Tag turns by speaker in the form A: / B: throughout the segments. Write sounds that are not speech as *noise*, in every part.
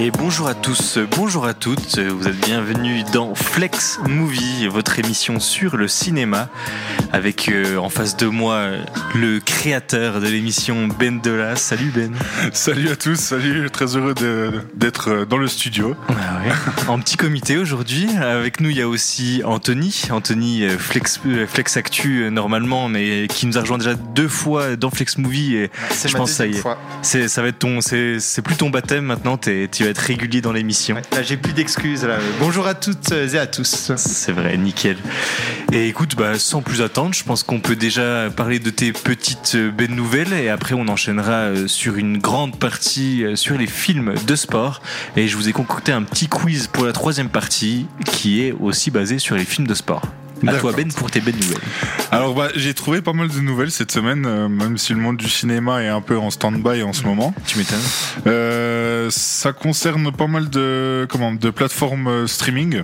A: Et bonjour à tous, bonjour à toutes, vous êtes bienvenus dans Flex Movie, votre émission sur le cinéma, avec euh, en face de moi le créateur de l'émission Ben Dola. Salut Ben.
B: Salut à tous, salut, très heureux de- d'être euh, dans le studio.
A: Ah ouais. *laughs* en petit comité aujourd'hui, avec nous il y a aussi Anthony, Anthony euh, Flex, euh, Flex Actu euh, normalement, mais qui nous a rejoint déjà deux fois dans Flex Movie. Et
C: C'est
A: Je
C: ma
A: pense que ça y
C: deuxième
A: est.
C: fois.
A: c'est, ça va être ton, c'est, c'est plus ton baptême maintenant, t'es- tu vas être régulier dans l'émission.
C: Ouais, Là, j'ai plus d'excuses. là. Bonjour à toutes euh, et à tous.
A: C'est vrai, nickel. Et écoute, bah, sans plus attendre, je pense qu'on peut déjà parler de tes petites euh, belles nouvelles et après on enchaînera euh, sur une grande partie euh, sur les films de sport. Et je vous ai concocté un petit quiz pour la troisième partie qui est aussi basée sur les films de sport. À toi
B: D'accord.
A: Ben pour tes belles nouvelles.
B: Alors bah, j'ai trouvé pas mal de nouvelles cette semaine, euh, même si le monde du cinéma est un peu en stand-by en ce
A: Mm.
B: moment.
A: Tu m'étonnes.
B: Euh, ça concerne pas mal de, comment, de plateformes euh, streaming.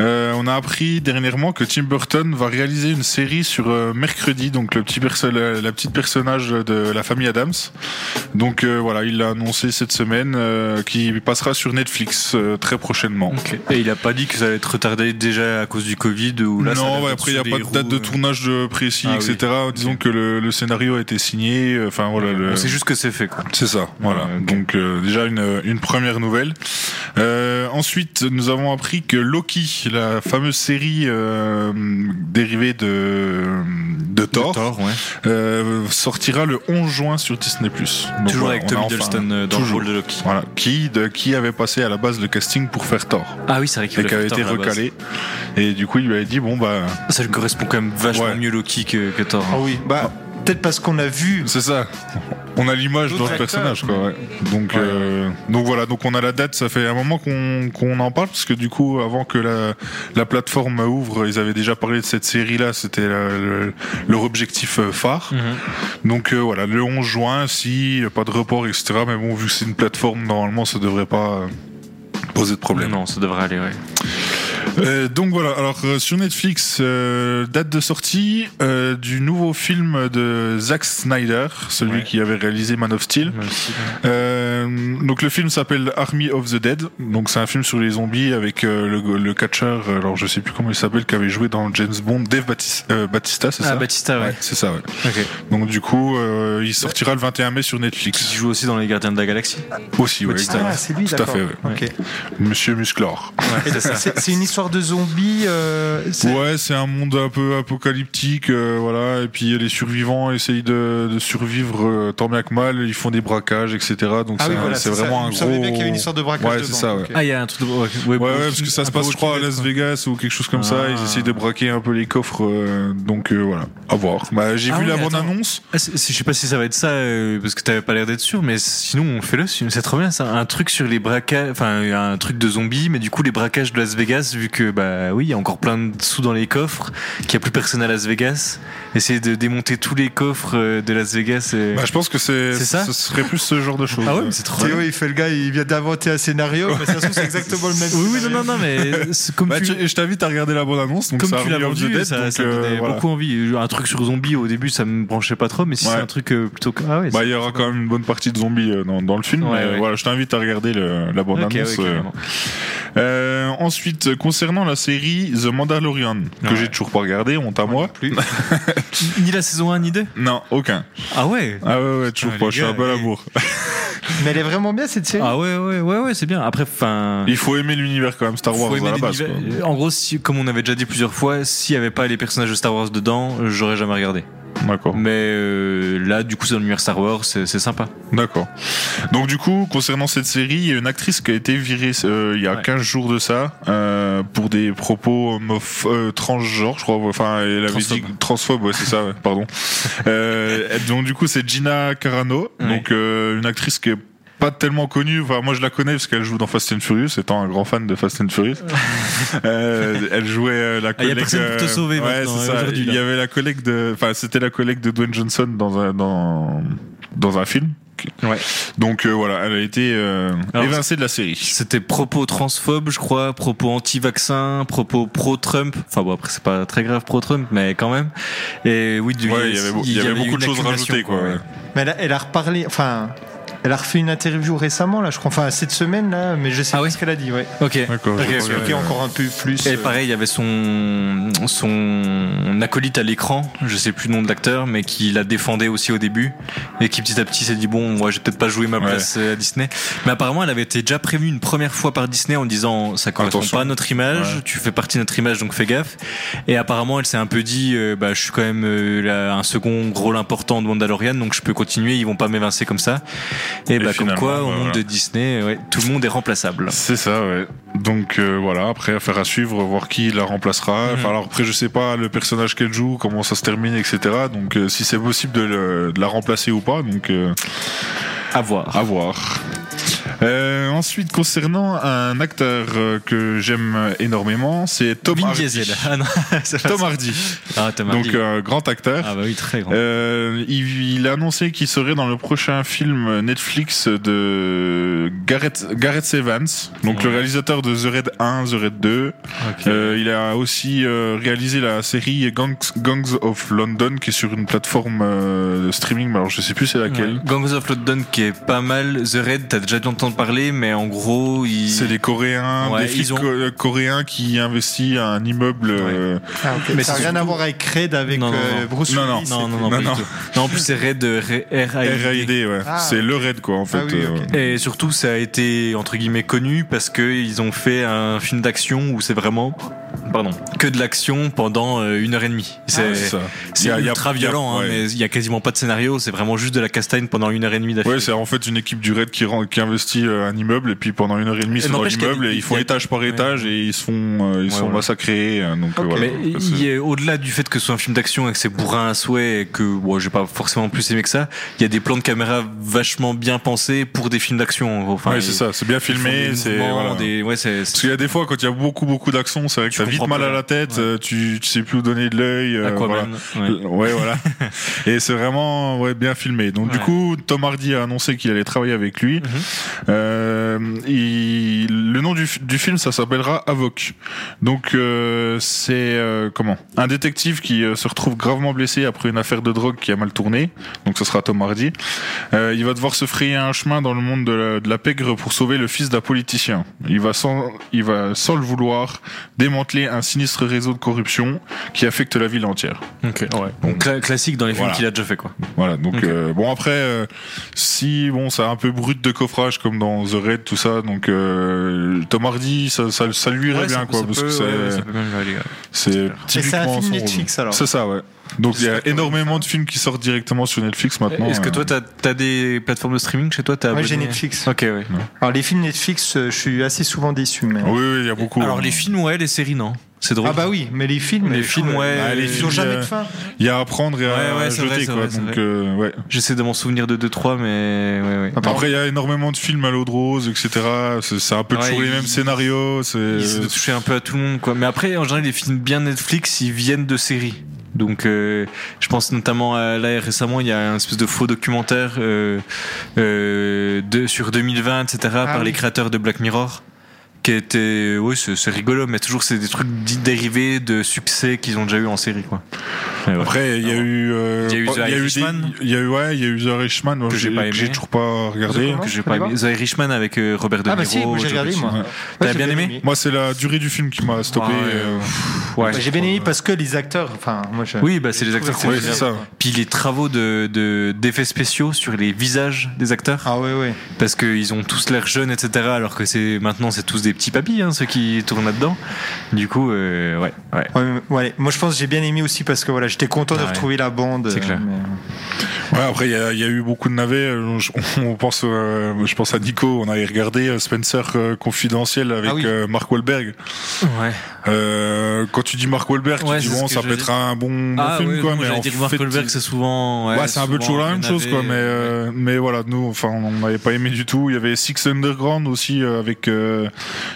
B: Euh, on a appris dernièrement que Tim Burton va réaliser une série sur euh, mercredi, donc le petit perso- la, la petite personnage de la famille Adams. Donc euh, voilà, il l'a annoncé cette semaine, euh, qui passera sur Netflix euh, très prochainement.
A: Et il a pas dit que ça allait être retardé déjà à cause du Covid ou là. ça a
B: non,
A: l'air
B: ouais,
A: d'être
B: après il n'y a
A: sur
B: pas
A: les
B: de date de
A: roues, euh.
B: tournage euh, précis,
A: Ah oui.
B: etc. Disons que le, le scénario a été signé. euh, Enfin voilà, le-
A: On sait juste que c'est fait quoi.
B: c'est ça. Voilà.
A: Ah, ok.
B: Donc euh, déjà une, une première nouvelle. Euh, ensuite, nous avons appris que Loki, la fameuse série euh, dérivée de de Thor,
A: ouais.
B: euh, sortira le 11 juin sur Disney+. Donc,
A: Toujours
B: voilà,
A: avec
B: on a
A: Tom
B: enfin-
A: Hiddleston euh, dans le
B: toujours.
A: rôle de Loki.
B: Voilà, qui, de, qui avait passé à la base le casting pour faire Thor
A: Ah oui, c'est vrai qu'il
B: et qui
A: voulait
B: avait
A: faire
B: été
A: Thor à la base.
B: recalé. Et du coup, il lui avait dit bon bah
A: Ça lui correspond quand même vachement
B: Ouais.
A: mieux Loki que, que Thor.
C: Ah oui, bah, peut-être parce qu'on a vu.
B: C'est ça. On a l'image dans
C: D'autres
B: le
C: acteurs.
B: personnage, quoi. ouais. Donc, euh, donc voilà. Donc on a la date. Ça fait un moment qu'on qu'on en parle parce que du coup, avant que la, la plateforme ouvre, ils avaient déjà parlé de cette série-là. C'était la- le- leur objectif euh, phare.
A: Mhm.
C: Mm.
B: Donc euh, voilà, le 11 juin, si pas de report, etc. Mais bon, vu que c'est une plateforme, normalement, ça devrait pas euh, poser de problème.
A: Non, ça devrait aller, ouais.
B: Euh, donc voilà, alors euh, sur Netflix, euh, date de sortie euh, du nouveau film de Zack Snyder, celui
A: Ouais.
B: qui avait réalisé Man of Steel. Euh, donc le film s'appelle Army of the Dead, donc c'est un film sur les zombies avec euh, le, le catcheur, euh, alors je sais plus comment il s'appelle, qui avait joué dans James Bond, Dave Batis- euh, Batista, c'est
A: Ah,
B: ça
A: Batista, ouais.
B: Ouais, c'est ça, ouais.
A: Ok.
B: Donc du coup, euh, il sortira le 21 mai sur
A: Qui
B: Netflix.
A: joue aussi dans Les Gardiens de la Galaxie.
B: Aussi, ouais,
A: Bautista,
B: exact.
C: Ah, c'est lui,
B: Tout à
C: d'accord.
B: fait, ouais.
C: Ok.
B: Monsieur Musclor.
A: Ouais, c'est ça.
C: C'est c'est une histoire de zombies. euh, c'est-
B: Ouais, c'est un monde un peu apocalyptique, euh, voilà. Et puis les survivants essayent de, de survivre euh, tant bien que mal. Ils font des braquages, etc. Donc
C: Ah
B: c'est
C: oui,
B: un-
C: voilà,
B: c'est
C: ça.
B: vraiment
C: Je
B: un
C: savais
B: gros.
C: bien qu'il y avait une histoire de braquage
B: Ouais,
C: dedans, euh.
B: c'est ça. Ouais.
C: ok.
A: Ah, il y a un truc de. Ouais, ouais,
B: Ouais, ouais,
A: Walking-
B: parce que ça se
A: un peu
B: passe, je crois, à
A: Walking
B: Las
A: Dead,
B: Vegas ou quelque chose comme ça. Ils
A: Ah.
B: essayent de braquer un peu les coffres. euh, donc euh, voilà, à voir. Bah, j'ai
A: Ah
B: vu
A: oui,
B: la
A: attends.
B: bande annonce.
A: quoi. Ah, c'est- c'est- je sais pas si ça va être ça, euh, parce que t'avais pas l'air d'être sûr, mais sinon on fait le. C'est trop bien ça. Un truc sur les braquages. Enfin, un truc de zombies, mais du coup les braquages de Las Vegas, vu que, bah oui, il y a encore plein de sous dans les coffres, qu'il y a plus personne à Las Vegas. Essayer de démonter tous les coffres euh, de Las Vegas. et-
B: Bah, je pense que c'est.
A: C'est ça
B: Ce serait plus ce genre de choses.
A: ah ouais, mais c'est trop bien.
C: Théo, il fait le gars, il vient d'inventer un scénario. mais ça se
A: *laughs*
C: trouve, c'est exactement le même.
A: Oui, oui, non,
C: scénario.
A: non, non, mais c'est comme
B: Bah,
A: tu,
B: tu- je t'invite à regarder la bande annonce. Donc
A: comme
B: ça
A: tu l'as
B: Army of the
A: vendu,
B: Dead,
A: ça,
B: donc,
A: ça me
B: euh,
A: donnait
B: voilà.
A: beaucoup envie. Un truc sur zombie au début, ça me branchait pas trop, mais si c'est
B: Ouais.
A: un truc euh, plutôt que. Ah ouais,
B: Bah, il y aura quand même une bonne partie de zombies euh, dans, dans le film.
A: Ouais,
B: mais, euh,
A: ouais.
B: Voilà, je t'invite à regarder le- la bande
A: Ok, ouais,
B: annonce. euh.
A: carrément.
B: Euh, ensuite, euh, concernant la série The Mandalorian, que
A: Ouais.
B: j'ai toujours pas regardé, honte à moi.
A: Ni la saison 1 ni 2
B: Non, aucun.
A: Ah ouais
B: Ah ouais, ouais, toujours
A: Putain,
B: pas.
A: les
B: je suis un
A: gars,
B: peu à
A: et-
B: la bourre.
C: Ah, Mais elle est vraiment bien cette série.
A: Ah ouais, ouais, ouais, ouais, c'est bien. Après, enfin.
B: Il faut aimer l'univers quand même, Star
A: faut
B: Wars
A: aimer
B: à la base.
A: l'univers. En gros, si- comme on avait déjà dit plusieurs fois, s'il n'y avait pas les personnages de Star Wars dedans, euh, j'aurais jamais regardé.
B: quoi. D'accord.
A: Mais euh, là, du coup, c'est dans l'univers Star Wars, c'est c'est sympa.
B: D'accord. Donc du coup, concernant cette série, il y a une actrice qui a été virée euh, il y a
A: Ouais.
B: 15 jours de ça euh, pour des propos homoph- euh, transgenres, je crois. Enfin, elle avait
A: Transphobe.
B: dit transphobe, ouais, c'est ça. ouais,
A: *laughs*
B: pardon. Euh, donc du coup, c'est Gina Carano,
A: Ouais.
B: donc euh, une actrice qui est pas tellement connue. Enfin, moi, je la connais parce qu'elle joue dans Fast and Furious, étant un grand fan de Fast and Furious. Euh, elle jouait euh, la
A: Ah, y a
B: collègue.
A: personne pour te
B: euh,
A: sauver
B: ouais,
A: maintenant,
B: c'est
A: hein,
B: ça.
A: aujourd'hui,
B: Il y
A: là.
B: avait la collègue de. Enfin, c'était la collègue de Dwayne Johnson dans un dans dans un film.
A: Ouais.
B: Donc euh, voilà, elle a été euh,
A: Alors,
B: évincée de la série.
A: C'était propos transphobes, je crois, propos anti-vaccin, propos pro-Trump. Enfin bon, après c'est pas très grave pro-Trump, mais quand même. Et oui, du
B: Ouais, il y avait, beau- il y avait
A: eu
B: beaucoup
A: une
B: de choses
A: accumulation,
B: rajoutées quoi. ouais.
C: Mais elle a, elle a reparlé. Enfin, Elle a refait une interview récemment, là, je crois. Enfin, cette semaine, là, mais je sais
A: Ah
C: pas
A: ouais
C: ce qu'elle a dit, ouais.
A: Ok.
B: D'accord.
A: Ok, ok,
B: j'ai pas regardé.
C: Expliquer encore un peu plus.
A: Et
C: euh,
A: pareil, il y avait son, son acolyte à l'écran, je sais plus le nom de l'acteur, mais qui la défendait aussi au début, et qui petit à petit s'est dit bon, moi j'ai peut-être pas joué ma
B: Ouais.
A: place euh, à Disney. Mais apparemment, elle avait été déjà prévenue une première fois par Disney en disant ça correspond
B: Attention.
A: pas à notre image,
B: Ouais.
A: tu fais partie de notre image, donc fais gaffe. Et apparemment, elle s'est un peu dit euh, bah je suis quand même euh, la- un second rôle important de Mandalorian, donc je peux continuer, ils vont pas m'évincer comme ça. Et, bah comme
B: finalement,
A: quoi,
B: bah,
A: au monde
B: voilà.
A: de Disney, ouais, tout le monde est remplaçable.
B: C'est ça, ouais. Donc euh, voilà, après affaire à suivre, voir qui la remplacera.
A: Mhm.
B: Enfin, alors après, je sais pas le personnage qu'elle joue, comment ça se termine, etc. Donc euh, si c'est possible de, le- de la remplacer ou pas, donc euh,
A: À voir.
B: à voir. Euh, ensuite, concernant un acteur euh, que j'aime énormément, c'est Tom
A: Vin
B: Hardy.
A: Diesel. Ah non, c'est pas
B: Tom
A: ça.
B: Hardy,
A: Ah, Tom
B: donc
A: Hardy.
B: euh, grand acteur.
A: Ah bah oui, très grand.
B: Euh, il, il a annoncé qu'il serait dans le prochain film Netflix de Gareth, Gareth Evans, donc
A: Ouais.
B: le réalisateur de The Raid 1, The Raid 2. Euh, il a aussi euh, réalisé la série Gangs, Gangs of London qui est sur une plateforme euh, de streaming, mais alors je sais plus c'est laquelle.
A: Ouais. Gangs of London qui est pas mal. The Raid, t'as déjà dû entendre parler, mais en gros, il...
B: C'est des Coréens,
A: Ouais,
B: des flics
A: ils ont-
B: co- euh, coréens qui investissent un immeuble. euh,
C: Ah, ok.
A: Mais
C: ça n'a
A: c'est
C: rien à
A: surtout-
C: voir avec Red, avec
A: Non, non,
C: euh,
A: non.
C: Bruce
B: Non,
C: Willis.
A: Non,
C: et-
A: non, non, pas
B: Non,
A: du
B: non.
A: tout. Non, en plus, c'est euh, Raid de
B: RAID,
A: R.I.D.
B: ouais.
C: Ah.
B: c'est le raid quoi en fait.
C: Ah oui,
B: euh,
C: ok.
A: Et surtout, ça a été, entre guillemets, connu parce que ils ont fait un film d'action où c'est vraiment... Pardon. Que de l'action pendant euh, une heure et demie. C'est...
B: ouais, c'est ça.
A: c'est
B: Y a- y a-
A: ultra
B: y a-
A: violent, hein,
B: ouais.
A: mais il y a quasiment pas de scénario. C'est vraiment juste de la castagne pendant une heure et demie d'affilée.
B: Ouais, c'est en fait une équipe du raid qui, rend- qui investit euh, un immeuble et puis pendant une heure et demie, c'est dans
A: n'empêche qu'il y a-
B: l'immeuble et
A: il y
B: ils font
A: a-
B: étage par étage et ils se font, euh, ils
A: Ouais,
B: sont
A: voilà.
B: massacrés. euh, Donc, euh,
C: Ok.
B: voilà.
A: Mais
B: Après,
A: il
B: c'est-
A: y a- au-delà du fait que ce soit un film d'action et que c'est bourrin à souhait et que bon, j'ai pas forcément plus aimé que ça, il y a des plans de caméra vachement bien pensés pour des films d'action. en gros. Enfin,
B: Ouais,
A: ils-
B: c'est ça, c'est bien
A: ils font
B: filmé,
A: des
B: c'est
A: mouvements,
B: voilà.
A: des- ouais, c'est-
B: Parce
A: c'est-
B: qu'il y a des fois quand il y a beaucoup beaucoup d'action, c'est vrai que
A: Tu
B: t'as vite
A: comprends
B: mal
A: pas.
B: à la tête,
A: Ouais.
B: euh, tu, tu sais plus où donner de l'œil. euh, voilà.
A: Aquaman. ouais.
B: Euh, Ouais,
A: *laughs*
B: voilà. et c'est vraiment ouais, bien filmé. Donc du
A: Ouais. Mm-hmm.
B: coup, Tom Hardy a annoncé qu'il allait travailler avec lui. Euh, il- le nom du, fi- du film, ça s'appellera Avoc. Donc euh, c'est euh, comment Un détective qui euh, se retrouve gravement blessé après une affaire de drogue qui a mal tourné. Donc ce sera Tom Hardy. Euh, il va devoir se frayer un chemin dans le monde de la, de la pègre pour sauver le fils d'un politicien. Il va sans, il va sans le vouloir démanteler un sinistre réseau de corruption qui affecte la ville entière.
A: Ok, ouais. Donc, cla- classique dans les films
B: Voilà.
A: qu'il a déjà fait quoi.
B: Voilà, donc
A: Ok.
B: euh, bon après, euh, si bon, ça a un peu brut de coffrage comme dans The Raid, tout ça, donc euh, Tom Hardy, ça, ça, ça lui irait
A: Ouais,
B: bien
A: ça-
B: quoi,
A: ça
B: parce
A: peut-
B: que c'est
A: ouais, ouais, ça peut même aller, ouais.
B: c'est
C: Et c'est
B: typiquement
C: un film
B: son
C: Netflix
B: rôle.
C: alors.
B: C'est ça, ouais. Donc il y a
C: J'espère que-
B: énormément de films qui sortent directement sur Netflix maintenant.
A: Eh, Est-ce que toi
B: euh,
A: t'as as des plateformes de streaming chez toi t'as
C: Moi
A: abonné
C: j'ai Netflix.
A: Ok, ouais.
C: Alors les films Netflix, euh, je suis assez souvent déçu. Mais...
B: Oui, oui, il y a beaucoup.
A: Alors les films ouais, les séries non. C'est drôle.
C: Ah bah oui, mais les films.
A: Les films, ouais,
B: Ah, les
C: ils
B: films,
C: ont jamais
B: euh,
C: de fin.
B: Il y a à prendre et à
A: Ouais, ouais, c'est
B: jeter
A: vrai, c'est
B: quoi.
A: vrai, c'est
B: donc
A: vrai.
B: euh, ouais.
A: J'essaie de m'en souvenir de 2-3 mais ouais, ouais.
C: Pardon.
B: Après il y a énormément de films à l'eau de rose, etc. C'est c'est un peu
A: Ouais,
B: toujours les
A: ils-
B: mêmes scénarios.
A: Ils essaient de
B: C'est euh,
A: toucher un peu à tout le monde, quoi. Mais après, en général, les films bien Netflix, ils viennent de séries. Donc, euh, je pense notamment à là récemment, il y a un espèce de faux documentaire euh, euh, de, sur 2020, etc., par
C: Ah oui.
A: les créateurs de Black Mirror, qui était, oui, c'est c'est rigolo, mais toujours c'est des trucs dits dérivés de succès qu'ils ont déjà eu en série, quoi. Et voilà.
B: Après, il y a
A: Ah bon.
B: eu, euh,
A: Il y a eu The
B: il y a eu des-
A: Irishman.
B: il y a eu, ouais, il y a eu The Irishman, moi,
A: Que j'ai
B: j'ai-
A: pas
B: que
A: aimé.
B: j'ai toujours pas regardé.
C: Comment
A: que j'ai
C: hein, Allez
A: pas aimé. The Irishman avec euh, Robert De
C: Ah
A: Niro.
C: bah si, moi, j'ai
A: Joe
C: regardé
A: Pesci.
C: moi.
B: Ouais.
C: Ouais,
A: T'as
C: j'ai
A: bien aimé
B: Moi, c'est la durée du film qui m'a stoppé.
A: Ah ouais.
B: euh,
A: Ouais.
C: Bah, J'ai bien aimé parce que les acteurs. Enfin, moi je.
A: Oui, bah c'est les acteurs.
B: ouais, c'est ça.
A: Puis les travaux de de- d'effets spéciaux sur les visages des acteurs.
C: Ah ouais, ouais.
A: parce qu'ils ont tous l'air jeunes, etc. Alors que c'est maintenant c'est tous des petits papis hein, ceux qui tournent là-dedans. Du coup, euh, ouais, ouais.
C: Ouais, mais- ouais, Moi je pense que j'ai bien aimé aussi parce que voilà, j'étais content
A: Ah
C: de
A: ouais.
C: retrouver la bande.
A: C'est
C: euh,
A: clair.
C: mais-
B: Ouais, après, il y a, il y a eu beaucoup de navets. euh, je- On pense, euh, je pense à Nico. On avait regardé euh, Spencer euh, confidentiel avec
C: Ah oui.
B: euh, Mark Wahlberg.
A: ouais.
B: Euh, quand tu dis Mark Wahlberg,
A: Ouais,
B: tu
A: c'est
B: dis
A: ce
B: bon,
A: que
B: ça
A: je
B: peut
A: dis.
B: être un bon, bon
A: Ah,
B: film, quoi. Mais en
A: dire Mark
B: fait,
A: Wahlberg,
B: il-
A: c'est souvent.
B: Ouais, c'est un peu toujours la même chose, quoi. Mais, euh, mais voilà, nous, enfin, on n'avait pas aimé du tout. Il y avait Six Underground aussi euh, avec euh,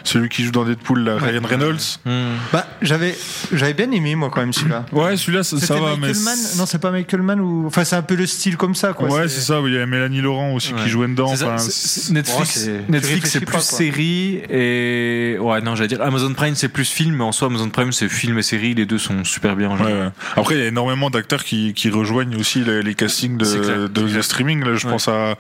B: celui qui joue dans Deadpool, là, Ryan Reynolds.
A: Hmm.
C: Bah j'avais j'avais bien aimé moi quand même celui-là.
B: Ouais, celui-là, ça,
C: C'était
B: ça va,
C: Michael
B: mais.
C: Mann Non, c'est pas Michael Mann ou. Enfin, c'est un peu le style comme ça quoi.
B: ouais, c'est ça. Il y a Mélanie Laurent aussi
A: Ouais.
B: qui jouait dedans.
A: C'est ça,
B: enfin,
A: c'est-
B: c'est-
A: c'est- Netflix,
C: Ouais, c'est- tu
A: Netflix
C: réfléchis
A: c'est
C: pas,
A: plus
C: quoi.
A: série et ouais non j'allais dire Amazon Prime c'est plus film mais en soi, Amazon Prime, c'est film et série, les deux sont super bien en
B: Ouais,
A: général.
B: ouais. Après, il y a énormément d'acteurs qui, qui rejoignent aussi les, les castings de,
A: C'est clair,
B: de-
A: c'est
B: de
A: clair.
B: streaming. Là, je
A: Ouais.
B: pense à,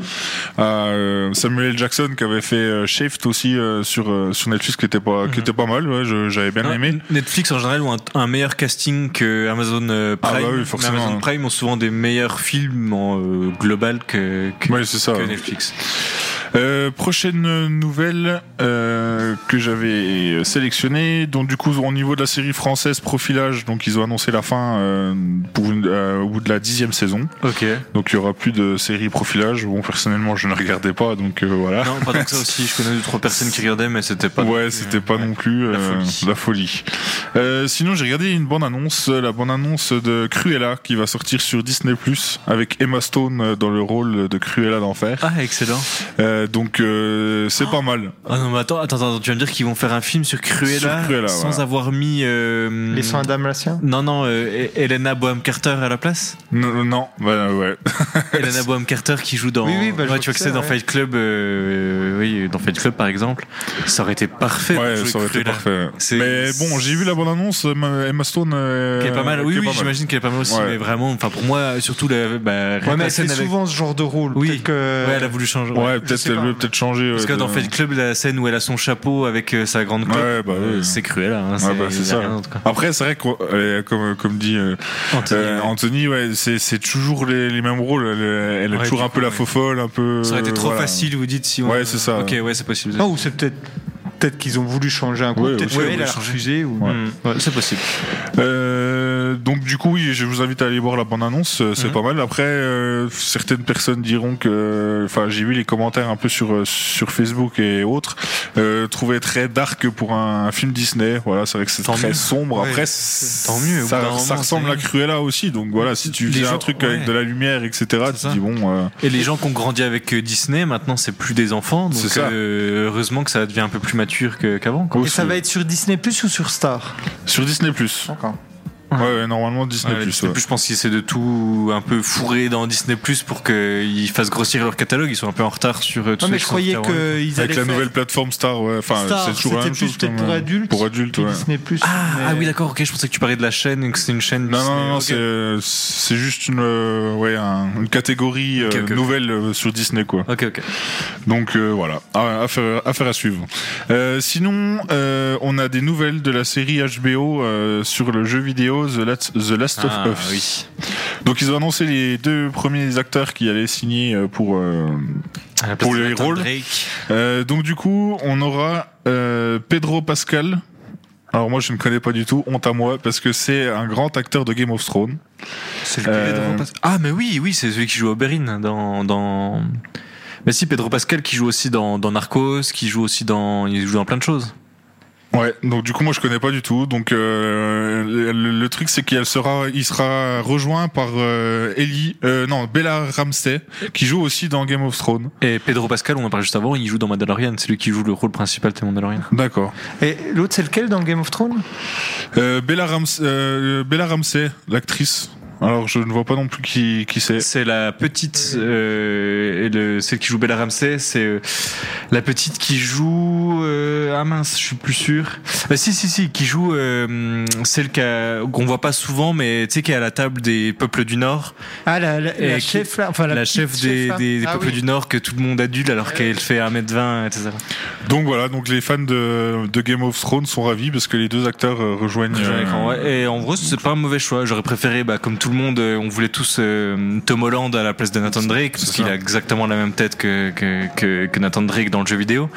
B: à, euh, Samuel Jackson qui avait fait euh, Shaft aussi euh, sur, euh, sur Netflix, qui était pas, qui
A: Mhm.
B: était pas mal. Ouais, je- j'avais bien
A: Non,
B: aimé.
A: Netflix en général ont un, un meilleur casting que Amazon euh,
B: Ah
A: Prime.
B: bah oui,
A: Mais
B: forcément.
A: Amazon Prime ont souvent des meilleurs films en euh, global que, que,
B: Ouais, c'est ça.
A: que Netflix.
B: Euh, prochaine nouvelle euh, que j'avais euh, sélectionnée, donc du coup au niveau de la série française Profilage, donc ils ont annoncé la fin euh, pour une- euh, au bout de la dixième saison.
A: Ok.
B: Donc il y aura plus de série Profilage. Bon personnellement je ne regardais pas, donc euh, voilà.
A: Non, pas tant que
B: *laughs*
A: ça aussi. Je connais deux trois personnes qui regardaient, mais c'était pas.
B: ouais, c'était pas non plus euh,
A: La
B: la
A: folie.
B: folie. Euh, sinon, j'ai regardé une bande annonce, la bande annonce de Cruella qui va sortir sur Disney Plus avec Emma Stone euh, dans le rôle de Cruella d'enfer.
A: Ah, excellent.
B: Euh, donc euh, c'est pas mal.
A: Ah non, mais attends, attends, attends, tu vas me dire qu'ils vont faire un film sur Cruella,
B: Sur Cruella,
A: sans
B: voilà.
A: avoir mis. euh,
C: Les soins d'Amalcien
A: Non, non, euh, Elena Boham Carter à la
B: *laughs*
A: place
B: Non, non, bah ouais.
A: Elena Boham Carter qui joue dans.
C: Oui, oui, bah, je
A: Ouais,
C: vois
A: tu vois que
C: qui
A: c'est
C: c'est,
A: dans
C: ouais.
A: Fight Club, euh, oui, dans Fight Club par exemple. Ça aurait été parfait. pour
B: Ouais,
A: jouer
B: ça aurait été
A: Cruella.
B: parfait.
A: C'est-
B: Mais bon, j'ai vu la bande annonce, Emma Stone. euh,
A: Qui est pas mal.
B: qui
A: Oui,
B: est
A: oui,
B: pas mal.
A: j'imagine qu'elle est pas mal aussi,
B: Ouais.
A: mais vraiment, enfin pour moi, surtout la, bah, rien
C: Ouais,
A: que
C: mais
A: la
C: elle fait
A: scène avec.
C: souvent euh, ce genre de rôle.
A: Oui.
C: Peut-être que-
A: Ouais, elle a voulu changer.
B: Ouais,
C: je
B: peut-être
C: sais
B: elle
C: pas,
B: veut
C: mais-
B: peut-être changer. euh,
A: Parce
B: ouais,
A: que
B: de-
A: dans Fight Club, la scène où elle a son chapeau avec euh, sa grande clope,
B: Ouais, bah
A: euh,
B: oui.
A: c'est cruel. Hein,
B: Ouais, bah, c'est ça.
A: rien d'autre, quoi.
B: Après, c'est vrai que euh, comme comme dit. euh,
C: Oh,
A: Anthony,
B: Euh,
A: ouais.
B: Anthony, ouais, c'est, c'est toujours les, les mêmes rôles. Elle, elle a
A: Ouais,
B: toujours
A: du
B: un peu
A: coup,
B: la
A: ouais.
B: faux folle, un peu.
A: Ça aurait été trop
B: voilà.
A: facile, vous dites si on.
B: Ouais, c'est ça.
A: Ok, ouais, c'est possible.
C: Non, ou c'est peut-être peut-être qu'ils ont voulu changer un coup.
B: Ouais,
C: peut-être
A: ouais,
C: qu'elle
A: ouais,
C: a
A: changer.
C: refusé. Ou...
A: Hmm, ouais, c'est possible.
B: Euh, donc du coup, oui, je vous invite à aller voir la bande-annonce. euh, C'est
A: Mhm.
B: pas mal. Après, euh, certaines personnes diront que, enfin, j'ai vu les commentaires un peu sur euh, sur Facebook et autres, euh, trouvaient très dark pour un, un film Disney. Voilà, c'est vrai que c'est
A: Tant
B: très
A: mieux.
B: sombre.
C: Ouais,
B: Après,
A: tant mieux, au bout
B: Ça,
A: d'un
B: ça
A: moment,
B: ressemble
A: ça
B: à
A: y est.
B: Cruella aussi. Donc voilà, si tu
A: Les
B: fais
A: gens-
B: un truc avec
A: ouais.
B: de la lumière, etc., tu
A: ça.
B: te dis bon. euh,
A: Et les gens qui ont grandi avec euh, Disney, maintenant, c'est plus des enfants. Donc,
B: C'est ça.
A: euh, heureusement que ça devient un peu plus mature que- qu'avant. quoi.
C: Et ça va être sur Disney Plus ou sur Star
B: Sur Disney Plus.
C: D'accord.
B: Ouais, ouais, normalement Disney
A: Ouais,
B: Plus.
A: Disney+, je pense qu'ils essaient de tout un peu fourrer dans Disney Plus pour qu'ils fassent grossir leur catalogue. Ils sont un peu en retard sur euh, tout
C: Non,
A: ce
C: mais
A: qui
C: je
A: sont
C: croyais
A: avant.
C: qu'ils allaient
B: Avec la
C: faire
B: nouvelle plateforme Star, ouais. enfin,
C: Star,
B: c'est toujours la
C: c'était
B: même
C: plus
B: chose.
C: peut-être
B: comme,
C: pour
B: euh,
C: adultes.
B: Pour adultes,
C: puis
B: ouais.
C: Disney Plus.
A: Ah,
C: mais-
A: ah oui, d'accord, ok. Je pensais que tu parlais de la chaîne, que c'est une chaîne.
B: Non,
A: Disney,
B: non, non,
A: ok.
B: c'est, euh, c'est juste une, euh, ouais, un- une catégorie euh,
A: Ok, ok.
B: nouvelle euh, sur Disney, quoi.
A: Ok, ok.
B: Donc euh, voilà, Ah, affaire, affaire à suivre. Euh, sinon, euh, on a des nouvelles de la série HBO euh, sur le jeu vidéo The, Last- The Last
A: Ah,
B: of Us.
A: oui.
B: Donc ils ont annoncé les deux premiers acteurs qui allaient signer euh, pour euh,
A: À la place
B: Pour
A: de
B: les
A: Nathan
B: rôles.
A: Drake.
B: Euh, donc du coup, on aura euh, Pedro Pascal. Alors moi, je ne connais pas du tout. Honte à moi, parce que c'est un grand acteur de Game of Thrones.
A: C'est
B: Euh,
A: lequel, Pedro Pascal Ah, mais oui, oui, c'est celui qui joue Oberyn dans. dans... Mais si, Pedro Pascal qui joue aussi dans, dans Narcos, qui joue aussi dans. Il joue dans plein de choses.
B: Ouais. Donc du coup, moi, je connais pas du tout. Donc euh, le, le truc, c'est qu'il sera, il sera rejoint par euh, Ellie, euh, non Bella Ramsey, qui joue aussi dans Game of Thrones.
A: Et Pedro Pascal, on en parlait juste avant, il joue dans Mandalorian. C'est lui qui joue le rôle principal de Mandalorian.
B: D'accord.
C: Et l'autre, c'est lequel dans Game of Thrones
B: Euh, Bella Ramsey, euh, Bella Ramsey, l'actrice. Alors je ne vois pas non plus qui qui c'est.
A: C'est la petite, euh, et le, celle qui joue Bella Ramsey, c'est euh, la petite qui joue. Euh, ah mince, je suis plus sûr. Bah, si, si, si, qui joue euh, celle qu'a- qu'on voit pas souvent, mais tu sais, qui est à la table des peuples du Nord.
C: Ah, la, la, la
A: Et qui-
C: chef là. Enfin, la,
A: La,
C: petite
A: chef des,
C: là.
A: des- des
C: Ah
A: peuples
C: oui.
A: du Nord que tout le monde adule alors qu'elle fait 1m20, etc.
B: Donc voilà. Donc les fans de, de Game of Thrones sont ravis parce que les deux acteurs euh, rejoignent.
A: Sur
B: euh,
A: l'écran, ouais. Et en vrai, c'est pas un mauvais choix. J'aurais préféré, bah, comme tout le monde, euh, on voulait tous euh, Tom Holland à la place de Nathan Drake, parce
B: c'est
A: qu'il
B: ça.
A: a exactement la même tête que, que, que, que Nathan Drake dans le jeu vidéo.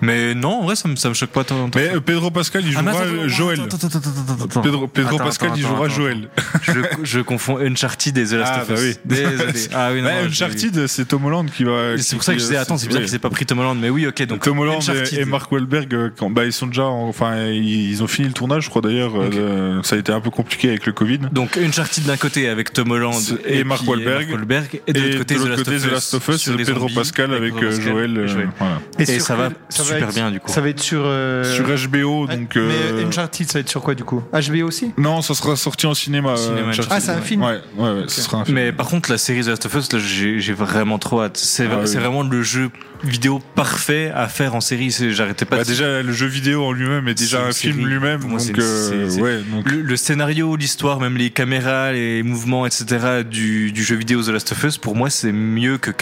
A: Mais non, en vrai, ça me, ça me choque pas tant. tant
B: Mais
A: que ça.
B: euh, Pedro Pascal, il
A: Ah, mais
B: jouera
A: attends,
B: euh,
A: attends,
B: Joël.
A: attends, attends, attends, attends, attends.
B: Pedro, Pedro
A: Attends,
B: Pascal, il
A: attends,
B: jouera
A: attends,
B: Joël.
A: *laughs* Je, je confonds Uncharted et The Last
B: Ah,
A: of
B: bah
A: Us.
B: oui.
A: *laughs* Désolé. Ah oui, non,
B: Ouais,
A: non, j'ai-
B: Uncharted, c'est Tom Holland qui va.
A: C'est pour ça que je disais, attends, c'est bizarre
B: oui.
A: qu'ils aient pas pris Tom Holland. Mais oui, ok, donc.
B: Tom Holland et-
A: Uncharted.
B: et, Mark Wahlberg, euh, quand, bah, ils sont déjà, en- enfin, ils ils ont fini le tournage, je crois d'ailleurs. euh, ça a été un peu compliqué avec le Covid.
A: Donc Uncharted d'un côté, côté avec Tom Holland
B: C'est- et Mark
A: puis euh,
B: Wahlberg.
A: Wahlberg, et de l'autre côté,
B: l'autre côté,
A: The Last of Us,
B: de
A: sur les
B: Pedro
A: zombies,
B: Pascal
A: et
B: avec
A: Pedro
B: euh,
A: Pascal
B: Joël.
A: et
B: euh, voilà.
A: Et
C: sur
A: ça va super
C: être-
A: bien, du coup.
C: Ça va être sur. euh,
B: Sur HBO, donc.
C: Mais
B: euh,
C: Uncharted, ça va être sur quoi du coup HBO aussi
B: Non, ça sera sorti en cinéma.
A: Cinéma,
B: euh, Uncharted.
C: Ah, c'est un film
B: Ouais, ouais, ouais, ce sera un film.
A: Mais par contre, la série The Last of Us, là, j'ai j'ai vraiment trop hâte. C'est
B: Ah oui.
A: c'est vraiment le jeu vidéo parfait à faire en série. C'est- J'arrêtais pas
B: Bah,
A: de
B: déjà, le jeu vidéo en lui-même est
A: C'est
B: déjà
A: une
B: un film
A: série.
B: lui-même.
A: Pour moi,
B: Donc,
A: c'est une-
B: euh,
A: c'est- c'est-
B: ouais, donc.
A: Le, le scénario, l'histoire, même les caméras, les mouvements, etc. du, du jeu vidéo The Last of Us, pour moi, c'est mieux que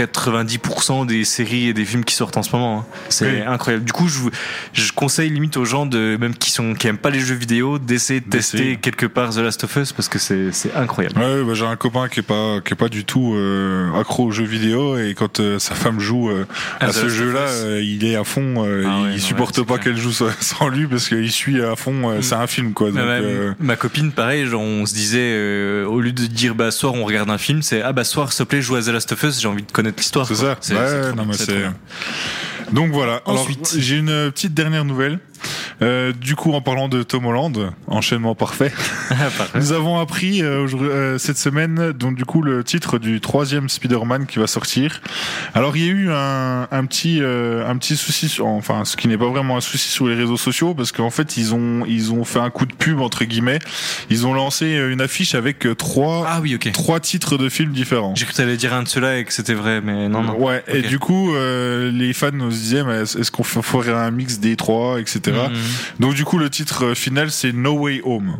A: 90% des séries et des films qui sortent en ce moment. hein. C'est
B: Oui.
A: incroyable. Du coup, je, vous- je conseille limite aux gens, de, même qui sont qui aiment pas les jeux vidéo, d'essayer de
B: D'essayer.
A: tester quelque part The Last of Us parce que c'est c'est incroyable.
B: Ouais, bah, j'ai un copain qui est pas qui est pas du tout euh, accro aux jeux vidéo et quand euh, sa femme joue euh,
A: Ah, The
B: à
A: Last
B: ce
A: of
B: jeu-là,
A: Us.
B: euh, il est à fond. euh,
A: Ah ouais,
B: il
A: ouais,
B: supporte
A: c'est
B: pas
A: clair.
B: qu'elle joue sans- *laughs* sans lui parce qu'il suit à fond. euh,
A: Mm.
B: C'est un film quoi. Donc,
A: Ma- ma-
B: euh,
A: Ma copine, pareil, genre, on se disait, euh, au lieu de dire, bah, soir, on regarde un film, c'est, ah, bah, soir, s'il te plaît, joue à The Last of Us, j'ai envie de connaître l'histoire.
B: C'est
A: quoi.
B: ça. Ouais,
A: trop
B: non,
A: bien,
B: mais
A: c'est
B: c'est-
A: trop bien.
B: *laughs* Donc voilà.
A: Ensuite.
B: Alors, j'ai une euh, petite dernière nouvelle. Euh, du coup, en parlant de Tom Holland, enchaînement parfait.
A: Ah, parfait.
B: Nous avons appris euh, aujourd'hui- euh, cette semaine, donc du coup, le titre du troisième Spider-Man qui va sortir. Alors, il y a eu un, un petit, euh, un petit souci, sur- enfin, ce qui n'est pas vraiment un souci sur les réseaux sociaux, parce qu'en fait, ils ont, ils ont fait un coup de pub entre guillemets. Ils ont lancé euh, une affiche avec euh, trois,
A: Ah oui, ok.
B: trois titres de films différents.
A: J'ai cru que t'allais dire un de ceux-là et que c'était vrai, mais non, non.
B: Ouais, et
A: Ok.
B: du coup, euh, les fans nous disaient, mais est-ce qu'on f- ferait un mix des trois, etc.
A: Mhm.
B: Donc du coup, le titre euh, final, c'est No Way Home.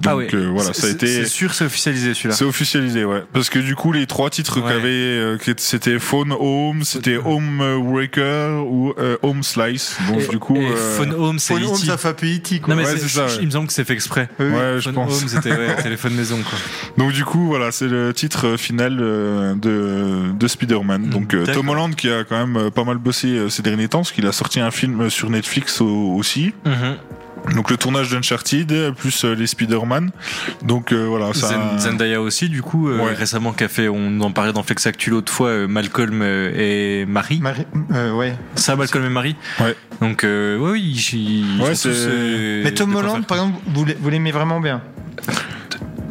B: Donc
A: ah oui.
B: euh, voilà, ça a été...
A: C'est sûr, c'est officialisé celui-là.
B: C'est officialisé, ouais. Parce que du coup, les trois titres
A: Ouais.
B: qu'avait, euh, qui étaient- c'était Phone Home, c'était Home euh, Wrecker ou euh, Home Slice. Donc
A: Et-
B: du coup,
A: et
B: euh,
A: Phone Home, c'est
C: Paul Holmes,
A: E.T.
C: ça fait un peu E.T., quoi.
A: Non, mais
B: Ouais,
A: c'est-
B: c'est ça, ouais.
A: il me semble que c'est fait exprès.
C: Oui, oui.
B: ouais, je
A: Phone
B: pense.
A: Home, c'était ouais, téléphone maison, quoi.
B: Donc du coup, voilà, c'est le titre euh, final euh, de, de Spider-Man.
A: Mm,
B: Donc euh, Tom
A: d'accord.
B: Holland qui a quand même euh, pas mal bossé euh, ces derniers temps, parce qu'il a sorti un film euh, sur Netflix au- aussi.
A: Mhm.
B: Donc le tournage d'Uncharted, euh, plus euh, les Spider-Man. Donc euh, voilà, ça...
A: Zen- Zendaya aussi, du coup, euh,
B: Ouais.
A: récemment, qu'a fait, on en parlait dans Flex Actu l'autre fois, euh, Malcolm euh, et Marie.
C: Marie- euh, ouais.
A: Ça, Malcolm et Marie.
B: Ouais.
A: Donc, euh, ouais, oui, ils, ils
B: Ouais,
A: sont tous,
B: c'est-
A: euh,
C: Mais Tom
A: de quoi
C: Holland,
A: faire.
C: par exemple, vous l'a- vous l'aimez vraiment bien.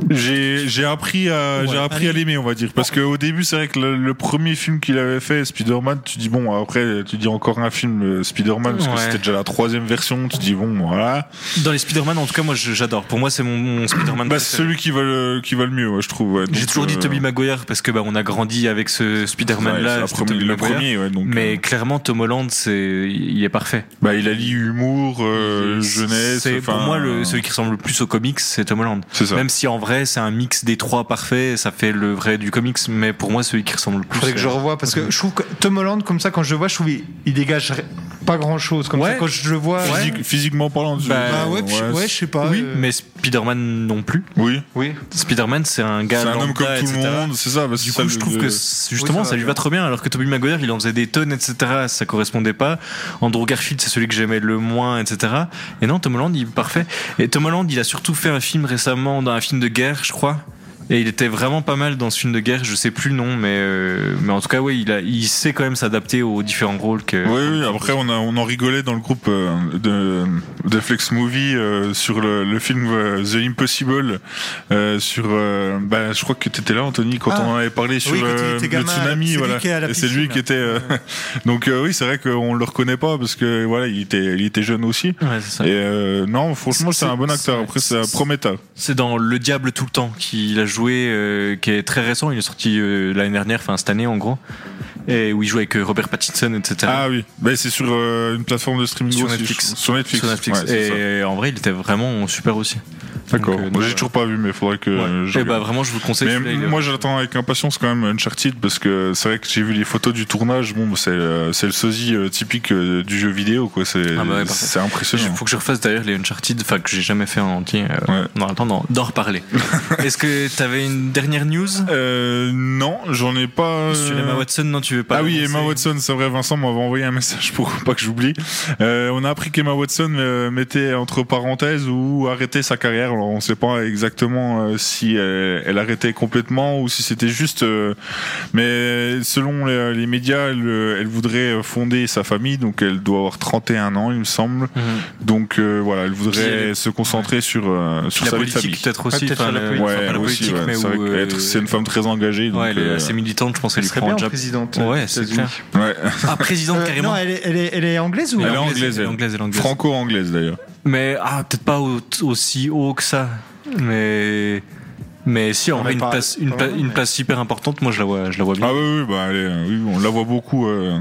B: J'ai j'ai appris à
A: Ouais,
B: j'ai appris à
A: allez.
B: l'aimer on va dire parce que au début c'est vrai que le, le premier film qu'il avait fait Spider-Man tu dis bon après tu dis encore un film euh, Spider-Man parce que
A: Ouais.
B: c'était déjà la troisième version tu dis bon voilà
A: Dans les Spider-Man, en tout cas, moi, je- j'adore. Pour moi, Mm, c'est mon, mon Spider-Man.
B: bah c'est
A: préféré.
B: celui qui va le qui va le mieux ouais, je trouve ouais.
A: J'ai
B: Donc,
A: toujours dit
B: euh,
A: Tobey Maguire parce que bah on a grandi avec ce Spider-Man
B: ouais,
A: là,
B: c'est la
A: c'était
B: première-
A: Tobey
B: le
A: Maguire.
B: premier ouais, donc
A: Mais
B: euh,
A: clairement Tom Holland c'est il est parfait.
B: bah il allie humour euh,
A: Il-
B: jeunesse
A: C'est pour
B: enfin,
A: moi le, celui qui ressemble le plus aux comics, c'est Tom Holland.
B: c'est ça
A: Même si en vrai c'est un mix des trois parfaits, ça fait le vrai du comics, mais pour moi celui qui ressemble le plus.
C: Faudrait que
A: c'est-
C: je revoie parce que je trouve que Tom Holland comme ça quand je le vois, je trouve il, il dégage ré- pas grand chose. Comme
A: Ouais.
C: ça quand je le vois,
B: Physique- physiquement parlant tu-
A: Bah,
C: Bah ouais, puis- ouais,
B: c'est-
C: je sais pas.
A: oui,
C: euh,
A: mais Spider-Man non plus.
B: oui
C: oui.
A: Spider-Man c'est un gars
B: c'est un
A: lambda,
B: homme comme tout
A: etc..
B: le monde c'est ça bah, c'est
A: Du
B: ça,
A: coup, je
B: le-
A: trouve que
B: le-
A: c'est- justement,
C: Oui,
A: ça,
C: ça va
A: lui
C: bien.
A: va trop bien, alors que Tobey Maguire, il en faisait des tonnes, etc. Ça correspondait pas. Andrew Garfield, c'est celui que j'aimais le moins, etc. Et non, Tom Holland, il est parfait. Et Tom Holland, il a surtout fait un film récemment, dans un film de guerre, je crois. Et il était vraiment pas mal dans ce film de guerre, je sais plus le nom, mais, euh, mais en tout cas, oui, il, a, il sait quand même s'adapter aux différents rôles que.
B: Oui, oui, après on, a, on en rigolait dans le groupe euh, de, de Flex Movie euh, sur le, le film euh, The Impossible. euh, sur, euh, bah, je crois que tu étais là, Anthony, quand
C: Ah.
B: on en avait parlé sur
C: Oui, quand il
B: euh,
C: était
B: le
C: gamin,
B: tsunami.
C: c'est lui
B: voilà.
C: qui est à la
B: Et c'est lui
C: piscine.
B: qui était. euh, *laughs* Donc euh, oui, c'est vrai qu'on le reconnaît pas parce que voilà, il était, il était jeune aussi.
A: Ouais, c'est ça.
B: Et euh, non, franchement,
A: C'est-
B: c'est un bon
A: c'est-
B: acteur.
A: c'est-
B: Après, c'est
A: c'est-
B: Prometa.
A: C'est dans Le Diable tout le temps qu'il a joué, euh, qui est très récent. Il est sorti euh, l'année dernière, enfin cette année en gros, et où il joue avec euh, Robert Pattinson, etc.
B: Ah oui, bah, c'est sur euh, une plateforme de streaming
A: Sur
B: aussi,
A: Netflix.
B: je- Sur Netflix.
A: Sur Netflix.
B: Ouais, c'est ça.
A: et en vrai, il était vraiment super aussi.
B: D'accord.
A: Donc, euh,
B: Moi, j'ai
A: donc,
B: toujours pas vu, mais faudrait que.
A: ouais.
B: euh, je
A: Eh bah
B: regarde.
A: vraiment, je vous le conseille.
B: Mais
A: celui-là, il est-
B: moi j'attends avec impatience quand même Uncharted parce que c'est vrai que j'ai vu les photos du tournage. Bon, c'est euh, c'est le sosie euh, typique euh, du jeu vidéo quoi. C'est
A: Ah bah ouais, parfait.
B: c'est
A: Il
B: impressionnant.
A: faut que je refasse d'ailleurs les Uncharted, enfin que j'ai jamais fait en entier. euh,
B: Ouais.
A: On a le temps d'en- d'en
B: *laughs*
A: reparler. Est-ce que t'avais une dernière news
B: Euh, non, j'en ai pas. euh,
A: sur Emma Watson Non, tu veux pas.
B: ah oui,
A: l'annoncer
B: Emma Watson, c'est vrai, Vincent m'avait envoyé un message pour *laughs* pas que j'oublie. Euh, on a appris qu'Emma Watson euh, mettait entre parenthèses ou arrêtait sa carrière carrière. Alors, on ne sait pas exactement euh, si elle, elle arrêtait complètement ou si c'était juste. euh, mais selon les, les médias, elle, euh, elle voudrait fonder sa famille, donc elle doit avoir 31 ans, il me semble.
A: Mhm.
B: Donc euh, voilà, elle voudrait
A: Puis elle-
B: se concentrer sur, euh, sur
A: la
B: sa vie de
A: politique
B: famille.
A: peut-être aussi.
C: Ouais, Ah, peut-être
A: enfin,
C: la
A: la-
C: politique.
A: enfin,
B: Ouais,
A: pas la
B: aussi,
A: politique,
B: ouais,
A: mais
B: c'est vrai
A: où,
B: qu'elle
A: euh,
B: est- c'est une femme très engagée. Donc,
A: Ouais, elle est
B: euh,
A: assez militante, je pense
C: Elle
A: qu'elle lui
C: serait
A: prend
C: bien
A: un job.
C: présidente. euh,
A: Ouais,
C: des
A: c'est
C: États-Unis.
A: clair.
B: ouais.
A: Ah, présidente
C: Euh,
A: carrément.
C: non, elle est, elle est- elle est anglaise ou
B: Elle est
A: anglaise,
B: anglaise,
A: elle est
B: elle.
A: anglaise, elle est anglaise.
B: Franco-anglaise d'ailleurs.
A: Mais ah, peut-être pas au- aussi haut que ça. Mais mais si, en
C: On
A: vrai,
C: est
A: une
C: pas-
A: place, une,
C: pas
A: pla-
C: loin,
A: une
C: mais-
A: place hyper importante. Moi, je la vois, je la vois bien.
B: Ah oui, oui, bah, elle est- oui, on la voit beaucoup euh,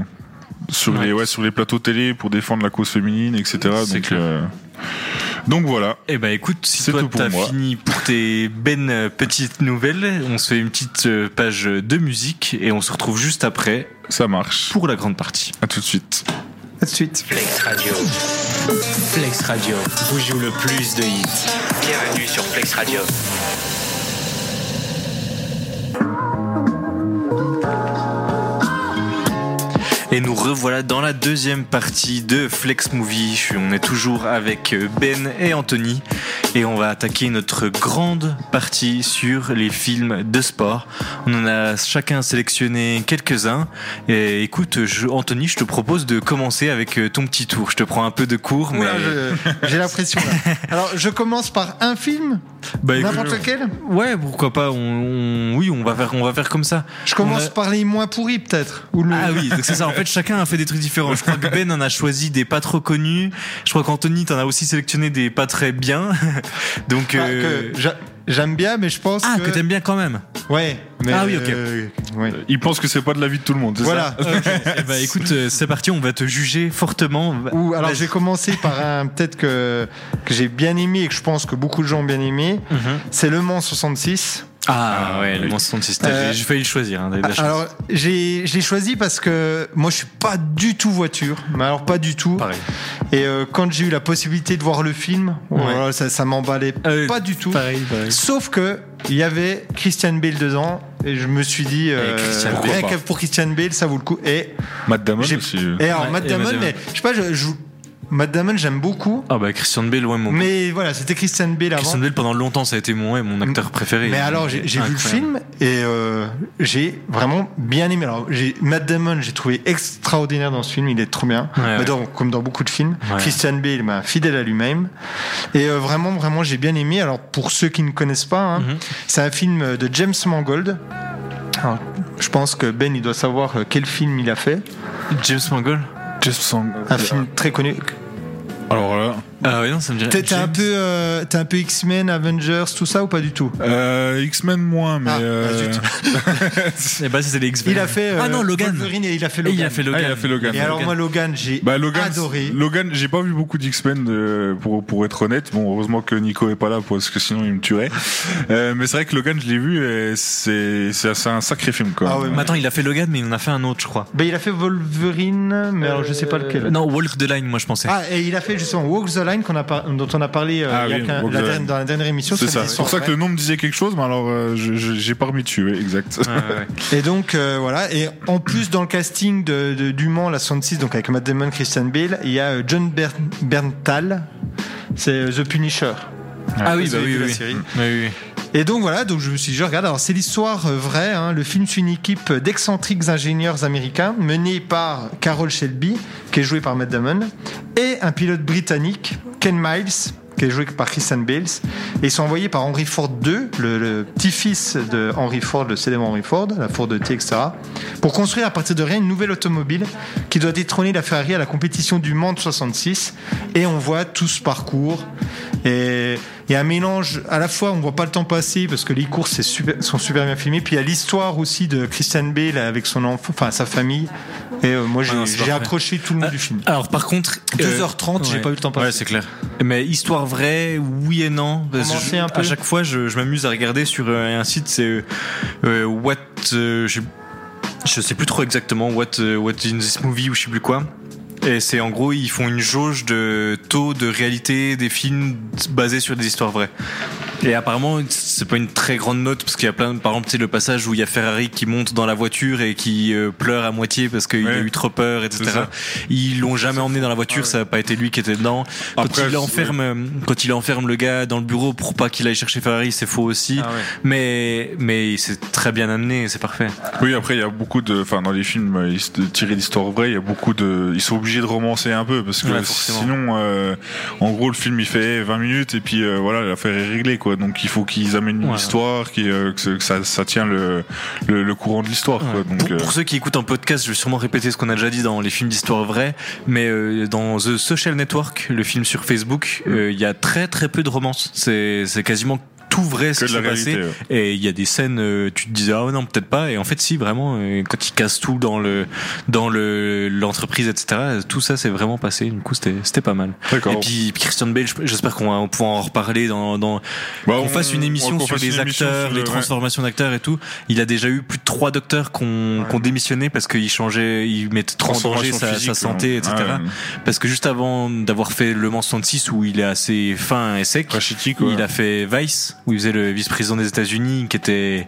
B: sur,
A: Ouais.
B: Les, ouais, sur les plateaux télé pour défendre la cause féminine, etc.
A: C'est
B: Donc,
A: clair.
B: euh, donc voilà.
A: Eh ben écoute, si
B: C'est
A: toi
B: tout pour
A: t'as
B: moi.
A: fini pour tes ben euh, petites nouvelles, on se fait une petite euh, page de musique et on se retrouve juste après
B: Ça marche.
A: pour la grande partie.
B: À tout de suite.
C: À de suite.
D: Flex Radio. Flex Radio vous joue le plus de hits. Bienvenue sur Flex Radio.
A: Et nous revoilà dans la deuxième partie de Flex Movie. Je suis- On est toujours avec Ben et Anthony et on va attaquer notre grande partie sur les films de sport. On en a chacun sélectionné quelques-uns. Et écoute, je- Anthony, je te propose de commencer avec euh, ton petit tour. Je te prends un peu de cours, mais
C: Oula, je- J'ai la pression
A: *laughs*
C: là. Alors, je commence par un film,
A: Bah, écoute-
C: n'importe lequel.
A: Ouais, pourquoi pas. On, on- oui, on va faire, on va faire comme ça.
C: Je commence
A: On a-
C: par les moins pourris peut-être. Ou le...
A: Ah oui, donc c'est ça. En fait, chacun a fait des trucs différents. Je crois que Ben en a choisi des pas trop connus. Je crois qu'Anthony t'en as aussi sélectionné des pas très bien. *laughs* Donc
C: Enfin,
A: euh,
C: que j'a- J'aime bien, mais je pense
A: ah,
C: que.
A: que t'aimes bien quand même.
C: Ouais. Mais
A: Ah oui, ok.
C: euh, ouais.
B: Il pense que c'est pas de la vie de tout le monde, c'est
C: Voilà.
A: Eh ben, *laughs* écoute, euh, c'est parti. On va te juger fortement.
C: Ou alors
A: Vas-y.
C: je vais commencer par un peut-être que, que j'ai bien aimé et que je pense que beaucoup de gens ont bien aimé.
A: Mhm.
C: C'est Le Mans 66.
A: Ah ouais, le
B: oui.
A: monstre de système.
C: Euh,
A: J'ai- J'ai failli le choisir. hein, t'as eu de la chance.
C: Alors j'ai je l'ai choisi parce que moi je suis pas du tout voiture, mais alors pas du tout.
A: pareil.
C: Et euh, quand j'ai eu la possibilité de voir le film, oh là
A: Ouais.
C: là, ça, ça m'emballait
A: Euh,
C: pas du tout.
A: Pareil, pareil.
C: Sauf que il y avait Christian Bale dedans et je me suis dit euh,
A: Christian
B: Bale.
C: rien
B: Pourquoi
C: que pour Christian Bale ça vaut le coup. Et,
B: Matt Damon
C: J'ai-
B: aussi. euh.
C: et alors
A: Ouais,
C: Matt
A: et
C: Damon,
A: vas-y,
C: mais je sais pas, je, je- Matt Damon j'aime beaucoup.
A: Ah bah Christian Bale, ouais, mon.
C: Mais voilà, c'était Christian Bale avant.
A: Christian Bale pendant longtemps ça a été mon, ouais, mon acteur préféré.
C: Mais alors, j'ai j'ai vu le
A: Incroyable.
C: film et euh, j'ai vraiment bien aimé. Alors, j'ai Matt Damon, j'ai trouvé extraordinaire dans ce film. Il est trop bien,
A: Ouais, ouais.
C: Mais dans- comme dans beaucoup de films.
A: Ouais.
C: Christian Bale, bah, fidèle à lui-même. Et euh, vraiment, vraiment, j'ai bien aimé. Alors, pour ceux qui ne connaissent pas, hein,
A: Mhm.
C: c'est un film euh, de James Mangold. Alors, je pense que Ben, il doit savoir euh, quel film il a fait.
A: James Mangold. Euh,
C: Un film très connu.
B: Alors là.
A: Ah ouais, non, ça me dirait.
C: T'es t'es un peu, euh, t'es un peu X-Men, Avengers, tout ça ou pas du tout
B: Euh, X-Men moins, mais.
C: Ah,
B: euh,
C: ah, zut.
A: Eh ben, ça, c'est les X-Men.
C: Il a fait.
A: Ah
C: euh,
A: non, Logan.
C: Wolverine et il a fait
A: Et
C: Logan.
A: il a fait Logan.
B: Ah, il a fait Logan.
C: Et alors moi Logan, j'ai
B: Bah Logan,
C: adoré.
B: Logan, j'ai pas vu beaucoup d'X-Men euh, pour pour être honnête. Bon, heureusement que Nico est pas là parce que sinon il me tuerait. Euh, mais c'est vrai que Logan, je l'ai vu et c'est c'est c'est un sacré film quoi.
C: Ah ouais,
A: Mais attends, il a fait Logan, mais il en a fait un autre, je crois.
C: Bah, il a fait Wolverine, mais alors je sais pas lequel.
A: Euh, Non, Walk the Line, moi, je pensais.
C: Ah, et il a fait justement Walk the Line qu'on a par- dont on a parlé euh,
B: Ah
C: il y a
B: oui,
C: qu'un-
B: Walk the
C: la
B: Line.
C: dernière- dans la dernière émission.
B: c'est
C: sur
B: ça.
C: les
B: C'est pour ça
C: histoires
B: que le nom me disait quelque chose, mais alors euh, je- je- j'ai pas remis dessus. ouais, Exact.
A: Ouais, ouais, ouais.
C: vraies. Et donc euh, voilà. Et en plus dans le casting de, de du Mans la 66, donc avec Matt Damon, Christian Bale, il y a euh, John Bern- Berntal, c'est euh, The Punisher.
A: Ah oui,
C: Vous
A: bah
C: avez
A: oui,
C: vu la
A: oui.
C: série
A: oui, oui.
C: Et donc voilà, donc je me suis dit, je regarde, alors c'est l'histoire euh, vraie, hein. le film suit une équipe d'excentriques ingénieurs américains menée par Carol Shelby, qui est jouée par Matt Damon, et un pilote britannique, Ken Miles, qui est joué par Christian Bales, et ils sont envoyés par Henry Ford II, le, le petit-fils de Henry Ford, le célèbre Henry Ford, la Ford T, etc., pour construire à partir de rien une nouvelle automobile qui doit détrôner la Ferrari à la compétition du Mans de 66, et on voit tout ce parcours, et il y a un mélange, à la fois on voit pas le temps passer parce que les courses c'est super- sont super bien filmées, puis il y a l'histoire aussi de Christian Bale avec son enfant, enfin sa famille. Et euh, moi j'ai
A: Ah non, c'est
C: j'ai
A: parfait.
C: accroché tout le long du film.
A: Alors, par contre. euh,
C: 2h30, j'ai pas eu le temps passer.
A: Ouais, c'est clair. Mais histoire vraie, oui et non. Parce que
C: Commencez
A: je-
C: un peu.
A: À chaque fois, je, je m'amuse à regarder sur euh, un site, c'est euh, euh, What. euh, je, je sais plus trop exactement, What, euh, what in this movie ou je sais plus quoi. Et c'est en gros, ils font une jauge de taux de réalité des films basés sur des histoires vraies. Et apparemment, c'est pas une très grande note parce qu'il y a plein, de- par exemple, tu sais, le passage où il y a Ferrari qui monte dans la voiture et qui euh, pleure à moitié parce qu'il a
B: Ouais.
A: eu trop peur,
B: C'est
A: etc.
B: ça. Ah
A: Ils l'ont jamais emmené dans la voiture,
B: Ouais.
A: ça a pas été lui qui était dedans. Quand
B: Après,
A: il
B: c'est-
A: enferme, euh, quand il enferme le gars dans le bureau pour pas qu'il aille chercher Ferrari, c'est faux aussi.
C: Ah ouais.
A: Mais, mais c'est très bien amené, c'est parfait.
B: *laughs* Oui, après, il y a beaucoup de. Enfin, dans les films euh, his- de- tirés d'histoires vraies, il y a beaucoup de. Ils sont obligés de romancer un peu parce que
A: Ouais, forcément.
B: sinon, euh, en gros, le film il fait 20 minutes et puis euh, voilà, l'affaire est réglée quoi. Donc il faut qu'ils amènent une
A: Ouais.
B: histoire, qui, euh, que, ce- que ça, ça tient le, le, le courant de l'histoire quoi.
A: Ouais.
B: Donc,
A: pour,
B: euh,
A: pour ceux qui écoutent un podcast, je vais sûrement répéter ce qu'on a déjà dit dans les films d'histoire vraie, mais euh, dans The Social Network, le film sur
B: Mm.
A: Facebook, euh, il y a très très peu de romance. C'est c'est quasiment tout vrai ce
B: que
A: qui
B: de
A: s'est
B: la
A: passé.
B: réalité. ouais.
A: Et il y a des scènes, euh, tu te disais ah ouais, non peut-être pas, et en fait si vraiment euh, quand ils cassent tout dans le dans le l'entreprise etc. Tout ça c'est vraiment passé. Du coup c'était c'était pas mal.
B: D'accord.
A: Et puis Christian Bale, je- j'espère qu'on va on pourra en reparler dans dans
B: Bah,
A: qu'on
B: on-
A: fasse une émission
B: on- qu'on
A: sur
B: fasse
A: les
B: une émission
A: acteurs,
B: sur
A: les
B: le- ouais.
A: transformations d'acteurs et tout. Il a déjà eu plus de trois docteurs qu'on
C: Ouais.
A: qu'on démissionnait parce qu'ils changeaient, ils mettaient trop en danger
B: Transformation
A: sa, sa
B: physique,
A: santé,
B: ouais.
A: etc.
B: Ah, ouais.
A: Parce que juste avant d'avoir fait Le Mans 66 où il est assez fin et sec,
B: Rachitic, ouais.
A: il a fait Vice où il faisait le vice-président des États-Unis qui était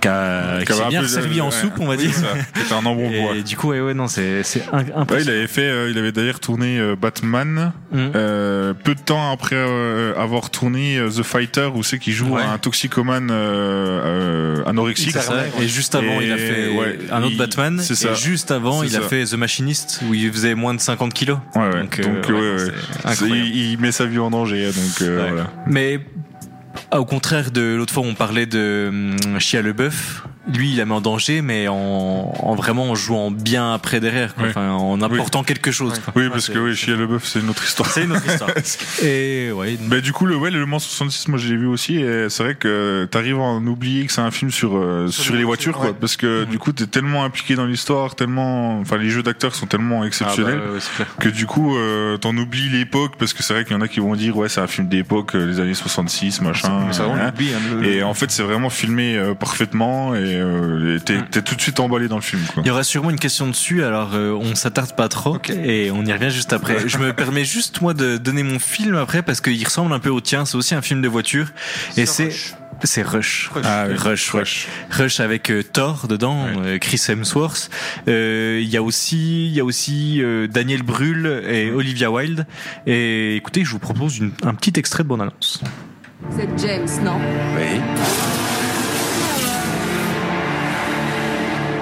A: qui, a- qui
B: Qui avait
A: s'est
B: Euh, un
A: bien
B: peu de-
A: servi en
B: ouais.
A: soupe, on va
B: Oui,
A: dire.
B: c'est ça. C'était un embonpoint.
A: Et
B: Ouais,
A: du coup, ouais, ouais, non, c'est c'est un-
B: il
A: impressionnant.
B: avait fait, euh, il avait d'ailleurs tourné euh, Batman
A: Mm.
B: euh, peu de temps après euh, avoir tourné euh, The Fighter où c'est qui joue
A: Ouais.
B: un toxicomane euh, euh, anorexique.
A: C'est ça. Et juste avant,
B: Et
A: il a fait
B: ouais,
A: un autre
B: il-
A: Batman.
B: c'est ça.
A: Et juste avant,
B: C'est
A: il a
B: ça.
A: fait The Machinist, où il faisait moins de 50 kilos.
B: Ouais, ouais.
A: Donc,
B: Donc,
A: euh,
B: ouais,
A: ouais,
B: ouais.
A: c'est
B: C'est-
A: incroyable.
B: il, il met sa vie en danger. Donc euh,
A: Ouais.
B: voilà.
A: Mais ah, au contraire de l'autre fois, on parlait de hum, Chia Leboeuf. Lui, il la met en danger, mais en, en vraiment en jouant bien après derrière, quoi.
B: Ouais.
A: Enfin, en apportant quelque chose. quoi.
B: Oui,
A: Ouais,
B: parce que
A: c'est-
B: oui, Chia LeBeouf, c'est une autre histoire.
A: C'est une autre
B: *laughs*
A: histoire. Et ouais,
B: Bah du coup le ouais le Mans 66 moi je l'ai vu aussi et c'est vrai que t'arrives à en oublier que c'est un film sur euh, sur, les voitures quoi
C: ouais.
B: parce que du coup t'es tellement impliqué dans l'histoire tellement enfin les jeux d'acteurs sont tellement
A: Ah,
B: exceptionnels
A: bah,
B: que du coup euh, t'en oublies l'époque parce que c'est vrai qu'il y en a qui vont dire ouais c'est un film d'époque euh, les années 66 machin
C: Mais ça, on
B: hein.
C: l'oublie, hein, le-
B: et en fait c'est vraiment filmé euh, parfaitement et euh, et t'es t'es tout de suite emballé dans le film quoi.
A: Il y aura sûrement une question dessus, alors euh, on s'attarde pas trop et on y revient juste après. *laughs* Je me permets juste moi de donner mon film après parce qu'il ressemble un peu au tien. C'est aussi un film de voiture et c'est
C: Rush.
A: c'est Rush.
C: Rush.
A: Ah oui, Rush, ouais. Rush, avec euh, Thor dedans, euh, Chris Hemsworth. Euh, Il y a aussi, il y a aussi euh, Daniel Brühl et Olivia Wilde. Et écoutez, je vous propose une- un petit extrait de bande annonce.
E: C'est James, non
F: Oui.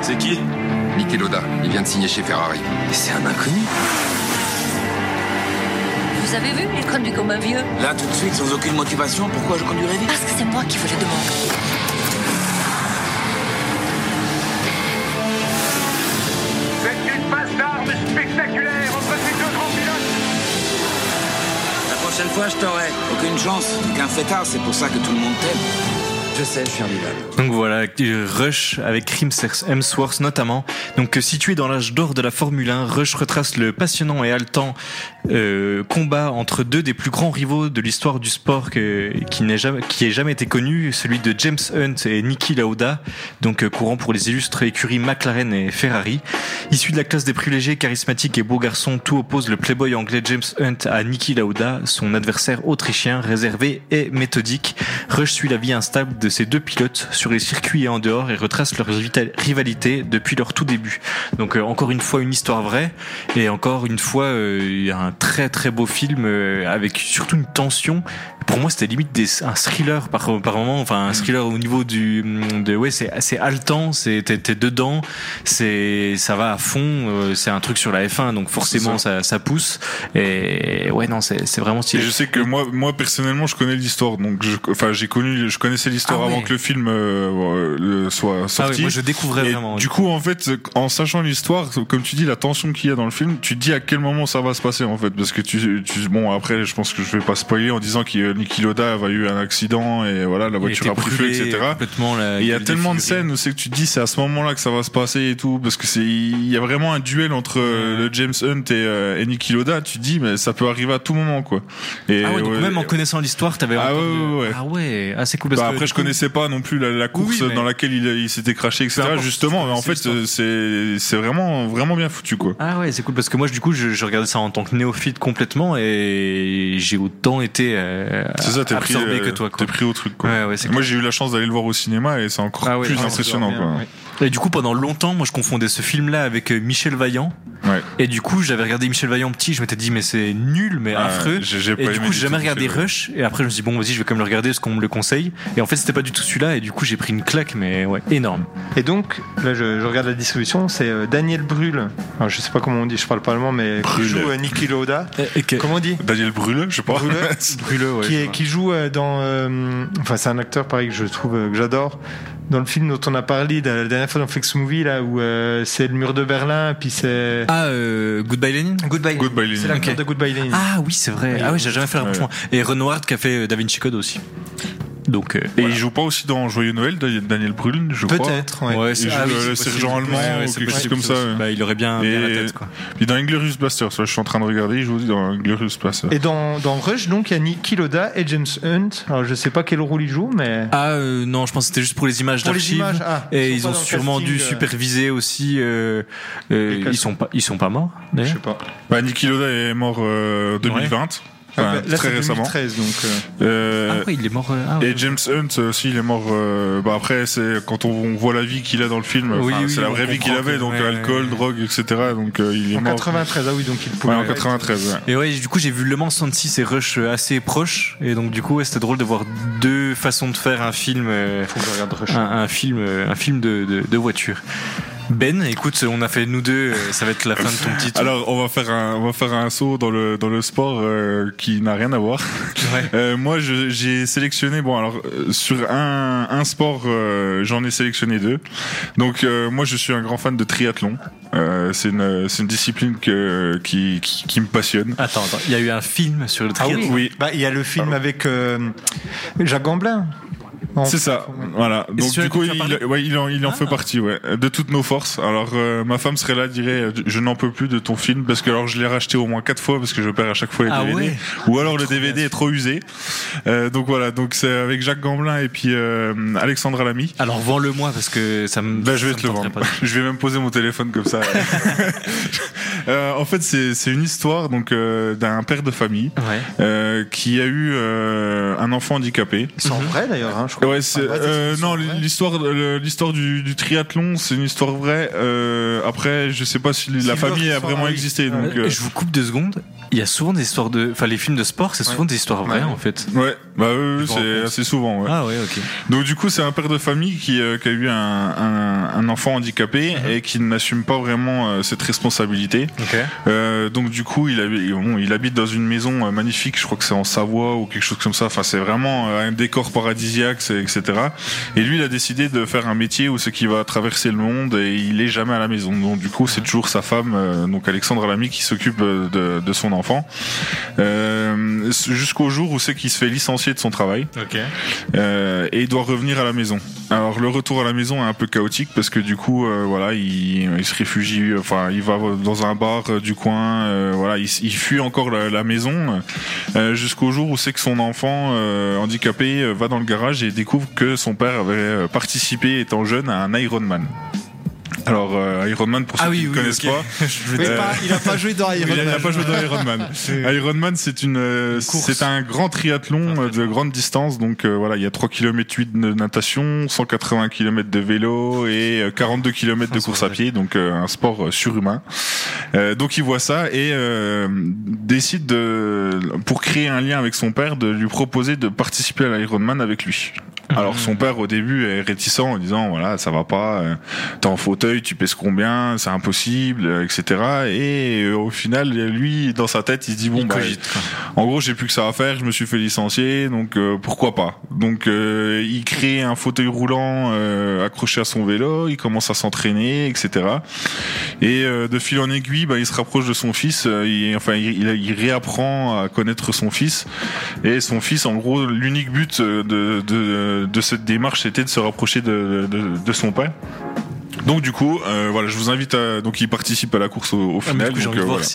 D: C'est qui
F: Mikel Oda, il vient de signer chez Ferrari.
D: C'est un inconnu.
G: Vous avez vu, il conduit comme un vieux.
D: Là, tout de suite, sans aucune motivation, pourquoi je conduirais vite
G: Parce que c'est moi qui vous le demande.
H: C'est une passe d'armes spectaculaire entre ces deux grands pilotes.
D: La prochaine fois, je t'aurai. Aucune chance. T'es Qu'un fêtard, c'est pour ça que tout le monde t'aime.
F: Je sais, je suis un rival.
A: Donc voilà, euh, Rush avec Chris Hemsworth notamment. Donc euh, situé dans l'âge d'or de la Formule 1, Rush retrace le passionnant et haletant euh, combat entre deux des plus grands rivaux de l'histoire du sport que- qui n'ait jamais qui ait jamais été connu, celui de James Hunt et Niki Lauda, donc euh, courant pour les illustres écuries McLaren et Ferrari. Issu de la classe des privilégiés, charismatique et beau garçon, tout oppose le playboy anglais James Hunt à Niki Lauda, son adversaire autrichien réservé et méthodique. Rush suit la vie instable de ces deux pilotes sur les circuits et en dehors et retrace leur vita- rivalité depuis leur tout début. Donc euh, encore une fois une histoire vraie et encore une fois euh, un très très beau film euh, avec surtout une tension. Pour moi, c'était limite des, un thriller par, par moment, enfin un thriller au niveau du de ouais, c'est c'est haletant, c'est t'es t'es dedans, c'est ça va à fond, euh, c'est un truc sur la F1 donc forcément ça. Ça, pousse et ouais non, c'est c'est vraiment
B: Et
A: stylé.
B: je sais que moi, moi personnellement, je connais l'histoire. Donc, je- enfin, j'ai connu, je connaissais l'histoire
A: Ah ouais.
B: avant que le film euh, le soit
A: Ah ouais,
B: sorti.
A: moi je découvrais
B: Et
A: vraiment.
B: du coup, en fait, en sachant l'histoire, comme tu dis, la tension qu'il y a dans le film, tu te dis à quel moment ça va se passer, en fait, parce que tu, tu bon, après, je pense que je vais pas spoiler en disant que euh, Niki Loda a eu un accident et voilà, la
A: Il
B: voiture
A: était
B: a pris feu,
A: brûlé
B: etc.
A: complètement, la
B: Et Il y a
A: gueule
B: tellement de
A: défigurée.
B: scènes où c'est que tu te dis c'est à ce moment-là que ça va se passer et tout parce que c'est il y a vraiment un duel entre euh, le James Hunt et, euh, et Niki Loda. Tu te dis mais ça peut arriver à tout moment quoi. Et
A: Ah ouais, donc
B: ouais,
A: même en connaissant l'histoire, t'avais
B: Ah
A: entendu-
B: ouais, ouais, ouais.
A: Ah ouais, ah c'est cool parce
B: Bah
A: que
B: après,
A: du
B: je
A: coup,
B: connaissais pas non plus la, la course
A: Oui, mais-
B: dans laquelle il, il s'était craché, etc.
A: Peu importe,
B: Justement,
A: c'est-
B: mais en
A: c'est
B: fait,
A: l'histoire.
B: euh, c'est c'est vraiment vraiment bien foutu quoi.
A: Ah ouais, c'est cool parce que moi, du coup, je, je regardais ça en tant que néophyte complètement et j'ai autant été euh,
B: C'est ça, t'es pris,
A: absorbé
B: euh,
A: que toi. quoi.
B: t'es pris au truc quoi.
A: Ouais, ouais, c'est
B: Moi, j'ai eu la chance d'aller le voir au cinéma et c'est encore
A: Ah ouais,
B: plus
A: ah ouais,
B: impressionnant
C: bien,
B: quoi.
C: ouais.
A: Et du coup, pendant longtemps, moi, je confondais ce film-là avec euh, Michel Vaillant.
B: Ouais.
A: Et du coup, j'avais regardé Michel Vaillant petit, je m'étais dit, mais c'est nul, mais
B: Ah,
A: affreux.
B: j'ai- j'ai pas
A: Et
B: aimé
A: du coup,
B: du
A: j'ai
B: tout,
A: jamais regardé
B: Michel Vaillant.
A: Rush. Et après, je me suis dit, bon, vas-y, je vais quand même le regarder parce qu'on me le conseille. Et en fait, c'était pas du tout celui-là. Et du coup, j'ai pris une claque, mais ouais, énorme.
C: Et donc, là, je, je regarde la distribution, c'est euh, Daniel Brühl. Alors, je sais pas comment on dit, je parle pas allemand, mais qui
B: Brühl.
C: joue euh, Niki Lauda. Comment on dit
B: Daniel Brûle, je pense.
C: Brühl,
A: Brûleux, ouais.
C: qui, est- qui joue euh, dans. euh, enfin, c'est un acteur, pareil, que je trouve, euh, que j'adore. Dans le film dont on a parlé de- la dernière fois dans Flex Movie, là, où euh, c'est le mur de Berlin, puis c'est.
A: Ah, euh, Goodbye Lenin
B: *laughs*
C: Goodbye.
B: Goodbye
C: C'est
B: Lenin.
C: l'acteur
A: Ok.
C: de Goodbye Lenin.
A: Ah oui, c'est vrai. Ah oui, j'ai jamais fait le rapprochement. Et Renoir qui a fait euh, Da Vinci Code aussi. Donc, euh,
B: Et
A: voilà.
B: il joue pas aussi dans Joyeux Noël, Daniel Brûle, je crois.
C: Peut-être, ouais.
A: Ouais,
B: Il joue
A: ah oui,
B: le
A: c'est
B: sergent
A: possible.
B: allemand
A: Ouais, ouais,
B: ou
A: c'est
B: quelque chose
A: possible,
B: comme
A: c'est
B: ça,
A: possible.
B: ouais.
A: Bah, il aurait bien, bien la
B: Et-
A: tête, quoi.
B: Puis dans Inglorious Blaster, je suis en train de regarder, il joue aussi dans Inglorious Blaster.
C: Et dans, dans Rush, donc, il y a Niki Lauda et James Hunt. Alors, je sais pas quel rôle il joue, mais.
A: Ah euh, non, je pense que c'était juste pour les images
C: Pour les
A: d'archives.
C: images, ah,
A: et
C: ils
A: ils
C: sont
A: ont
C: pas dans le
A: sûrement dû
C: casting, euh.
A: superviser aussi. euh, euh,
C: Les
A: ils sont pas, ils sont pas morts.
C: Je
A: d'ailleurs
C: sais pas.
B: Bah, Niki Loda est mort euh, 2020,
C: Ah,
B: enfin,
C: bah, là,
B: très
C: c'est
B: récemment.
C: 2013, donc. euh,
A: Ah
B: Euh,
A: ouais, il est mort. euh, ah ouais.
B: Et James Hunt euh, aussi, il est mort. euh, bah après, c'est quand on, on voit la vie qu'il a dans le film,
A: Oui,
B: enfin,
A: oui,
B: c'est la
A: on
B: vraie vie
A: comprend
B: qu'il avait,
A: que-
B: donc
A: ouais,
B: euh,
A: ouais,
B: alcool,
A: ouais.
B: drogue, etc. Donc euh, il est
C: En
B: mort.
C: 93, ah oui, donc il
B: Ouais,
C: pouvait.
B: en 93. ouais.
A: Et ouais, du coup, j'ai vu Le Mans 106 et Rush euh, assez proches. Et donc, du coup, ouais, c'était drôle de voir deux façons de faire un film, euh,
C: Faut que je regarde Rush.
A: un, un film, euh, un film de, de, de voiture. Ben, écoute, on a fait nous deux. euh, Ça va être la fin de ton petit tour.
B: Alors, on va faire un, on va faire un saut dans le dans le sport euh, qui n'a rien à voir.
A: Ouais.
B: *laughs* Euh, moi, je- j'ai sélectionné. Bon, alors euh, sur un un sport, euh, j'en ai sélectionné deux. Donc, euh, moi, je suis un grand fan de triathlon. Euh, c'est une c'est une discipline que qui qui, qui me passionne.
A: Attends, attends, il y a eu un film sur le triathlon.
B: Ah oui.
C: Bah, il y a le film
B: Pardon.
C: avec euh, Jacques Gamblin. En-
B: C'est ça, voilà. Donc
A: celui-là
B: du coup,
A: dont tu as parlé
B: il, ouais, il en, il en
A: Ah.
B: fait partie, ouais, de toutes nos forces. Alors euh, ma femme serait là, dirait, euh, je n'en peux plus de ton film parce que alors je l'ai racheté au moins quatre fois parce que je perds à chaque fois les
A: Ah
B: DVD,
A: ouais.
B: ou alors le DVD est trop usé. Euh, donc voilà, donc c'est avec Jacques Gamblin et puis euh, Alexandra Lamy.
A: Alors, vends-le-moi parce que ça me.
B: Ben, je vais
A: ça
B: te le
A: me tenterait
B: vendre.
A: pas.
B: *laughs* je vais même poser mon téléphone
A: *laughs*
B: comme ça. Euh, en fait, c'est c'est une histoire donc euh, d'un père de famille
A: Ouais.
B: euh, qui a eu euh, un enfant handicapé.
C: C'est en vrai d'ailleurs, hein, je crois.
B: Ouais, c'est,
C: Ah, ouais, c'est-
B: euh,
C: c'est
B: non,
C: vrai.
B: l'histoire, le- l'histoire du, du triathlon, c'est une histoire vraie. Euh, après, je sais pas si la
C: leur
B: famille a
C: histoire,
B: vraiment
C: oui.
B: existé. Donc,
A: Euh,
B: euh,
A: Je vous coupe deux secondes. Il y a souvent des histoires de. Enfin, les films de sport, c'est souvent des histoires vraies
C: Ouais.
A: en fait.
B: ouais, bah oui, oui,
A: Je me rends
B: c'est
A: compte.
B: assez souvent. Ouais.
A: Ah ouais, ok.
B: Donc du coup, c'est un père de famille qui, euh, qui a eu un, un, un enfant handicapé et qui n'assume pas vraiment euh, cette responsabilité.
A: Mhm. Ok. Ah,
B: Euh, donc du coup, il, habi- bon, il habite dans une maison euh, magnifique. Je crois que c'est en Savoie ou quelque chose comme ça. Enfin, c'est vraiment euh, un décor paradisiaque, c'est- etc. Et lui, il a décidé de faire un métier où c'est qu'il va traverser le monde et il est jamais à la maison. Donc du coup, c'est toujours sa femme, euh, donc Alexandre Lamy, qui s'occupe euh, de, de son enfant Euh, jusqu'au jour où c'est qu'il se fait licencier de son travail.
A: Ok.
B: Euh, et il doit revenir à la maison. Alors le retour à la maison est un peu chaotique parce que du coup, euh, voilà, il, il se réfugie, euh, enfin, il va dans un bar euh, du coin, euh, voilà, il, s- il fuit encore la, la maison euh, jusqu'au jour où c'est que son enfant euh, handicapé euh, va dans le garage et découvre que son père avait euh, participé étant jeune à un Ironman. Alors euh, Ironman pour ceux
A: Ah oui,
B: qui ne
A: oui,
B: connaissent
A: ok.
B: pas,
C: Mais
B: Euh,
C: pas- il a pas joué dans Iron
B: il n'a
C: Man.
B: pas joué dans Iron Man. Iron Man, c'est une, euh,
A: course.
B: c'est un grand triathlon euh, de grande distance. Donc euh, voilà, il y a 3 km 8 de natation, 180 km de vélo et euh, 42 km de course à pied. Donc euh, un sport euh, surhumain. Euh, donc il voit ça et euh, décide de, pour créer un lien avec son père, de lui proposer de participer à l'Ironman avec lui. Alors son père au début est réticent en disant voilà ça va pas, euh, t'es en fauteuil, tu pèses combien, c'est impossible, euh, etc. Et euh, au final lui dans sa tête il se dit bon bah, en gros, j'ai plus que ça à faire, je me suis fait licencier, donc euh, pourquoi pas. Donc euh, il crée un fauteuil roulant euh, accroché à son vélo, il commence à s'entraîner, etc. Et euh, de fil en aiguille, bah, il se rapproche de son fils, euh, il, enfin il, il- il réapprend à connaître son fils. Et son fils, en gros, l'unique but euh, de, de, de cette démarche, c'était de se rapprocher de, de, de son père. Donc du coup, euh, voilà, je vous invite à donc il participe à la course au, au
A: Ah, mais
B: final.
A: du coup, j'ai
B: donc,
A: envie de
B: euh,
A: voir
B: voilà.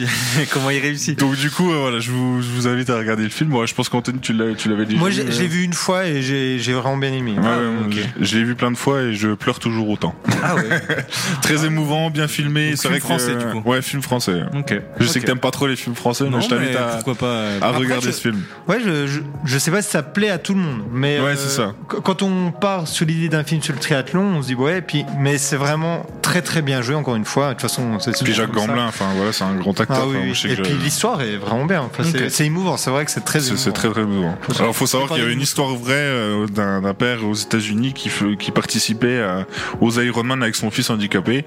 A: si- *laughs* comment il réussit.
B: Donc du coup, euh, voilà, je vous, je vous invite à regarder le film. Moi, je pense qu'Antoine, tu l'as- tu l'avais déjà
C: Moi,
B: vu.
C: j'ai- je l'ai vu une fois et j'ai j'ai vraiment bien aimé.
B: Ouais,
A: Ah,
B: ouais, moi,
A: ok.
B: je- Je l'ai vu plein de fois et je pleure toujours autant.
A: Ah ouais.
B: *laughs*
C: Ah.
B: Très émouvant, bien filmé.
A: Donc,
B: C'est
A: film
B: vrai que,
A: français,
B: euh,
A: du coup.
B: Ouais, film français.
A: Ok.
B: Je sais
A: Ok.
B: que t'aimes pas trop les films français, mais
A: Non,
B: je t'invite
A: mais
B: à,
A: pourquoi pas. euh,
B: à
C: Après,
B: regarder
C: je-
B: ce film.
C: Ouais, je, je, je sais pas si ça plaît à tout le monde, mais euh,
B: Ouais, c'est ça.
C: qu- quand on part sur l'idée d'un film sur le triathlon, on se dit ouais, et puis mais c'est vraiment très très bien joué encore une fois. De toute façon, c'est
B: Puis
C: toujours
B: Jacques
C: comme ça.
B: Gamblin, enfin voilà, c'est un grand acteur.
C: Ah oui,
B: Enfin,
C: oui.
B: je sais
C: et
B: que
C: puis
B: je-
C: l'histoire est vraiment bien. Enfin, c'est-
A: Ok.
C: C'est émouvant, c'est vrai que c'est très
B: C'est
C: émouvant.
B: c'est très très émouvant. Alors faut savoir qu'il y a une histoire vraie euh, d'un d'un père aux États-Unis qui fe- qui participait à- aux Ironman avec son fils handicapé.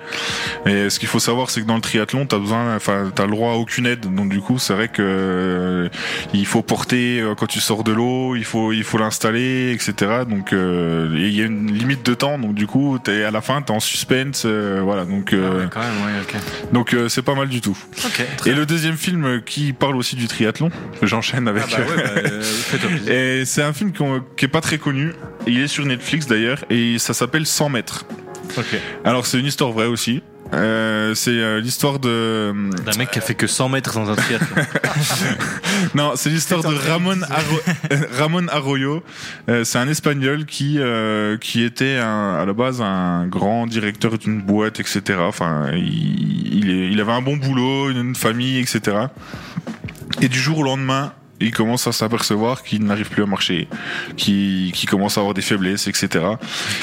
B: Et ce qu'il faut savoir c'est que dans le triathlon t'as besoin, enfin t'as le droit à aucune aide. Donc du coup c'est vrai que euh, il faut porter euh, quand tu sors de l'eau, il faut il faut l'installer, etc. Donc euh, et il y a une limite de temps. Donc du coup t'es à la fin t'es en suspense, euh, voilà. Donc
A: Ah ouais,
B: euh,
A: quand même, ouais, ok.
B: donc euh, c'est pas mal du tout.
A: Ok, très
B: Et le deuxième film qui parle aussi du triathlon, j'enchaîne avec.
A: Ah bah ouais, bah, euh, fais-toi plaisir.
B: Et c'est un film qu'on- qui est pas très connu. Il est sur Netflix d'ailleurs et ça s'appelle 100 mètres.
A: Ok.
B: Alors c'est une histoire vraie aussi. Euh, c'est euh, l'histoire de euh,
A: D'un mec qui a fait que 100 mètres dans un triathlon.
B: non c'est l'histoire de Ramon Arro- Ramon Arroyo Euh, c'est un espagnol qui euh, qui était un- à la base un grand directeur d'une boîte etc enfin il, il est- il avait un bon boulot une, une famille etc et du jour au lendemain il commence à s'apercevoir qu'il n'arrive plus à marcher, qu'il qu'il commence à avoir des faiblesses, etc.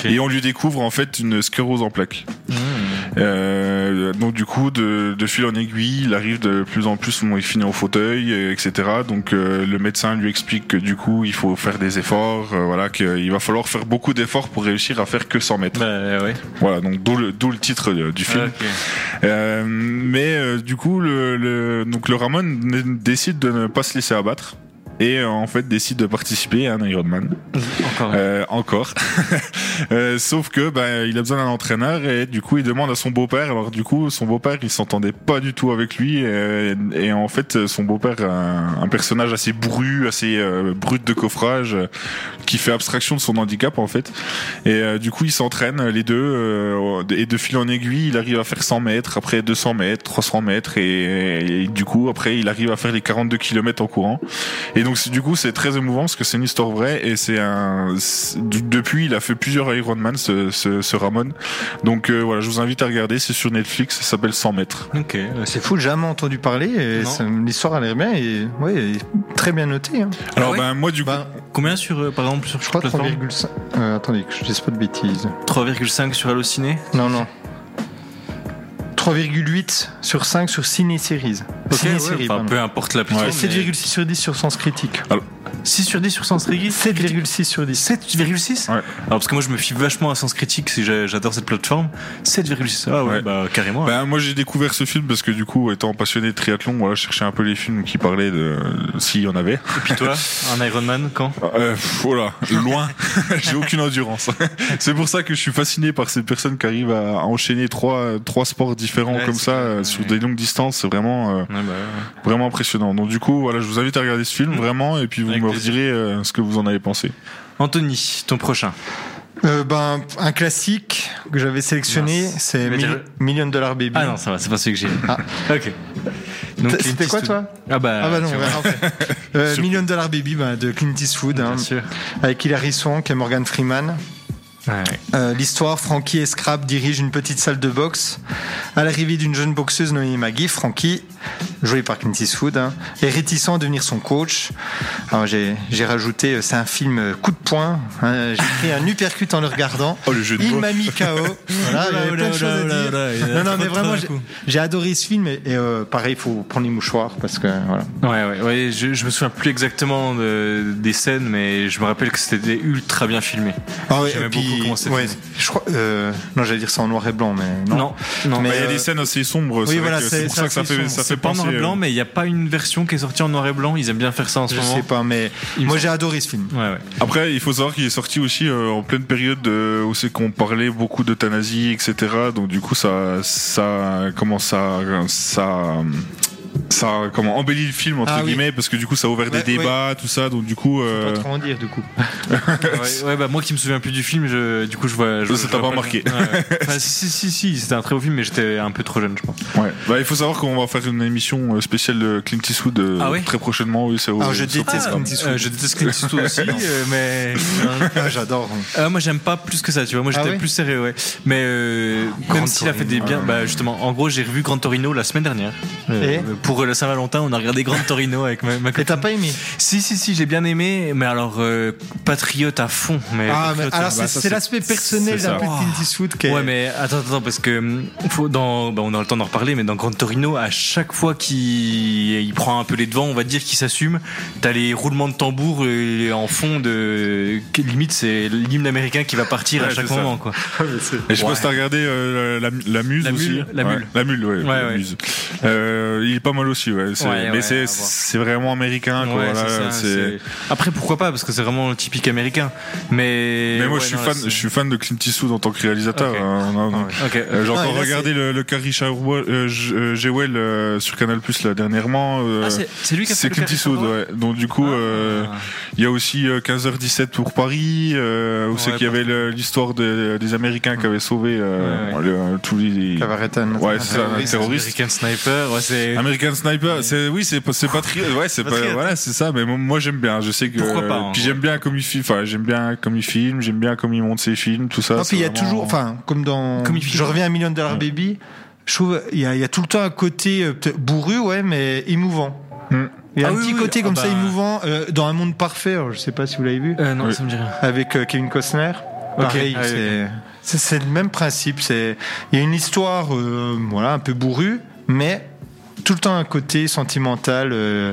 B: Et on lui découvre en fait une sclérose en plaques. Euh, donc du coup, de, de fil en aiguille, il arrive de plus en plus, bon, il finit en fauteuil, euh, etc. Donc euh, le médecin lui explique que du coup, il faut faire des efforts, euh, voilà, qu'il va falloir faire beaucoup d'efforts pour réussir à faire que 100
A: *laughs*
B: mètres.
A: Bah euh, ouais. Bah,
B: Voilà, donc d'où le, d'où le titre euh, du film.
A: Ok.
B: Euh, mais euh, du coup, le, le- donc le Ramon n- décide de ne pas se laisser abattre. Et euh, en fait décide de participer à un Ironman
A: Encore.
B: Euh, encore, *laughs* Euh, sauf que bah, il a besoin d'un entraîneur et du coup il demande à son beau-père. Alors du coup son beau-père il s'entendait pas du tout avec lui euh, et, et en fait son beau-père un, un personnage assez bru, assez euh, brut de coffrage euh, qui fait abstraction de son handicap en fait. Et euh, du coup, ils s'entraînent les deux euh, et de fil en aiguille, il arrive à faire 100 mètres, après 200 mètres, 300 mètres et, et du coup, après, il arrive à faire les 42 km en courant. Et donc, c'est- du coup, c'est très émouvant parce que c'est une histoire vraie et c'est un. c'est- du- Depuis, il a fait plusieurs Ironman, ce, ce, ce Ramon. Donc euh, voilà, je vous invite à regarder. C'est sur Netflix. Ça s'appelle 100 mètres.
A: Ok. ouais,
C: C'est
A: c'est
C: fou, jamais entendu parler. et
A: Non.
C: ça- L'histoire a l'air bien et ouais, elle est très bien notée. hein.
B: Alors
A: Ah ouais
B: ben moi, du coup,
C: Bah,
A: Combien sur, euh, par exemple, sur
C: je crois
A: plateforme
C: 3,5. Euh, attendez, que je dise pas de bêtises.
A: 3,5 sur Allociné
C: Non, non. 3,8 sur 5 sur Ciné-Series. Ciné-Série,
A: Enfin,
C: pardon.
A: peu importe la plateforme.
C: Et 7,6 sur 10 sur Sens Critique.
A: 6 sur 10 sur Sens Critique
C: 7,6 sur 10.
A: 7,6
B: Ouais.
A: Alors parce que moi je me fie vachement à Sens Critique, si j'a- j'adore cette plateforme. 7,6 Ah ouais,
B: Ouais.
A: bah carrément.
B: Ben, moi j'ai découvert ce film parce que du coup étant passionné de triathlon, voilà, je cherchais un peu les films qui parlaient de s'il y en avait.
A: Et puis toi, un Ironman quand
B: Euh, pff, oh là, loin. *laughs* J'ai aucune endurance. *laughs* c'est pour ça que je suis fasciné par ces personnes qui arrivent à à enchaîner trois, trois sports différents
A: Ouais,
B: comme
A: c'est
B: ça
A: clair,
B: euh,
A: ouais,
B: sur
A: ouais.
B: des longues distances. C'est vraiment, euh, vraiment impressionnant. Donc du coup, voilà, je vous invite à regarder ce film vraiment et puis vous
A: Avec
B: me
A: plaisir.
B: direz ce que vous en avez pensé.
A: Anthony, ton prochain.
C: Euh, ben, un classique que j'avais sélectionné,
A: Mince.
C: c'est
A: Mais
C: Mil-
A: dire-
C: Million Dollar Baby.
A: Ah non, ça va, c'est pas celui que j'ai.
C: Ah.
A: Ok. Donc,
C: T- C'était
A: Clint
C: quoi,
A: Eastwood.
C: toi
A: Ah bah,
C: Ah bah non,
A: tu
C: ouais,
A: vois,
C: après. Euh,
B: Sur-
C: Million Dollar Baby ben, de Clint Eastwood, hein,
A: bien sûr.
C: avec Hilary Swank et Morgan Freeman.
A: Ouais.
C: Euh, L'histoire, Frankie et Scrap dirigent une petite salle de boxe. À l'arrivée d'une jeune boxeuse nommée Maggie, Frankie, joué par Clint Eastwood, hein, est réticent à devenir son coach. Alors, J'ai j'ai rajouté, euh, c'est un film euh, coup de poing. hein, J'ai pris un uppercut en le regardant.
B: Oh le jeu de
C: Il
B: mots.
C: m'a mis KO. *laughs* Voilà, il y
A: Oula,
C: avait plein de
A: oula,
C: choses à
A: oula,
C: dire.
A: oula, il y a
C: Non, non,
A: trop
C: mais
A: de
C: vraiment,
A: trucs,
C: j'ai-
A: coup.
C: j'ai adoré ce film. Et, et, euh, pareil, il faut prendre les mouchoirs parce que voilà.
A: Ouais, ouais, ouais, je, je me souviens plus exactement de- des scènes, mais je me rappelle que c'était ultra bien filmé.
C: Ah ouais,
A: J'aimais
C: et puis-
A: beaucoup comment c'était
C: ouais,
A: fait.
C: je crois, euh, non, j'allais dire ça en noir et blanc, mais non.
A: Non, non.
C: Mais,
B: Bah, Il y a
C: euh,
B: des scènes assez sombres. c'est vrai
C: voilà,
B: que
C: c'est-
B: c'est pour
C: c'est
B: ça que ça
C: assez
B: fait,
C: sombre.
B: ça fait
A: C'est pas en
B: penser.
A: noir et blanc,
B: euh,
A: mais il n'y a pas une version qui est sortie en noir et blanc. Ils aiment bien faire ça en ce
C: Je
A: moment.
C: sais pas, mais
A: Il me
C: moi
A: semble.
C: j'ai adoré ce film.
A: Ouais, ouais.
B: Après, il faut savoir qu'il est sorti aussi euh, en pleine période euh, où c'est qu'on parlait beaucoup d'euthanasie, etc. Donc du coup, ça, ça, comment ça, ça, ça a comment embelli le film entre
C: Ah oui.
B: guillemets parce que du coup ça a ouvert
C: Ouais,
B: des débats tout ça donc du coup euh,
C: Pas trop en dire
B: *laughs*
C: du coup.
A: ouais, ouais, bah moi qui me souviens plus du film, je, du coup je vois. Je,
B: Ça
A: je
B: t'a
A: vois
B: pas marqué.
A: le- Ouais, ouais. Enfin, si, si, si, si, c'était un très beau film, mais j'étais un peu trop jeune, je pense.
B: ouais. Bah, il faut savoir qu'on va faire une émission euh, spéciale de Clint Eastwood euh,
A: Ah ouais
B: très prochainement oui ça
C: Alors, Ah,
B: ça-
C: je déteste
B: ça-
C: Clint Eastwood.
A: Euh, je déteste Clint Eastwood
B: *laughs*
A: aussi, euh, mais. hein.
C: Ah, J'adore.
B: hein.
A: Euh, moi j'aime pas plus que ça, tu vois. Moi
C: Ah
A: j'étais
C: ouais
A: plus sérieux, ouais. Mais euh,
C: Grand
A: même s'il a fait des
C: Torino.
A: biens, bah justement, en gros j'ai revu Grand Torino la semaine dernière. Euh, pour le Saint-Valentin, on a regardé Grand Torino avec ma, ma
C: Et t'as
A: copine.
C: pas aimé
A: Si, si, si, j'ai bien aimé, mais alors euh, patriote à fond. Mais
C: Ah, mais
A: patriote,
C: alors
A: bah,
C: c'est
A: ça,
C: c'est l'aspect personnel
A: c'est ça.
C: d'un peu de Clint Eastwood qui est-
A: Ouais, mais attends, attends, parce que hum, faut dans, bah, on aura le temps d'en reparler, mais dans Grand Torino, à chaque fois qu'il il prend un peu les devants, on va dire qu'il s'assume, t'as les roulements de tambour euh, en fond de. que Limite, c'est l'hymne américain qui va partir à
B: Ouais,
A: chaque
B: c'est ça.
A: moment, quoi.
B: Et je sais
A: Ouais.
B: pas si t'as regardé euh, la, la- la muse
A: La
B: aussi.
A: mule, la
B: Ouais,
A: mule.
B: La mule, ouais. la
A: ouais.
B: muse. Euh, il est pas mal aussi, ouais. c'est-
A: Ouais,
B: mais
A: ouais, à
B: c'est,
A: voir.
B: c'est vraiment américain, quoi.
A: Ouais,
B: voilà,
A: c'est ça, c'est-
B: c'est-
A: Après, pourquoi pas, parce que c'est vraiment typique américain. Mais.
B: Mais moi,
A: ouais,
B: je suis
A: non, là,
B: fan,
A: c'est-
B: je suis fan de Clint Eastwood en tant que réalisateur.
A: Ok.
B: hein, non, non.
A: Ok.
B: Euh, J'ai
C: Ah,
B: encore
C: et là,
B: regardé le, le Carrie Shawell, euh, J- euh, Jewel, euh, sur Canal Plus là dernièrement. euh,
A: Ah, c'est c'est lui qui a fait
B: c'est
A: le
B: Clint
A: Carrie
B: Eastwood,
A: Sandor
B: ouais. Donc du coup,
A: Ah.
B: euh, il y a aussi euh, 15h17 pour Paris, euh, où c'est
A: Ouais, Mm.
B: qu'il y avait le- l'histoire de- des Américains qui avaient sauvé euh,
A: Ouais, ouais.
B: le- tous les.
C: Cavarettan.
B: Ouais, c'est ça, un
A: Terroriste.
B: terroriste. Ah,
A: American Sniper, ouais, c'est.
B: American Sniper, c'est oui, c'est pas- c'est pas tri- ouais, c'est pas
A: Patriote.
B: voilà, c'est ça. Mais mo- moi j'aime bien. Je sais que
A: Pourquoi pas, hein,
B: puis j'aime bien comme il filme. Enfin, j'aime bien comme il filme. J'aime bien comme il monte ses films, tout ça.
C: Non,
B: c'est
C: puis il y a
B: vraiment-
C: toujours, enfin, comme dans.
A: Comme il
C: je
A: filme.
C: reviens à Million Dollar Baby, je trouve il y, a- il y a tout le temps un côté euh, peut-être bourru, ouais, mais émouvant.
B: Hmm.
C: Il y a
A: Ah
C: un
A: oui,
C: petit
A: oui,
C: côté
A: ah
C: comme
A: bah.
C: ça émouvant euh, dans Un Monde Parfait, alors, je sais pas si vous l'avez vu,
A: Euh, non,
B: Oui.
A: ça me dit rien.
C: avec euh, Kevin Costner.
A: Ok.
C: Pareil,
A: Ah oui,
C: c'est- c'est c'est le même principe. C'est il y a une histoire, euh, voilà, un peu bourrue, mais tout le temps un côté sentimental. euh,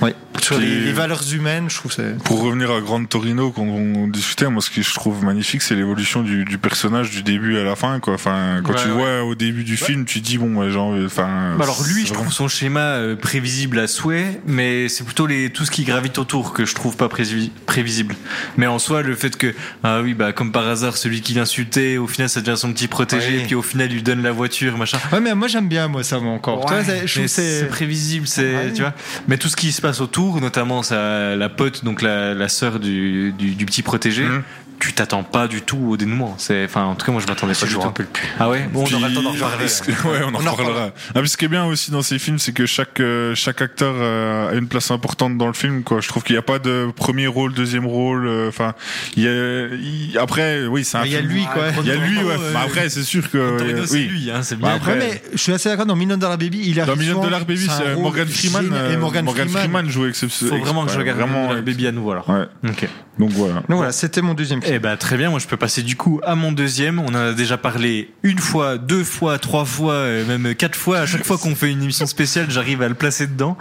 C: ouais. Sur
B: Puis-
C: les, les valeurs humaines, je trouve que c'est.
B: Pour revenir à Grande Torino, quand on discutait, moi ce que je trouve magnifique, c'est l'évolution du, du personnage du début à la fin. Quoi. Enfin, quand
A: Ouais,
B: tu
A: ouais.
B: vois au début du film, tu dis bon, ouais, genre, enfin.
A: Bah alors lui,
B: c'est
A: je
B: vraiment-
A: trouve son schéma euh, prévisible à souhait, mais c'est plutôt les, tout ce qui gravite autour que je trouve pas prési- prévisible. Mais en soi, le fait que ah oui, bah comme par hasard, celui qui l'insultait, au final, ça devient son petit protégé,
C: Ouais.
A: puis au final, il lui donne la voiture, machin.
C: Ouais, mais moi j'aime bien moi ça moi, encore. Toi,
A: Ouais,
C: c'est- je trouve
A: mais
C: que c'est
A: c'est prévisible, c'est
C: Ouais.
A: tu vois. Mais tout ce qui se passe autour, notamment sa, la pote, donc la, la sœur du, du, du petit protégé.
B: Mhm.
A: Tu t'attends pas du tout au dénouement. C'est, enfin, en tout cas, moi, je m'attendais pas
C: je
A: du
C: t'en
A: tout. Ah ouais, bon, on aura le temps d'en
B: Puis-
A: reparler.
B: Est-ce que- Ouais, on en reparlera. Ah, puis ce qui est bien aussi dans ces films, c'est que chaque euh, chaque acteur euh, a une place importante dans le film. Quoi. Je trouve qu'il n'y a pas de premier rôle, deuxième rôle. euh, Enfin, il y a- il- après, oui, c'est un
C: Mais il y a
B: film-
C: Ah, lui, quoi.
B: Il y a lui, ouais.
A: Euh,
B: Mais après, c'est sûr que
A: Torino,
B: euh,
A: c'est
B: oui.
A: lui, hein, c'est
B: Bah,
A: bien.
B: après,
C: Ouais, mais je suis assez d'accord. Dans Million Dollar Baby, il a
B: Dans Million Dollar Baby, c'est euh, Morgan Freeman. euh,
C: Et Morgan, Freeman.
B: jouait exceptionnel.
A: Faut vraiment que je regarde
B: Vraiment,
A: Million Dollar Baby à nouveau alors.
B: Ouais.
A: Ok.
B: Donc voilà.
C: Donc voilà, c'était mon deuxième film.
A: Eh ben très bien, moi je peux passer du coup à mon deuxième. On en a déjà parlé une fois, deux fois, trois fois, euh, même quatre fois. À chaque fois qu'on fait une émission spéciale, j'arrive à le placer dedans.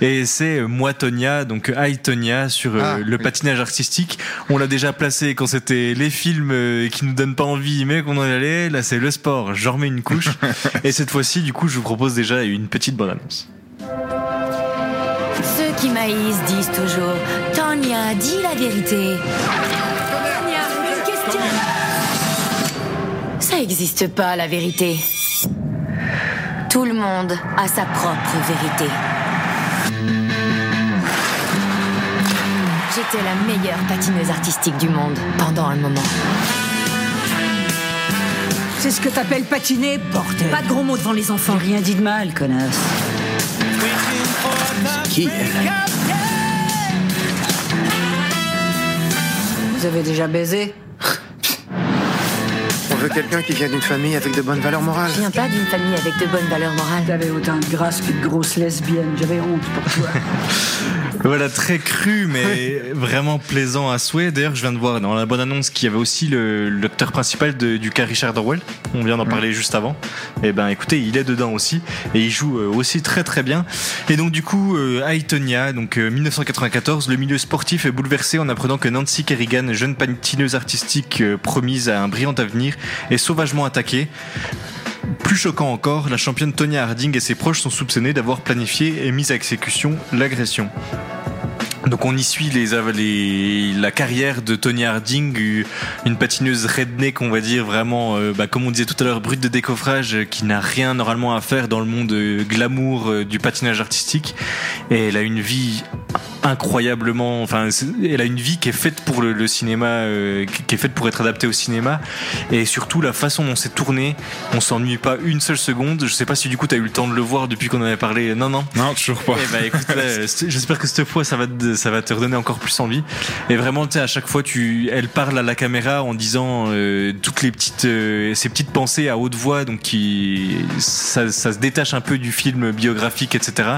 A: Et c'est euh, Moi Tonya, donc euh, I Tonya sur euh,
C: Ah,
A: le
C: oui.
A: patinage artistique. On l'a déjà placé quand c'était les films euh, qui nous donnent pas envie, mais qu'on en allait. Là c'est le sport. J'en remets une couche. Et cette fois-ci, du coup, je vous propose déjà une petite bonne annonce.
G: Ceux qui maïsent disent toujours Tania, dis la vérité. Tania, une question. Ça n'existe pas, la vérité. Tout le monde a sa propre vérité. J'étais la meilleure patineuse artistique du monde pendant un moment.
I: C'est ce que t'appelles patiner, bordel. Pas de gros mots devant les enfants. Rien dit de mal, connasse.
D: Qui
I: Vous avez déjà baisé
J: On veut quelqu'un qui vient d'une famille avec de bonnes valeurs morales.
G: Je viens pas d'une famille avec de bonnes valeurs morales.
I: T'avais autant de grâce qu'une grosse lesbienne. J'avais honte pour toi.
A: Voilà, très cru, mais vraiment plaisant à souhait. D'ailleurs, je viens de voir dans la bonne annonce qu'il y avait aussi le- l'acteur principal de- du cas Richard Orwell. On vient d'en parler juste avant. Et ben, écoutez, il est dedans aussi. Et il joue euh, aussi très très bien. Et donc, du coup, euh, Aitonia, donc euh, 1994, le milieu sportif est bouleversé en apprenant que Nancy Kerrigan, jeune patineuse artistique euh, promise à un brillant avenir, est sauvagement attaquée. Plus choquant encore, la championne Tonya Harding et ses proches sont soupçonnés d'avoir planifié et mis à exécution l'agression. Donc on y suit les, av- les- la carrière de Tony Harding, u- une patineuse redneck, on va dire vraiment, euh, bah, comme on disait tout à l'heure, brute de décoffrage, euh, qui n'a rien normalement à faire dans le monde euh, glamour euh, du patinage artistique. Et elle a une vie incroyablement, enfin, c'est- elle a une vie qui est faite pour le, le cinéma, euh, qui qui est faite pour être adaptée au cinéma. Et surtout la façon dont c'est tourné, on s'ennuie pas une seule seconde. Je sais pas si du coup t'as eu le temps de le voir depuis qu'on en avait parlé. Non, non.
B: Non, toujours pas.
A: Eh ben, écoute, là, euh, c'est- j'espère que cette fois ça va te, ça va te redonner encore plus envie. Et vraiment, tu sais, à chaque fois, tu, elle parle à la caméra en disant euh, toutes les petites, euh, ces petites pensées à haute voix, donc qui, ça, ça se détache un peu du film biographique, etc.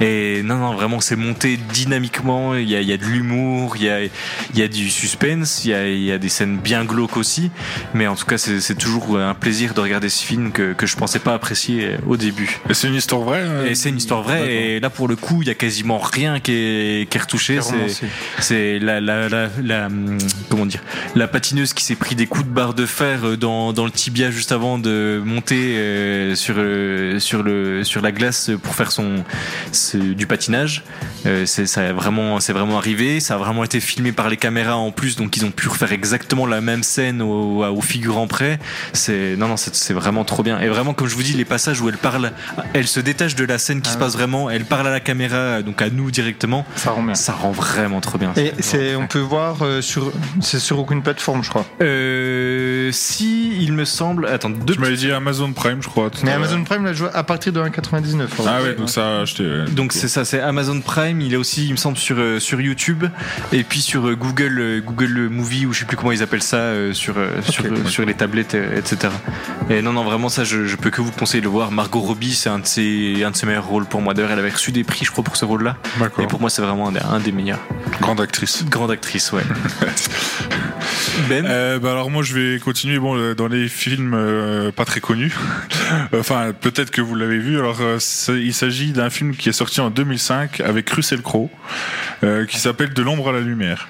A: Et non, non, vraiment, c'est monté dynamiquement. Il y a, il y a de l'humour, il y a, il y a du suspense, il y a, il y a des scènes bien glauques aussi. Mais en tout cas, c'est c'est toujours un plaisir de regarder ce film que, que je pensais pas apprécier au début.
B: Et c'est une histoire vraie euh,
A: Et c'est une histoire vraie.
B: D'accord.
A: Et là, pour le coup, il y a quasiment rien qui est, qui est retouché.
B: Qui est romancé.
A: C'est- C'est la, la, la, la- hum, comment dire, la patineuse qui s'est pris des coups de barre de fer euh, dans, dans le tibia juste avant de monter euh, sur, euh, sur, le, sur la glace pour faire son, ce- du patinage. Euh, c'est ça a vraiment, c'est vraiment arrivé. Ça a vraiment été filmé par les caméras en plus, donc ils ont pu refaire exactement la même scène au, au figurant près. C'est non, non, c'est c'est vraiment trop bien. Et vraiment, comme je vous dis, les passages où elle parle, elle se détache de la scène qui se passe vraiment. Elle parle à la caméra, donc à nous directement.
C: Ça rend bien.
A: Ça rend vraiment trop bien.
C: Et c'est, on peut voir euh, sur, c'est sur aucune plateforme, je crois.
A: Euh, si il me semble, attends, deux.
B: Tu m'avais dit Amazon Prime, je crois. tout à
C: Mais
B: l'heure.
C: Amazon Prime l'a joué à partir de hein. 1,99.
B: Ah ouais, donc ça a acheté. ouais.
A: Donc c'est ça, c'est Amazon Prime. Il est aussi, il me semble, sur euh, sur YouTube et puis sur euh, Google euh, Google Movie ou je sais plus comment ils appellent ça euh, sur euh, sur, euh, sur les tablettes, euh, etc. Et non non vraiment ça, je, je peux que vous conseiller de le voir. Margot Robbie, c'est un de ses un de ses meilleurs rôles pour moi. D'ailleurs, elle avait reçu des prix, je crois, pour ce rôle-là.
B: D'accord.
A: Et pour moi, c'est vraiment un, des- un des meilleurs.
B: Grande actrice.
A: Grande actrice,
B: *laughs*
A: ouais. ben.
B: Euh, bah alors moi je vais continuer bon euh, dans les films euh, pas très connus. *laughs* enfin peut-être que vous l'avez vu. Alors euh, c'est- il s'agit d'un film qui est sorti en 2005 avec Russell Crowe euh, qui s'appelle De l'ombre à la lumière.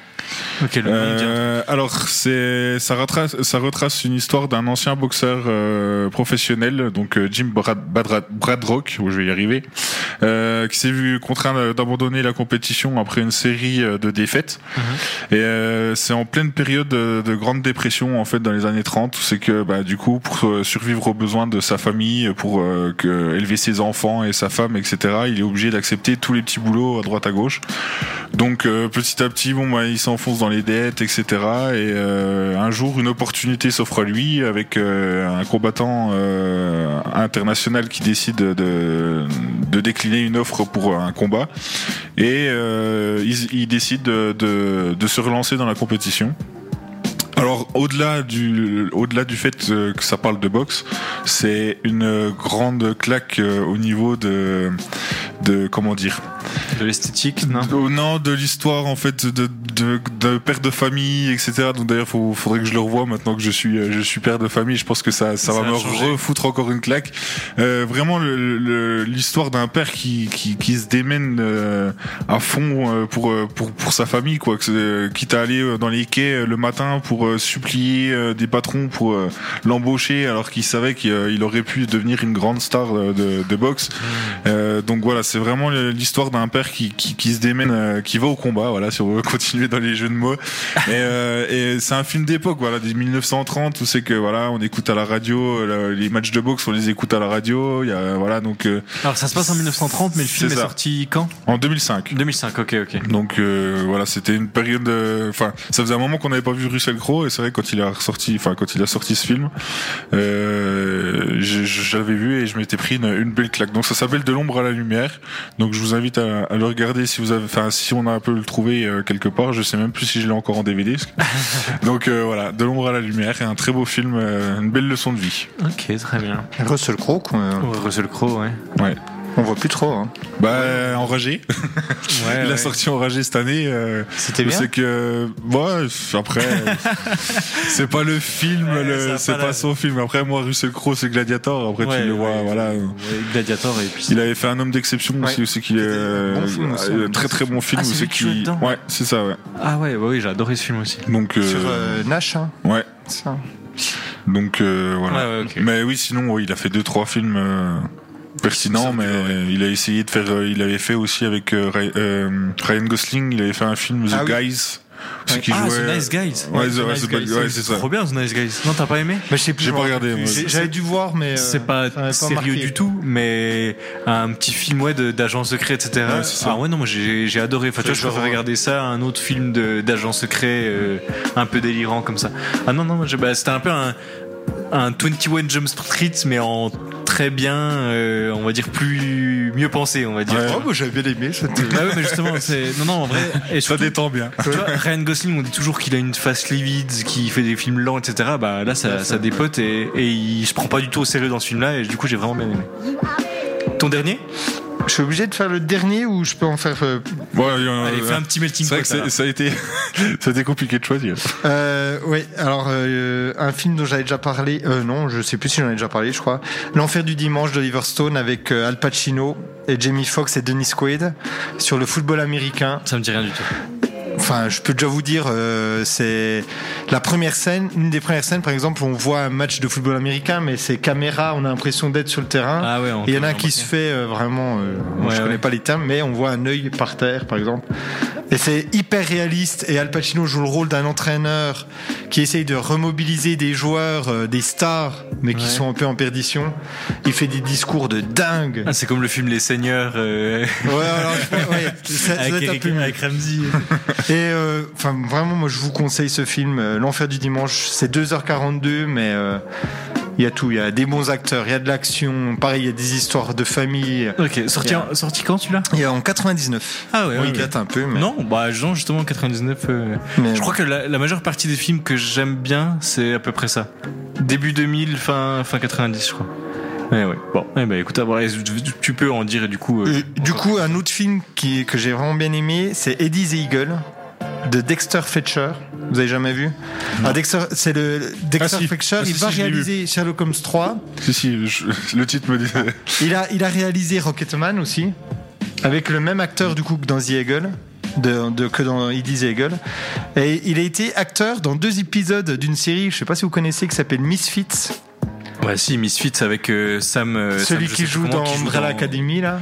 A: ok, le nom, il dit un truc.
B: Euh, alors, c'est ça retrace, ça retrace une histoire d'un ancien boxeur euh, professionnel, donc euh, Jim Brad, Badra- Bradrock, où je vais y arriver, euh, qui s'est vu contraint d'abandonner la compétition après une série euh, de défaites.
A: Mhm.
B: Et euh, c'est en pleine période de, de grande dépression en fait dans les années 30 où c'est que bah, du coup pour euh, survivre aux besoins de sa famille, pour euh, que- élever ses enfants et sa femme, etc. Il est obligé d'accepter tous les petits boulots à droite à gauche. Donc euh, petit à petit, bon, bah, il s'enfonce dans les dettes, etc. Et euh, un jour, une opportunité s'offre à lui avec euh, un combattant euh, international qui décide de, de décliner une offre pour un combat. Et euh, il, il décide de, de- de se relancer dans la compétition. Alors au-delà du au-delà du fait euh, que ça parle de boxe, c'est une euh, grande claque euh, au niveau de de comment dire
A: de l'esthétique, non
B: au nom de l'histoire en fait de, de, de père de famille etc donc d'ailleurs faut, faudrait que je le revoie maintenant que je suis euh, je suis père de famille je pense que ça
A: Ça
B: ça, va
A: va
B: me
A: changer.
B: refoutre encore une claque Euh, vraiment le- le- l'histoire d'un père qui, qui qui se démène euh, à fond euh, pour euh, pour pour sa famille quoi que, euh, quitte à aller euh, dans les quais euh, le matin pour euh, supplier euh, des patrons pour euh, l'embaucher alors qu'il savait qu'il euh, il aurait pu devenir une grande star euh, de, de boxe euh, donc voilà, c'est vraiment le- l'histoire d'un père qui, qui, qui se démène, euh, qui va au combat, voilà, si on veut *laughs* continuer dans les jeux de mots. Et, euh, et c'est un film d'époque, voilà, des 1930, où c'est que voilà, on écoute à la radio, euh, la- les matchs de boxe, on les écoute à la radio, il y a, voilà, donc euh,
A: Alors ça se passe en 1930, mais le film est,
B: C'est ça.
A: sorti quand
B: en 2005.
A: 2005. Ok, ok.
B: Donc euh, voilà, c'était une période. euh, Enfin, ça faisait un moment qu'on n'avait pas vu Russell Crowe et c'est vrai que quand il a ressorti, enfin quand il a sorti ce film, euh, je- je- j'avais vu et je m'étais pris une, une belle claque. Donc ça s'appelle De l'ombre à la lumière. Donc je vous invite à, à le regarder si vous avez, enfin si on a un peu le trouvé euh, quelque part. Je sais même plus si je l'ai encore en DVD. parce
A: *laughs*
B: que- Donc euh, voilà, De l'ombre à la lumière et un très beau film, euh, une belle leçon de vie.
A: Ok, très bien.
C: Russell Crowe, qu'on- euh,
A: Russell Crowe, ouais.
B: Ouais.
C: on voit plus trop. hein.
B: Bah enragé.
A: Ouais,
B: il a
A: ouais.
B: sorti enragé cette année. euh,
C: C'était
B: Mais
C: bien.
B: C'est que
A: *laughs*
B: ouais, après euh, c'est pas le film,
A: Ouais,
B: le-
A: ça a
B: c'est
A: pas
B: pas,
A: la-
B: son film. Après moi Russell Crowe c'est Gladiator. Après
A: Ouais,
B: tu le vois,
A: ouais,
B: voilà.
A: Ouais, Gladiator et puis
B: Il avait fait un homme d'exception aussi,
C: Ouais.
B: aussi qu'il est
C: C'était un bon film aussi,
B: euh,
C: hein.
B: très très bon film.
A: Ah,
B: où
A: c'est
B: c'est
A: lui qui joue
B: qu'il-
A: dedans
B: ouais, c'est ça. Ouais.
A: Ah ouais, ouais, ouais, j'ai adoré ce film aussi.
B: Donc euh,
C: Sur euh, Nash, hein,
B: ouais,
C: ça.
B: donc euh, voilà.
A: Ouais, ouais, ok.
B: Mais oui, sinon ouais, il a fait deux trois films. euh, pertinent, mais il a essayé de faire. euh, il avait fait aussi avec euh, Ray- euh, Ryan Gosling, il avait fait un film The
C: Ah oui.
B: Guys.
A: Ouais.
B: Ceux qui
A: Ah,
B: jouaient-
A: The Nice Guys.
B: Ouais, The-
A: The
B: ouais,
A: Nice
B: The-
A: Guys.
B: ouais, c'est ça.
A: Trop bien, The Nice Guys. Non, t'as pas aimé
C: Mais je sais plus,
B: J'ai
C: je
B: pas
C: me
B: regardé,
C: rappelle plus.
B: moi.
C: J'ai- J'avais dû voir, mais. euh,
A: C'est pas
C: ça m'avait
A: sérieux
C: marqué.
A: du tout, mais un petit film ouais, de- d'agent secret, etc.
B: Ouais, c'est ça.
A: ah ouais, non, moi j'ai j'ai adoré. Enfin, tu vois, je
B: genre,
A: préfère regarder ça à un autre film de- d'agent secret euh, un peu délirant comme ça. Ah non, non, moi, j'ai- bah, c'était un peu un, un 21 Jump Street, mais en très bien, euh, on va dire, plus mieux pensé, on va dire. Ah
B: Ouais. Oh,
A: ouais,
B: moi,
C: bah, j'avais bien aimé cette.
A: Bah mais justement, c'est. Non, non, en vrai. Et
B: Ça
A: surtout,
B: détend bien.
A: tu vois, Ryan Gosling, on dit toujours qu'il a une face livide, qu'il fait des films lents, etc. Bah là, ça, ça dépote et, et il se prend pas du tout au sérieux dans ce film-là. Et du coup, j'ai vraiment bien aimé. Ton dernier
C: Je suis obligé de faire le dernier ou je peux en faire. euh,
B: Ouais, euh,
A: Allez, fais un petit melting
B: C'est
A: pot.
B: vrai que c'est-
A: alors.
B: ça a été, *laughs* ça a été compliqué de choisir.
C: Euh, oui, alors euh, un film dont j'avais déjà parlé, euh, non, je sais plus si j'en ai déjà parlé, je crois. L'enfer du dimanche d'Oliver Stone avec euh, Al Pacino et Jamie Foxx et Dennis Quaid sur le football américain.
A: Ça me dit rien du tout.
C: Enfin, je peux déjà vous dire, euh, c'est la première scène, une des premières scènes, par exemple, on voit un match de football américain, mais c'est caméra, on a l'impression d'être sur le terrain.
A: Ah ouais, on
C: Et Il y en
A: peut
C: a un
A: le
C: qui se fait euh, vraiment, euh,
A: Ouais,
C: je connais
A: ouais.
C: pas les termes, mais on voit un œil par terre, par exemple. Et c'est hyper réaliste. Et Al Pacino joue le rôle d'un entraîneur qui essaye de remobiliser des joueurs, euh, des stars, mais qui
A: Ouais.
C: sont un peu en perdition. Il fait des discours de dingue.
A: Ah, c'est comme le film Les Seigneurs euh,
C: Ouais,
A: *laughs*
C: alors, je- ouais, ça- ça doit
A: avec,
C: être un
A: Eric-
C: peu mieux.
A: avec Ramsey.
C: Et euh, enfin, vraiment, moi, je vous conseille ce film, euh, L'Enfer du Dimanche. C'est 2h42, mais euh, il y a tout. Il y a des bons acteurs, il y a de l'action. Pareil, il y a des histoires de famille.
A: ok, sorti, en- sorti quand celui-là
C: Et en 99.
A: Ah ouais,
C: Bon,
A: ouais,
C: il
A: ouais.
C: date un peu, mais.
A: Non, bah non, justement 99. euh,
C: Mais-
A: Je crois que la, la majeure partie des films que j'aime bien, c'est à peu près ça. Début 2000, fin fin 90, je crois. Mais ouais. Bon, eh ben écoute, ah, voilà, tu- tu peux en dire et du coup. euh,
C: Euh, du coup, un autre film qui, que j'ai vraiment bien aimé, c'est Eddie the Eagle de Dexter Fletcher. Vous avez jamais vu Ah, Dexter, c'est le Dexter
B: Ah, si.
C: Fletcher.
B: Ah, si,
C: il va
B: si, je l'ai
C: réaliser Sherlock Holmes 3.
B: Si, si, je- le titre me dit.
C: Il a, il a réalisé Rocketman aussi, avec le même acteur du coup que dans The Eagle, de, de- que dans Eddie the Eagle. Et il a été acteur dans deux épisodes d'une série, je sais pas si vous connaissez, qui s'appelle Misfits.
A: Ouais, Bah, si Misfits avec euh, Sam. euh,
C: celui
A: Sam, je
C: qui
A: sais
C: joue
A: plus comment,
C: dans Umbrella
A: dans-
C: Academy là.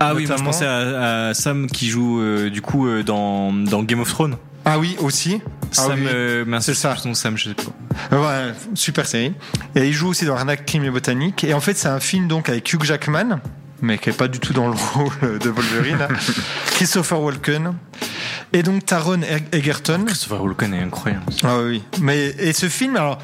A: Ah oui, moi, je
C: notamment.
A: pensais à, à Sam qui joue euh, du coup euh, dans, dans Game of Thrones.
C: Ah oui, aussi. Ah
A: Sam,
C: oui.
A: euh, mince,
C: C'est
A: je sais
C: ça.
A: plus son nom, Sam, je sais pas.
C: Ouais, super série. Et il joue aussi dans Arnaque, Crime et Botanique. Et en fait, c'est un film donc avec Hugh Jackman, mais qui est pas du tout dans le *laughs* rôle de Wolverine,
B: *laughs*
C: hein. Christopher Walken, et donc Taron Eg- Egerton.
A: Christopher Walken est incroyable.
C: Ah oui, oui. mais et ce film alors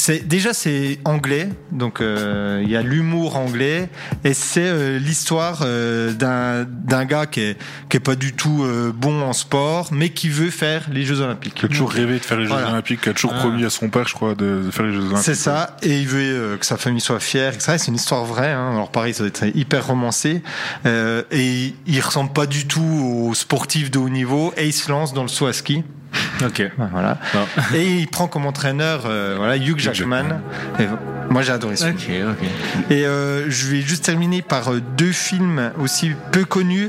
C: c'est déjà c'est anglais donc euh, il y a l'humour anglais et c'est euh, l'histoire euh, d'un d'un gars qui est qui est pas du tout euh, bon en sport mais qui veut faire les Jeux Olympiques.
B: Qui a toujours rêvé de faire les Jeux
C: Voilà.
B: Olympiques, qui a toujours
A: Ah.
B: promis à son père, je crois, de, de faire les Jeux Olympiques.
C: C'est ça, et il veut euh, que sa famille soit fière, etc. Et C'est une histoire vraie, hein. alors pareil, ça doit être hyper romancé, Euh, et il ressemble pas du tout aux sportifs de haut niveau, et il se lance dans le saut à ski.
A: Ok.
C: Voilà.
A: Bon.
C: Et il prend comme entraîneur euh, voilà, Hugh Jackman. Et moi j'ai adoré ça.
A: Ok, ok. *laughs*
C: Et euh, je vais juste terminer par euh, deux films aussi peu connus.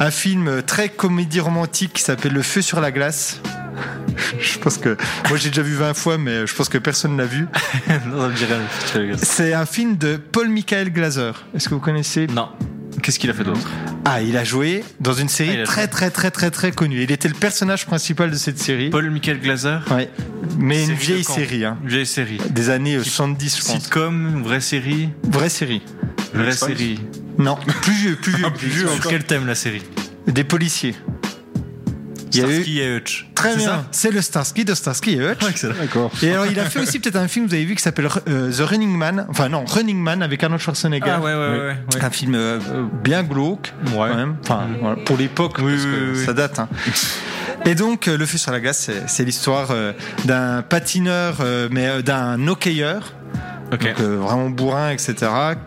C: Un film euh, très comédie romantique qui s'appelle Le Feu sur la glace. *laughs* Je pense que moi j'ai déjà vu 20 fois, mais je pense que personne l'a vu.
A: non, ça me dit rien. je te-
C: C'est un film de Paul Michael Glaser. Est-ce que vous connaissez
A: Non. Qu'est-ce qu'il a fait d'autre
C: Ah, il a joué dans une
A: Ah, il
C: série
A: a
C: très très très très très connue. Il était le personnage principal de cette série.
A: Paul Michael Glaser
C: Ouais. Mais
A: Série
C: une
A: de
C: vieille
A: quand
C: série, hein.
A: Vieille série.
C: des années euh, 70, je pense.
A: Sitcom, vraie série,
C: Vraie série.
A: vraie
B: Expanse
A: série.
C: Non, plus vieux, plus *laughs* vieux. plus vieux
A: Sur
C: encore.
A: quel thème la série
C: Des policiers. Il y a eu-
A: Starsky et Hutch.
C: Très
A: C'est
C: bien.
A: ça
C: C'est le Starsky de Starsky et Hutch.
A: Ah, excellent.
B: D'accord.
C: Et alors, il a fait aussi peut-être un film, vous avez vu, qui s'appelle euh, The Running Man. Enfin, non, Running Man avec Arnold Schwarzenegger.
A: Ah ouais, ouais, ouais. ouais.
C: Un film euh, bien glauque,
A: Ouais. Mm.
C: quand même. Enfin, voilà, pour l'époque,
A: Oui,
C: parce
A: oui,
C: que
A: oui, oui.
C: ça
A: *laughs*
C: date. hein. Et donc, euh, Le Feu sur la glace, c'est- c'est l'histoire euh, d'un patineur, euh, mais euh, d'un hockeyeur,
A: Ok.
C: donc, euh, vraiment bourrin, etc.,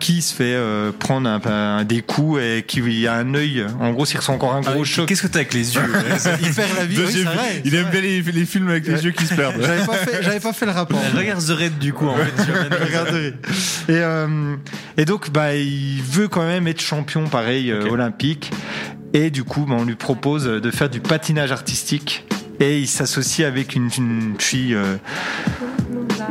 C: qui se fait euh, prendre un, un- des coups et qui a un œil. En gros, s'il ressent encore un gros choc,
A: Ah Qu'est-ce que t'as avec *laughs* les yeux
C: *laughs* il perd la vie.
B: Deux
C: Oui, c'est
B: yeux-
C: vrai,
B: il
C: c'est
B: aime
C: vrai.
B: bien les, les films avec les
C: Ouais.
B: yeux qui se perdent.
C: J'avais pas fait, j'avais pas fait le rapport.
A: Regarde The Red du coup en fait. tu vas mettre-
C: Regarderai. Et, euh, et donc, bah, il veut quand même être champion, pareil, euh, olympique. Et du coup, bah, on lui propose de faire du patinage artistique. Et il s'associe avec une, une fille euh,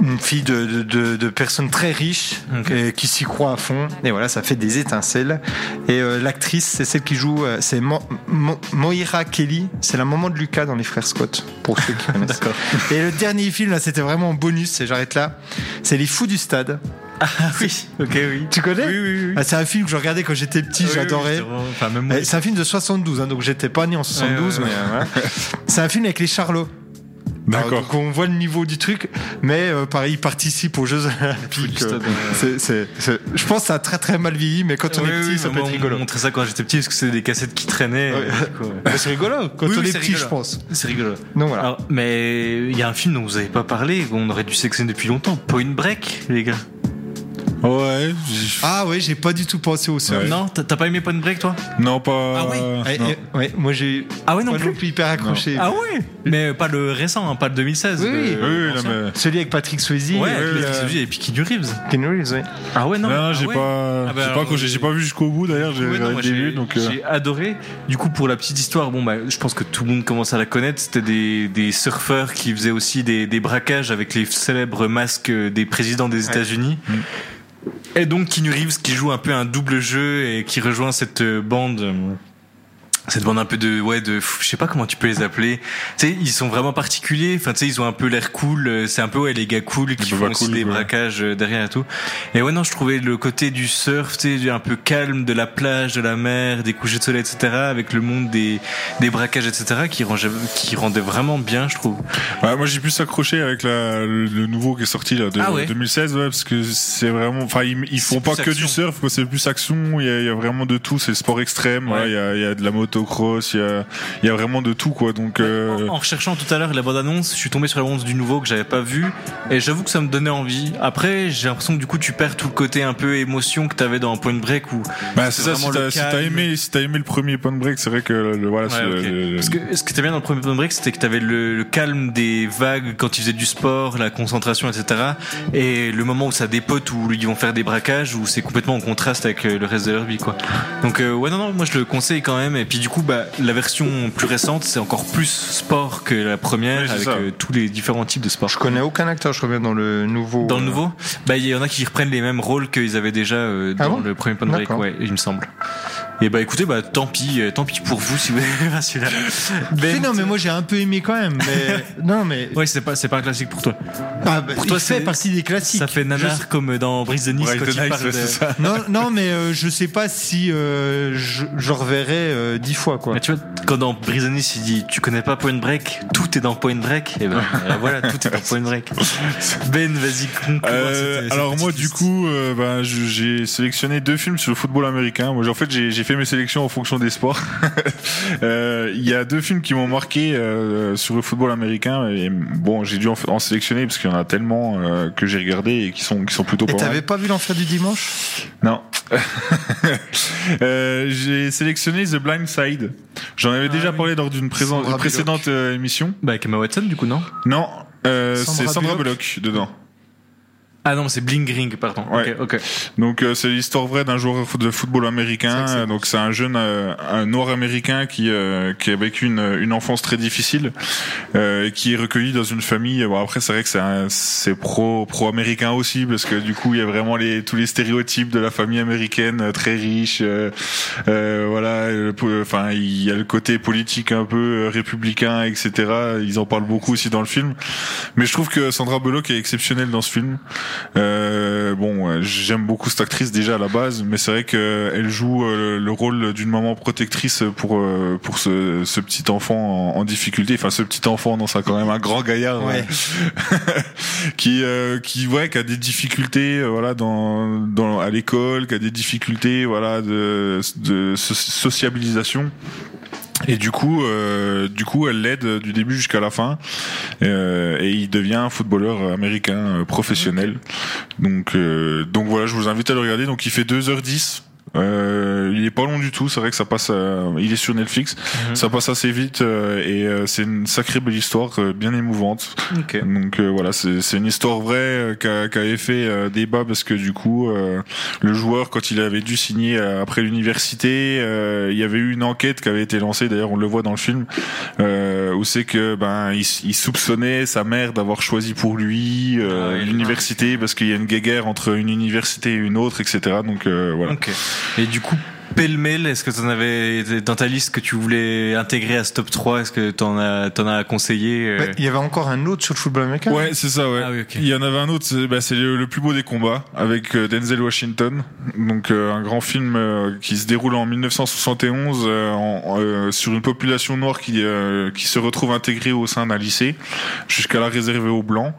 C: une fille de, de, de- de personnes très riches
A: Ok.
C: euh, qui s'y croit à fond. Et voilà, ça fait des étincelles. Et euh, l'actrice, c'est celle qui joue, euh, c'est Mo- Mo- Moira Kelly. C'est la maman de Lucas dans Les Frères Scott, pour
A: *laughs*
C: ceux qui connaissent.
A: D'accord.
C: Et le dernier film, là, c'était vraiment en bonus, et j'arrête là. C'est Les Fous du Stade. *laughs*
A: Ah oui, ok, oui.
C: Tu connais
A: Oui, oui, oui.
C: Ah, C'est un film que je regardais quand j'étais petit,
A: Oui, oui,
C: j'adorais.
A: c'est vraiment- Enfin, même moi.
C: Euh, C'est un film de 72, hein, donc j'étais pas né en 72,
A: Ouais, ouais,
C: mais euh, voilà. c'est un film avec les Charlots. Alors,
B: D'accord.
C: Bah, donc on voit le niveau du truc, mais euh, pareil, il participe aux Jeux Olympiques.
A: Stade,
C: euh,
A: ouais.
C: c'est- c'est- c'est- Je pense que ça a très très mal vieilli, mais quand on
A: Oui,
C: est petit,
A: oui,
C: ça
A: mais
C: peut
A: moi,
C: être rigolo.
A: On montrait ça quand j'étais petit parce que c'est des cassettes qui traînaient. *laughs*
C: Ouais.
A: euh, du coup, ouais.
C: Mais C'est rigolo quand
A: Oui,
C: on
A: oui,
C: est
A: c'est
C: petit,
A: rigolo.
C: je pense.
A: C'est rigolo.
C: Donc voilà.
A: Alors, mais il y a un film dont vous avez pas parlé, on aurait dû sectionner depuis longtemps. Point Break, les gars.
B: Ouais. j-
C: Ah ouais, j'ai pas du tout pensé au sérieux.
A: Non, t'as t'as pas aimé Point Break, toi
B: Non, pas.
A: Ah oui.
C: Ouais,
B: non.
C: et- eh, ouais, moi j'ai
A: Ah ouais, non
C: pas
A: plus.
C: hyper accroché.
A: Ah ouais Mais euh, pas le récent, hein, pas le 2016.
C: Oui,
A: le-
C: oui.
B: Oui, oui, non,
A: l'ancien.
B: mais.
C: Celui avec Patrick Swayze,
A: Euh, Ouais,
C: et
A: avec
C: puis,
A: les
C: euh,
A: Fusils et Keanu Reeves.
C: Keanu Reeves, ouais.
A: Ah ouais, non.
B: Non,
A: mais- ah
B: j'ai
A: ouais.
B: pas,
A: Ah bah
B: j'ai pas,
A: alors,
B: j'ai j'ai pas vu jusqu'au bout d'ailleurs, j'ai
A: Ouais, non,
B: regardé
A: moi,
B: le début
A: j'ai
B: donc. euh,
A: j'ai adoré. Du coup, pour la petite histoire, bon, bah, je pense que tout le monde commence à la connaître. C'était des, des surfeurs qui faisaient aussi des, des braquages avec les célèbres masques des présidents des États-Unis. Et donc, Keanu Reeves qui joue un peu un double jeu et qui rejoint cette euh, bande. euh, Cette bande un peu de ouais de je sais pas comment tu peux les appeler tu sais ils sont vraiment particuliers enfin tu sais ils ont un peu l'air cool euh, c'est un peu ouais les gars cool qui
B: peu
A: font
B: pas
A: aussi
B: cool,
A: des
B: quoi.
A: braquages euh, derrière et tout et ouais, non, je trouvais le côté du surf, tu sais, un peu calme de la plage, de la mer, des couchers de soleil, etc., avec le monde des, des braquages, etc., qui, rangeait, qui rendait vraiment bien, je trouve.
B: ouais, moi j'ai pu s'accrocher avec la, le, le nouveau qui est sorti là de
A: Ah ouais.
B: 2016 ouais, parce que c'est vraiment enfin ils, ils
A: C'est
B: font pas
A: plus
B: que
A: action.
B: du surf quoi, c'est plus action, il y a, il y a vraiment de tout, c'est sport extrême,
A: Ouais.
B: voilà, il y a il y a de la motocross, il y a il y a vraiment de tout quoi donc euh,
A: En- En recherchant tout à l'heure la bande-annonce, je suis tombé sur la bande-annonce du nouveau que j'avais pas vu, et j'avoue que ça me donnait envie. Après, j'ai l'impression que du coup, tu perds tout le côté un peu émotion que t'avais dans Point Break où.
B: bah
A: c'est
B: c'est ça si
A: oh. vraiment le
B: t'as si t'as
A: calme.
B: aimé si t'as aimé le premier Point Break, c'est vrai que le, voilà
A: Ouais,
B: c'est le-
A: ok.
B: le-
A: Parce que ce qui était bien dans le premier Point Break, c'était que t'avais le, le calme des vagues quand ils faisaient du sport, la concentration, etc. Et le moment où ça dépote, où ils vont faire des braquages, où c'est complètement en contraste avec euh, le reste de leur vie, quoi. Donc euh, ouais, non, non, moi je le conseille quand même. Et puis du coup, bah, la version plus récente, c'est encore plus sport que la première,
B: Oui, c'est
A: avec
B: ça.
A: euh, tous les différents types de sport.
C: Je connais aucun acteur, je reviens dans le nouveau.
A: Dans le
C: euh,
A: nouveau, bah il y en a qui reprennent les mêmes rôles qu'ils avaient déjà euh, dans
C: Ah bon
A: le premier Point Break,
C: D'accord.
A: ouais, il me semble. Et bah écoutez, bah tant pis, euh, tant pis pour vous *laughs* si vous n'avez pas celui-là.
C: Tu sais,
A: Ben,
C: non, mais moi j'ai un peu aimé quand même.
A: *laughs*
C: Mais... non, mais.
A: Ouais, c'est pas, c'est pas un classique pour toi.
C: Ah, bah,
A: Pour toi,
C: il fait
A: c'est-
C: partie des classiques.
A: Ça fait nanar comme dans Brise de Nice
B: Brise
A: quand
B: de
A: il
B: Nice,
A: parle
B: ouais,
A: de-
B: c'est ça.
C: Non, non, mais euh, je sais pas si euh, je, je reverrai euh, dix fois quoi.
A: Mais tu vois, quand dans Brise de Nice, il dit Tu connais pas Point Break Tout est dans Point Break. *laughs* Et ben euh, voilà, tout est dans Point *laughs* Break. Ben, vas-y, conclure
B: Euh,
A: cette- cette
B: alors moi
A: petite
B: du coup euh, ben, je- j'ai sélectionné deux films sur le football américain. Moi j'ai- en fait j'ai j'ai fait mes sélections en fonction des sports. *laughs* Euh, Il y a deux films qui m'ont marqué euh, sur le football américain et bon j'ai dû en, en sélectionner parce qu'il y en a tellement euh, que j'ai regardé et qui sont qui sont plutôt
C: Et
B: pas
C: t'avais
B: mal.
C: pas vu l'enfer du dimanche
B: Non. *laughs* Euh, j'ai sélectionné The Blind Side. J'en avais déjà parlé lors d'une présent-
C: Ah Sandra
B: précédente euh, émission.
A: Bah, avec Emma Watson, du coup, non
B: Non, euh,
C: Sandra
B: c'est Sandra
C: Bullock.
B: Bullock dedans.
A: Ah non, c'est Bling Ring, pardon.
B: Ouais.
A: Ok, ok.
B: Donc euh, c'est l'histoire vraie d'un joueur de football américain. Euh, Donc c'est un jeune, euh, un noir américain qui euh, qui a vécu une, une enfance très difficile euh, et qui est recueilli dans une famille. Bon après c'est vrai que c'est un- c'est pro pro américain aussi parce que du coup il y a vraiment les tous les stéréotypes de la famille américaine euh, très riche. euh, euh, voilà, le po- enfin il y a le côté politique un peu euh, républicain etc. Ils en parlent beaucoup aussi dans le film. Mais je trouve que Sandra Bullock est exceptionnelle dans ce film. Euh, bon, euh, j'aime beaucoup cette actrice déjà à la base, mais c'est vrai qu'elle joue euh, le rôle d'une maman protectrice pour euh, pour ce, ce petit enfant en, en difficulté. Enfin, ce petit enfant, non, c'est quand même un grand gaillard
C: Ouais.
B: euh, *laughs* qui euh, qui ouais, qui a des difficultés, euh, voilà, dans dans à l'école, qui a des difficultés, voilà, de de so- sociabilisation. Et du coup, euh, du coup, elle l'aide euh, du début jusqu'à la fin, euh, et il devient un footballeur américain euh, professionnel. Donc, euh, donc voilà, je vous invite à le regarder. Donc, il fait 2h10. Euh, il est pas long du tout. C'est vrai que ça passe. euh, il est sur Netflix. Ça passe assez vite euh, et euh, c'est une sacrée belle histoire, euh, bien émouvante.
A: Ok.
B: Donc euh, voilà, c'est c'est une histoire vraie euh, qui a, qui avait fait euh, débat parce que du coup, euh, le joueur quand il avait dû signer euh, après l'université, euh, il y avait eu une enquête qui avait été lancée. D'ailleurs, on le voit dans le film euh, euh, où c'est que ben il, il soupçonnait sa mère d'avoir choisi pour lui euh, l'université parce qu'il y a une guéguerre entre une université et une autre, etc. Donc euh, voilà.
A: Ok. Et du coup, pêle-mêle, est-ce que t'en avais dans ta liste que tu voulais intégrer à ce top 3 Est-ce que t'en as, t'en as conseillé euh,
C: Ouais, Il y avait encore un autre sur le football américain.
B: Ouais, c'est ça, ouais.
A: Ah oui, ok.
B: Il y en avait un autre, c'est bah, c'est le, le plus beau des combats, avec euh, Denzel Washington. Donc euh, un grand film euh, qui se déroule en 1971 euh, en- euh, sur une population noire qui, euh, qui se retrouve intégrée au sein d'un lycée, jusqu'à là réservé aux blancs.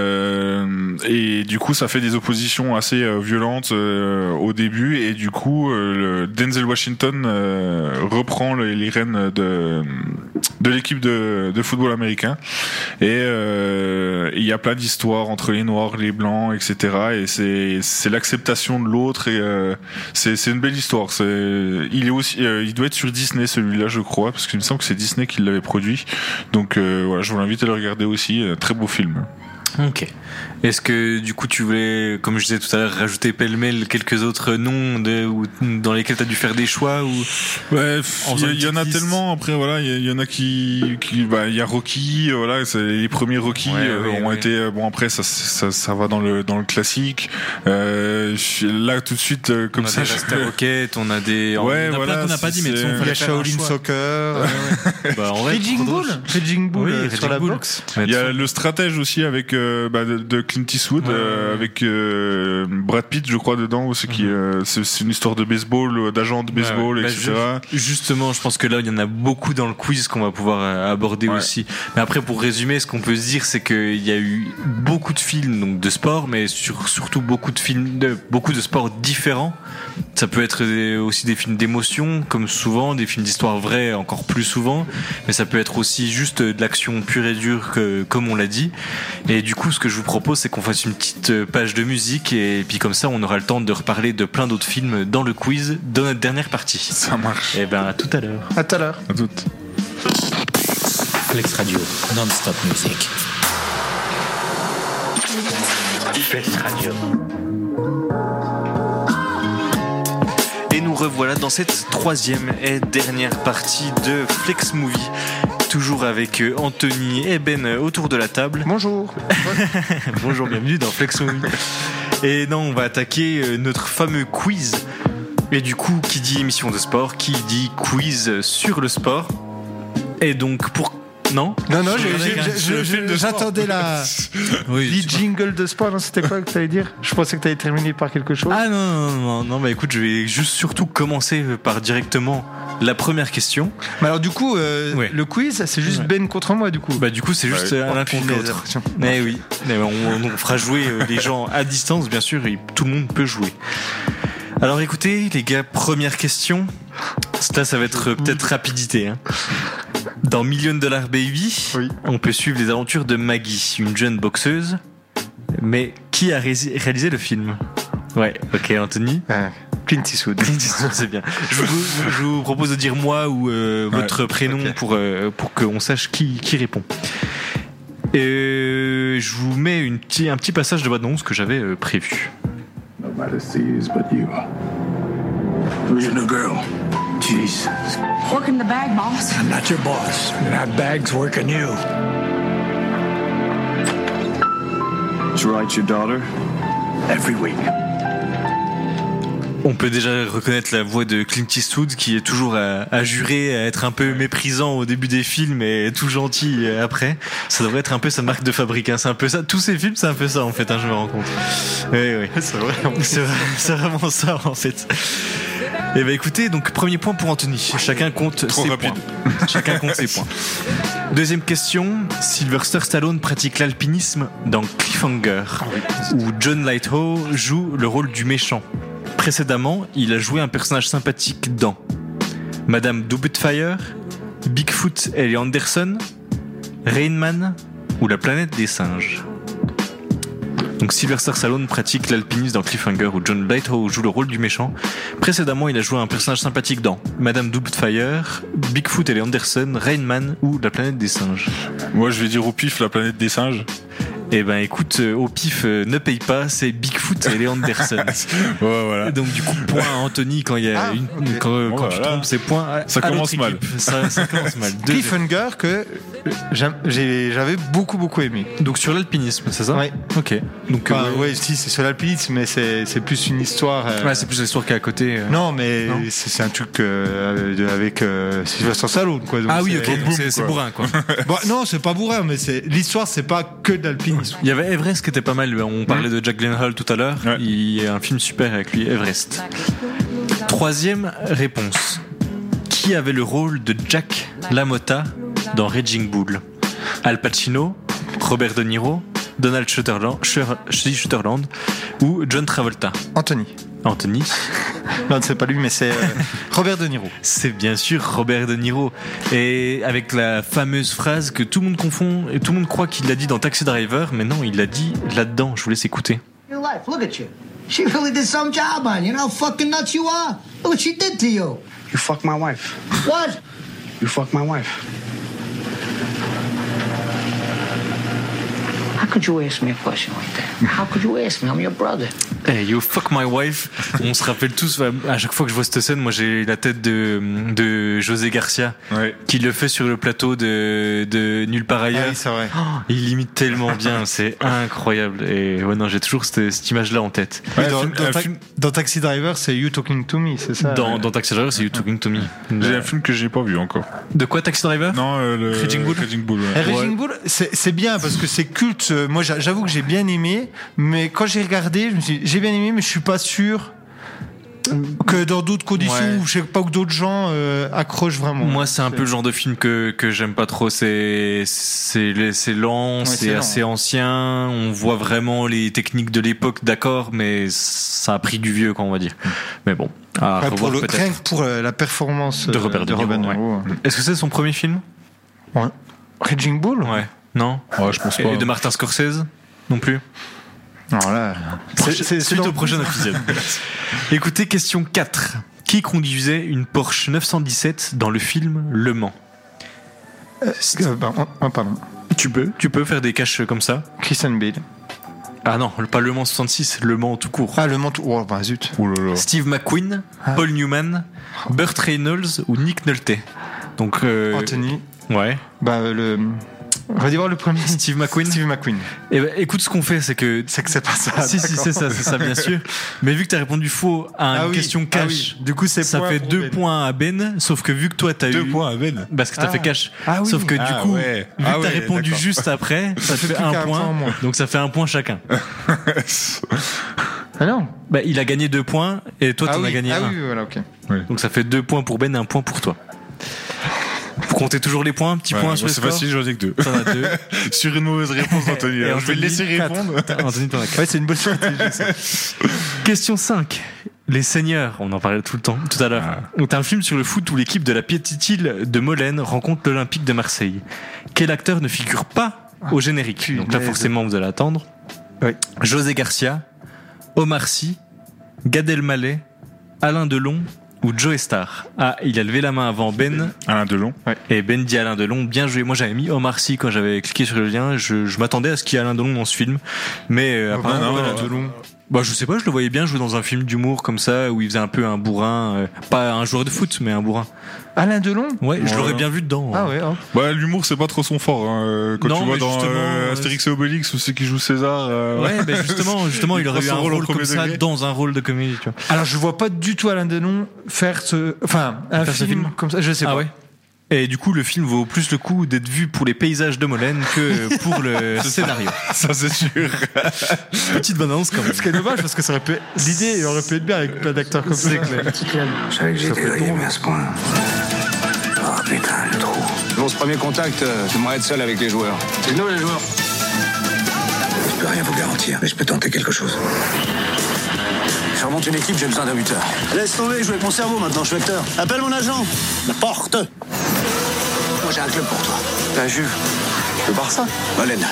B: Euh, et du coup, ça fait des oppositions assez euh, violentes euh, au début. Et du coup, euh, le Denzel Washington euh, reprend le- les rênes de, de l'équipe de, de football américain. Et euh, il y a plein d'histoires entre les noirs, les blancs, etc. Et c'est c'est l'acceptation de l'autre. Et euh, c'est c'est une belle histoire. C'est il est aussi euh, il doit être sur Disney celui-là, je crois, parce qu'il me semble que c'est Disney qui l'avait produit. Donc euh, voilà, je vous invite à le regarder aussi. Un très beau film.
A: Ok. Est-ce que du coup tu voulais, comme je disais tout à l'heure, rajouter pêle-mêle quelques autres noms de, ou, dans lesquels t'as dû faire des choix ou
B: Ouais,
A: En
B: il
A: faisant
B: y,
A: une
B: en a
A: petite liste.
B: tellement. Après, voilà, il y, en a qui, qui bah, il y a Rocky. euh, Voilà, c'est les premiers Rocky
A: Ouais,
B: euh,
A: ouais,
B: ont
A: ouais.
B: été. euh, Bon, après, ça, ça, ça va dans le dans le classique. Euh, je- là, tout de suite, euh, comme
A: on a
B: ça,
A: des
B: je-
A: Rasta Rocket, on a des. on
B: Ouais,
A: a plein
B: voilà,
A: qu'on n'a pas dit, mais de toute façon,
B: c'est-
A: on
C: Il y
A: fallait
C: a
A: faire un
C: Shaolin
A: choix.
C: Soccer. euh,
A: Bah, en vrai,
C: Raging
A: trop
C: Bull.
A: drôle.
C: Raging Bull
A: Oui,
C: euh,
A: Raging
C: sur la
A: Bull.
C: boxe.
A: Mais
B: Il y a
A: tu-
B: le stratège aussi avec euh, bah, de, de Clint Eastwood,
A: Ouais,
B: euh,
A: ouais.
B: avec euh, Brad Pitt, je crois, dedans. où C'est qui, euh, c'est c'est une histoire de baseball, euh, d'agent de baseball,
A: Ouais, ouais.
B: etc.
A: Bah, ju- justement, je pense que là, il y en a beaucoup dans le quiz qu'on va pouvoir euh, aborder
B: Ouais.
A: aussi. Mais après, pour résumer, ce qu'on peut se dire, c'est qu'il y a eu beaucoup de films donc de sport, mais sur- surtout beaucoup de films, de, beaucoup de sports différents. Ça peut être des- aussi des films d'émotion, comme souvent, des films d'histoire vraie, encore plus souvent. Mais ça peut être aussi juste euh, de l'action pure et dure, que- comme on l'a dit. Et du coup, ce que je vous propose, c'est qu'on fasse une petite euh, page de musique, et puis comme ça, on aura le temps de reparler de plein d'autres films dans le quiz, dans notre dernière partie.
B: Ça marche.
A: Eh ben, à tout à l'heure.
C: À tout à l'heure.
B: À toutes.
D: Flex Radio, non-stop musique. Flex Radio.
A: Et nous revoilà dans cette troisième et dernière partie de Flex Movie. Toujours avec euh, Anthony et Ben euh, autour de la table.
C: Bonjour.
A: *laughs* Bonjour, bienvenue dans Flex Movie. Et non, on va attaquer euh, notre fameux quiz. Et du coup, qui dit émission de sport, qui dit quiz sur le sport. Et donc, pour. Non
C: Non, non, j'ai-
A: Sur le
C: j'ai-
A: mec, hein,
C: j'ai-
A: sur le
C: j'ai-
A: film de sport. *laughs*
C: j'attendais la
A: Oui,
C: le jingle de sport. Non, c'était quoi que t'allais dire Je pensais que t'allais terminer par quelque chose.
A: Ah non, non, non, non, non, bah écoute, je vais juste surtout commencer euh, par directement la première question.
C: Mais alors du coup, euh,
A: Ouais.
C: le quiz, c'est juste
A: Ouais.
C: Ben contre moi du coup.
A: Bah du coup, c'est juste
B: Ouais.
A: euh, l'un contre
C: punaise,
A: l'autre.
C: attention.
A: Eh oui, mais on, on fera jouer euh, les gens à distance, bien sûr, et tout le monde peut jouer. Alors écoutez, les gars, première question. Là, ça va être euh, peut-être rapidité. hein. Dans Million Dollar Baby,
C: Oui.
A: on peut suivre les aventures de Maggie, une jeune boxeuse. Mais qui a rési- réalisé le film Ouais, ok, Anthony.
C: Ouais. Ah, Clint Eastwood.
A: C'est bien. Je vous, je vous propose de dire moi ou euh,
B: Ouais,
A: votre prénom pour, euh, pour qu'on sache qui, qui répond. Et je vous mets une petit, un petit passage de bande-annonce que j'avais euh, prévu.
E: Working the bag, boss.
K: Not your boss. That bag's working you.
F: Tu write your daughter?
K: Every week.
A: On peut déjà reconnaître la voix de Clint Eastwood qui est toujours à, à jurer à être un peu méprisant au début des films et tout gentil euh, après. Ça devrait être un peu sa marque de fabrique. hein. C'est un peu ça. Tous ces films, c'est un peu ça en fait. hein, je me rends compte. Oui, oui. C'est vrai. C'est vraiment ça en fait. Et ben écoutez, donc premier point pour Anthony. Chacun compte
B: Trop
A: ses
B: rapide.
A: points. Chacun compte ses points. Deuxième question. Sylvester Stallone pratique l'alpinisme dans Cliffhanger, où John Lighthouse joue le rôle du méchant. Précédemment, il a joué un personnage sympathique dans Madame Doubtfire, Bigfoot et les Anderson, Rain Man ou La planète des singes. Donc Sylvester Stallone pratique l'alpinisme dans Cliffhanger où John Lighthouse joue le rôle du méchant. Précédemment, il a joué un personnage sympathique dans Madame Doubtfire, Bigfoot et les Anderson, Rain Man ou La planète des singes.
B: Moi, je vais dire au pif la planète des singes.
A: Et Eh ben écoute, euh, au pif, euh, ne paye pas, c'est Bigfoot et Léon Anderson.
B: Ouais,
A: *laughs*
B: voilà.
A: Donc du coup, point à Anthony quand il y a
C: Ah,
A: une,
C: ok.
A: quand, euh,
B: Oh
A: quand
B: là
A: tu
B: là.
A: trompes, c'est point. à-
B: Ça
A: à l'autre
B: commence mal.
A: équipe. Ça, ça commence
C: *laughs*
A: mal. Deux-
C: Cliffhanger que j'aime- j'ai- j'avais beaucoup beaucoup aimé.
A: Donc sur l'alpinisme, c'est ça
C: Ouais.
A: Ok. Donc
C: Enfin,
A: euh,
C: ouais, si c'est sur l'alpinisme, mais c'est c'est plus une histoire. euh,
A: ouais, c'est plus l'histoire qui est à côté. euh.
C: non, mais
A: Non.
C: c'est c'est un truc euh, de- avec euh, Sylvester Stallone quoi. donc
A: Ah oui,
C: c'est-
A: ok. donc C'est c'est bourrin *laughs* quoi.
C: Bon, non, c'est pas bourrin, mais c'est l'histoire, c'est pas que de l'alpinisme.
A: Il y avait Everest qui était pas mal. On parlait de Jack Gyllenhaal tout à l'heure.
B: Ouais.
A: Il y a un film super avec lui, Everest. Troisième réponse. Qui avait le rôle de Jack LaMotta dans Raging Bull Al Pacino, Robert De Niro, Donald Sutherland, Sher- Sutherland ou John Travolta
C: Anthony.
A: Anthony,
C: Non, c'est pas lui, mais c'est euh, Robert De Niro.
A: c'est bien sûr Robert De Niro. Et avec la fameuse phrase que tout le monde confond et tout le monde croit qu'il l'a dit dans Taxi Driver, mais non, il l'a dit là-dedans. Je vous laisse écouter.
L: Your life, look at you. She really did some job on you. You know how fucking nuts you are? Look what she did to you.
J: You fuck my wife.
L: What?
J: You fuck my wife.
L: How could you ask me a question like that? How could you ask me? I'm your brother.
A: Hey, you fuck my wife.
C: *laughs*
A: On se rappelle tous, à chaque fois que je vois cette scène, moi j'ai la tête de, de José Garcia,
B: Ouais.
A: qui le fait sur le plateau de, de Nulle part ailleurs.
C: Ah c'est vrai.
A: Oh, il imite tellement bien,
C: *laughs*
A: c'est incroyable. Et ouais, non, j'ai toujours cette, cette image-là en tête.
B: Ouais,
C: dans,
B: un film-
C: dans
A: euh,
B: un
C: Ta-
B: film-
C: dans Taxi Driver, c'est You Talking to Me, c'est ça
A: Dans, dans Taxi Driver, c'est You Talking to Me.
B: J'ai un film que j'ai pas vu encore.
A: De quoi Taxi Driver
B: Non, euh, le.
A: Raging Bull
B: ouais.
C: Eh, Raging Bull, c'est c'est bien parce que c'est culte. Euh, Moi, j'a- j'avoue que j'ai bien aimé, mais quand j'ai regardé, je me suis dit, j'ai bien aimé, mais je suis pas sûr que dans d'autres conditions,
A: Ouais.
C: ou je sais pas, que d'autres gens euh, accrochent vraiment.
A: Moi, c'est un peu le genre de film que, que j'aime pas trop. C'est c'est c'est lent,
C: c'est
A: c'est
C: lent.
A: assez ancien. On voit vraiment les techniques de l'époque, d'accord, mais ça a pris du vieux, quoi, on va dire. Mais bon, à
C: Ouais, pour
A: revoir
C: le,
A: peut-être.
C: rien que pour euh, la performance
A: De
C: euh,
A: Robert De Niro,
C: Robert
A: Est-ce que c'est son premier film
C: ouais. Ouais. Raging Bull
A: Ouais. Non.
B: Ouais, je pense pas.
A: Et de Martin Scorsese non plus.
C: Non, là.
A: C'est
C: c'est- c'est
A: suite
C: dans-
A: au prochain épisode. Écoutez, question 4. Qui conduisait une Porsche 917 dans le film Le Mans
C: Euh, bah, oh, pardon.
A: Tu peux, tu peux faire des caches comme ça.
C: Christian Bale.
A: Ah non, pas Le Mans 66, Le Mans tout court.
C: Ah, le manteau. Oh, bah zut.
B: Ouh là là.
A: Steve McQueen, Paul Newman,
C: Ah.
A: Burt Reynolds ou Nick Nolte. Donc euh,
C: Anthony.
A: ouais.
C: Bah, euh, le. Redis voir le premier.
A: Steve McQueen.
C: Steve McQueen.
A: Eh ben, écoute ce qu'on fait, c'est que
C: C'est que c'est pas ça.
A: si si
C: Ah, d'accord.
A: c'est ça, c'est ça bien sûr. Mais vu que t'as répondu faux à une
C: Ah oui,
A: question
C: ah
A: cash,
C: oui. Du coup, c'est
A: ça
C: point
A: fait
C: pour
A: deux
C: Ben.
A: points à Ben. Sauf que vu que toi t'as eu
B: à Ben.
A: parce que t'as
C: Ah.
A: fait cash.
C: Ah oui.
A: Sauf que du
B: Ah
A: coup,
B: ouais.
A: vu que
B: Ah
A: t'as
B: ouais,
A: répondu
B: d'accord.
A: juste
C: *laughs*
A: après, ça
C: fait
A: fait
C: plus
A: un
C: qu'un
A: point.
C: point en moins.
A: donc ça fait un point chacun.
C: Ah non.
A: Bah, il a gagné deux points et toi
C: ah
A: t'en
C: oui.
A: as gagné
C: ah
A: un.
C: oui, voilà, ok.
A: Donc ça fait deux points pour Ben, un point pour toi. Vous comptez toujours les points, un petit
B: Ouais,
A: point
B: moi,
A: sur les
B: c'est
A: scores
B: facile, j'en ai que deux.
A: T'en as deux.
B: Sur une mauvaise *laughs* réponse, Anthony.
A: Et
B: alors, *laughs* je vais le laisser
A: Anthony, quatre.
B: répondre.
A: T'as- Anthony, t'en as quatre.
C: Ouais, c'est une bonne *laughs* stratégie.
A: Question 5. Les seigneurs, on en parlait tout le temps, tout à l'heure.
B: Ah.
A: Donc, t'as un film sur le foot où l'équipe de la petite île de Molène rencontre l'Olympique de Marseille. Quel acteur ne figure pas au générique Donc là,
C: punaise.
A: forcément, vous allez attendre.
C: Oui.
A: José Garcia, Omar Sy, Gad Elmaleh, Alain Delon ou Joe Star. Ah, il a levé la main avant Ben
B: Alain Delon.
A: et Ben dit Alain Delon. Bien joué. Moi, j'avais mis Omar Sy quand j'avais cliqué sur le lien. Je, je m'attendais à ce qu'il y ait Alain Delon dans ce film, mais euh, apparemment,
B: Ah, non,
A: Alain
B: non.
A: Delon. Bah, je sais pas, je le voyais bien jouer dans un film d'humour comme ça, où il faisait un peu un bourrin, euh, pas un joueur de foot, mais un bourrin.
C: Alain Delon
A: Ouais, je
B: Ouais.
A: l'aurais bien vu dedans.
C: Ah ouais, hop.
B: Bah, l'humour, c'est pas trop son fort. hein. Euh, Quand
A: Non,
B: tu vois
A: mais
B: dans
A: justement,
B: euh,
A: euh,
B: Astérix et Obélix ou ceux qui jouent César. euh,
A: Ouais, bah, justement, justement, il,
B: prend
A: aurait eu
B: son
A: un
B: rôle au
A: rôle comme
B: premier
A: ça
B: degré.
A: dans un rôle de comédie, tu vois.
C: Alors, je vois pas du tout Alain Delon faire ce. Enfin, un
A: Faire ce
C: film,
A: film. Ah
C: comme ça, je sais pas.
A: Et du coup, le film vaut plus le coup d'être vu pour les paysages de Molène
C: *laughs*
A: que pour le scénario.
B: Ça, c'est sûr.
A: *laughs* Petite bonne annonce quand même.
C: Ce qui est dommage parce que ça aurait pu. L'idée aurait pu être bien avec plein d'acteurs comme ça.
J: Je savais que j'étais grillé, mais à ce point. Oh putain, le trou.
K: Dans ce premier contact, euh, j'aimerais être seul avec les joueurs. C'est nous les joueurs.
J: Je peux rien vous garantir, mais je peux tenter quelque chose.
K: Je remonte une équipe, j'ai besoin d'un buteur.
J: Laisse tomber, je vais avec mon cerveau maintenant, je suis acteur. Appelle mon agent. La porte. Moi j'ai un club pour toi.
K: La Juve. Le Barça. Molène.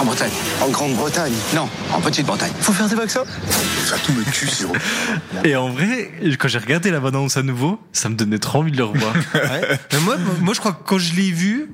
K: En Bretagne.
J: En Grande-Bretagne.
K: Non, en Petite-Bretagne.
J: Faut faire des vaccins Ça tout me tue, Siro.
A: Et en vrai, quand j'ai regardé la bande-annonce
C: *laughs*
A: à nouveau, ça me donnait trop envie de le revoir.
C: Mais moi, moi, je crois que quand je l'ai vu,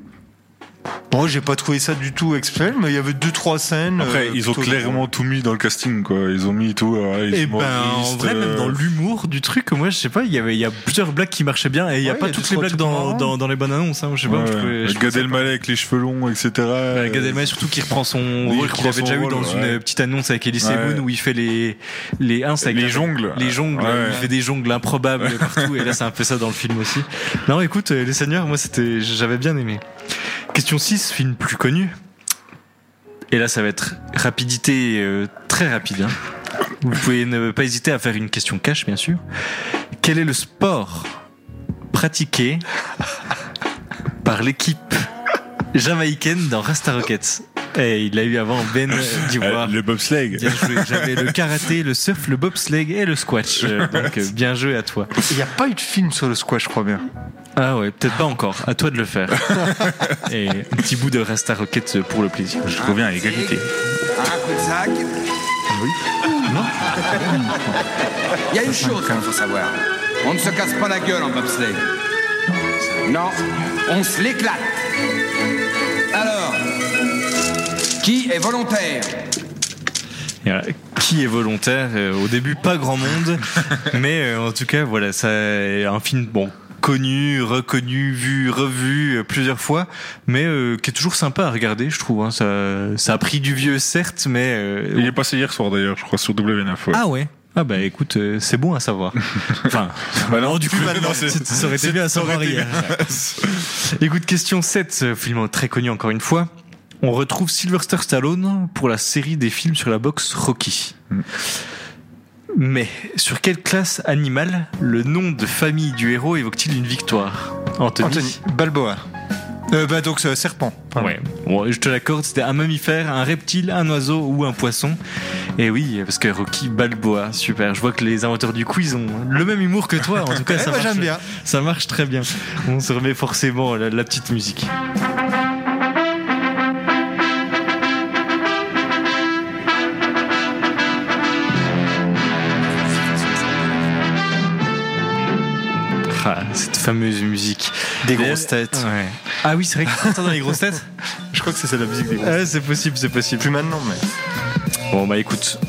C: Moi, j'ai pas trouvé ça du tout exceptionnel, mais il y avait deux trois scènes.
B: Après,
C: euh,
B: ils ont
C: plutôt-
B: clairement tout mis dans le casting, quoi. Ils ont mis tout. euh, les
A: Et ben, en
B: humoristes,
A: vrai, même
B: euh,
A: dans l'humour du truc, moi, je sais pas, il y avait, il y a plusieurs blagues qui marchaient bien, et il y a
B: Ouais,
A: pas
B: il y a
A: toutes
B: deux,
A: les
B: trois
A: blagues
B: trucs
A: dans,
B: marrants.
A: dans, dans les bananes, hein, je sais pas,
B: ouais,
A: je trouvais- je trouvais
B: Gad Elmaleh avec les cheveux longs, etc.
A: Gad Bah, Elmaleh surtout qui reprend son
B: Euh, Oui,
A: rôle qu'il
B: il reprend
A: avait
B: son
A: déjà eu
B: rôle,
A: dans
B: ouais.
A: une petite annonce avec Elise
B: Ouais.
A: Moon où il fait les les uns avec
B: Les
A: la-
B: jongles.
A: les jongles
B: Ouais.
A: où il fait des jongles
B: *laughs*
A: improbables partout et là c'est un peu ça dans le film aussi non écoute euh, les seigneurs moi c'était j'avais bien aimé question 6 film plus connu et là ça va être rapidité euh, très rapide hein. vous pouvez ne pas hésiter à faire une question cash bien sûr quel est le sport pratiqué par l'équipe jamaïcaine dans Rasta Rockets. Et il l'a eu avant
B: *laughs*
A: Ben d'Ivoire.
B: Le bobsleigh.
A: Bien joué. J'avais le karaté, le surf, le bobsleigh et le squash. Euh, Donc euh, bien joué à toi.
C: Il n'y a pas eu de film sur le squash, je crois bien.
A: Ah ouais, peut-être pas encore. À toi de le faire. Et un petit bout de Rasta Rockets pour le plaisir. Je reviens à égalité.
D: Rakouzak Oui. Non Il y a une chose qu'il faut savoir. On ne se casse pas la gueule en bobsleigh. Non, on se l'éclate. Alors, qui est volontaire
A: Et voilà. Qui est volontaire Euh, Au début, pas grand monde, mais euh, en tout cas, voilà, ça, un film bon connu, reconnu, vu, revu euh, plusieurs fois, mais euh, qui est toujours sympa à regarder, je trouve. hein. Ça, ça a pris du vieux, certes, mais euh,
B: Il est passé hier soir d'ailleurs, je crois, sur W9. ouais.
A: ah ouais. Ah bah écoute, euh, c'est bon à *laughs* savoir. Enfin,
B: Bah
A: *laughs*
B: non,
A: du coup, maintenant, ça aurait été bien à savoir hier. *laughs* Écoute, question 7, euh, film très connu encore une fois. On retrouve Sylvester Stallone pour la série des films sur la boxe Rocky. Mais sur quelle classe animale le nom de famille du héros évoque-t-il une victoire Anthony.
C: Anthony Balboa. Euh, bah donc, euh, serpent. Pardon.
A: Ouais. Bon, je te l'accorde, c'était un mammifère, un reptile, un oiseau ou un poisson. Et oui, parce que Rocky Balboa, super. Je vois que les inventeurs du quiz ont le même humour que toi. En tout cas,
C: Eh
A: ça
C: ben,
A: marche.
C: j'aime bien.
A: Ça marche très bien. On se remet forcément la, la petite musique. Ah, cette fameuse musique.
C: Des
A: Mais-
C: grosses têtes.
A: Ouais. Ah oui, c'est vrai que ça dans les grosses têtes.
C: Je crois que c'est ça, la musique des grosses
A: Ouais, c'est possible, c'est possible.
C: Plus maintenant, mais.
A: Bon bah écoute,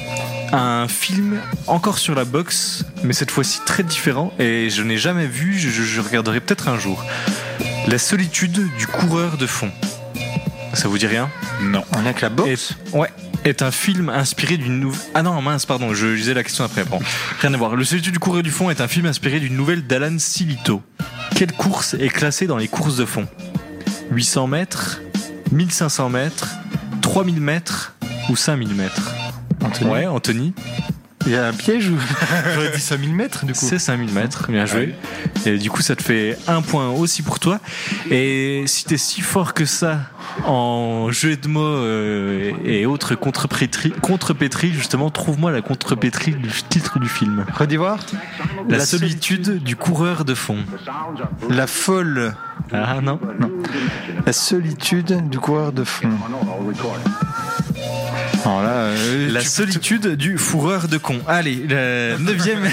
A: un film encore sur la boxe, mais cette fois-ci très différent et je n'ai jamais vu, je, je- je regarderai peut-être un jour. La solitude du coureur de fond. Ça vous dit rien
B: Non.
C: On a que la boxe.
A: est, ouais, est un film inspiré d'une nouvelle. Ah non, mince, pardon, je lisais la question après. Bon, rien à voir. Le solitude du coureur du fond est un film inspiré d'une nouvelle d'Alan Silito. Quelle course est classée dans les courses de fond 800 mètres, 1500 mètres, 3000 mètres ou 5000 mètres
C: Anthony.
A: Ouais, Anthony.
C: Il y a un piège ou *laughs* J'aurais dit 5000 mètres du coup.
A: C'est 5000 mètres, bien joué. Et du coup, ça te fait un point aussi pour toi. Et si t'es si fort que ça en jeu de mots euh, et autres contrepétries, contrepétries, justement, trouve-moi la contrepétrie du titre du film.
C: Redis voir.
A: La, solitude du coureur de fond.
C: La folle.
A: Ah non.
C: La solitude du coureur de fond. Alors là, euh,
A: La
C: tu-
A: solitude du fourreur de con. Allez, la neuvième,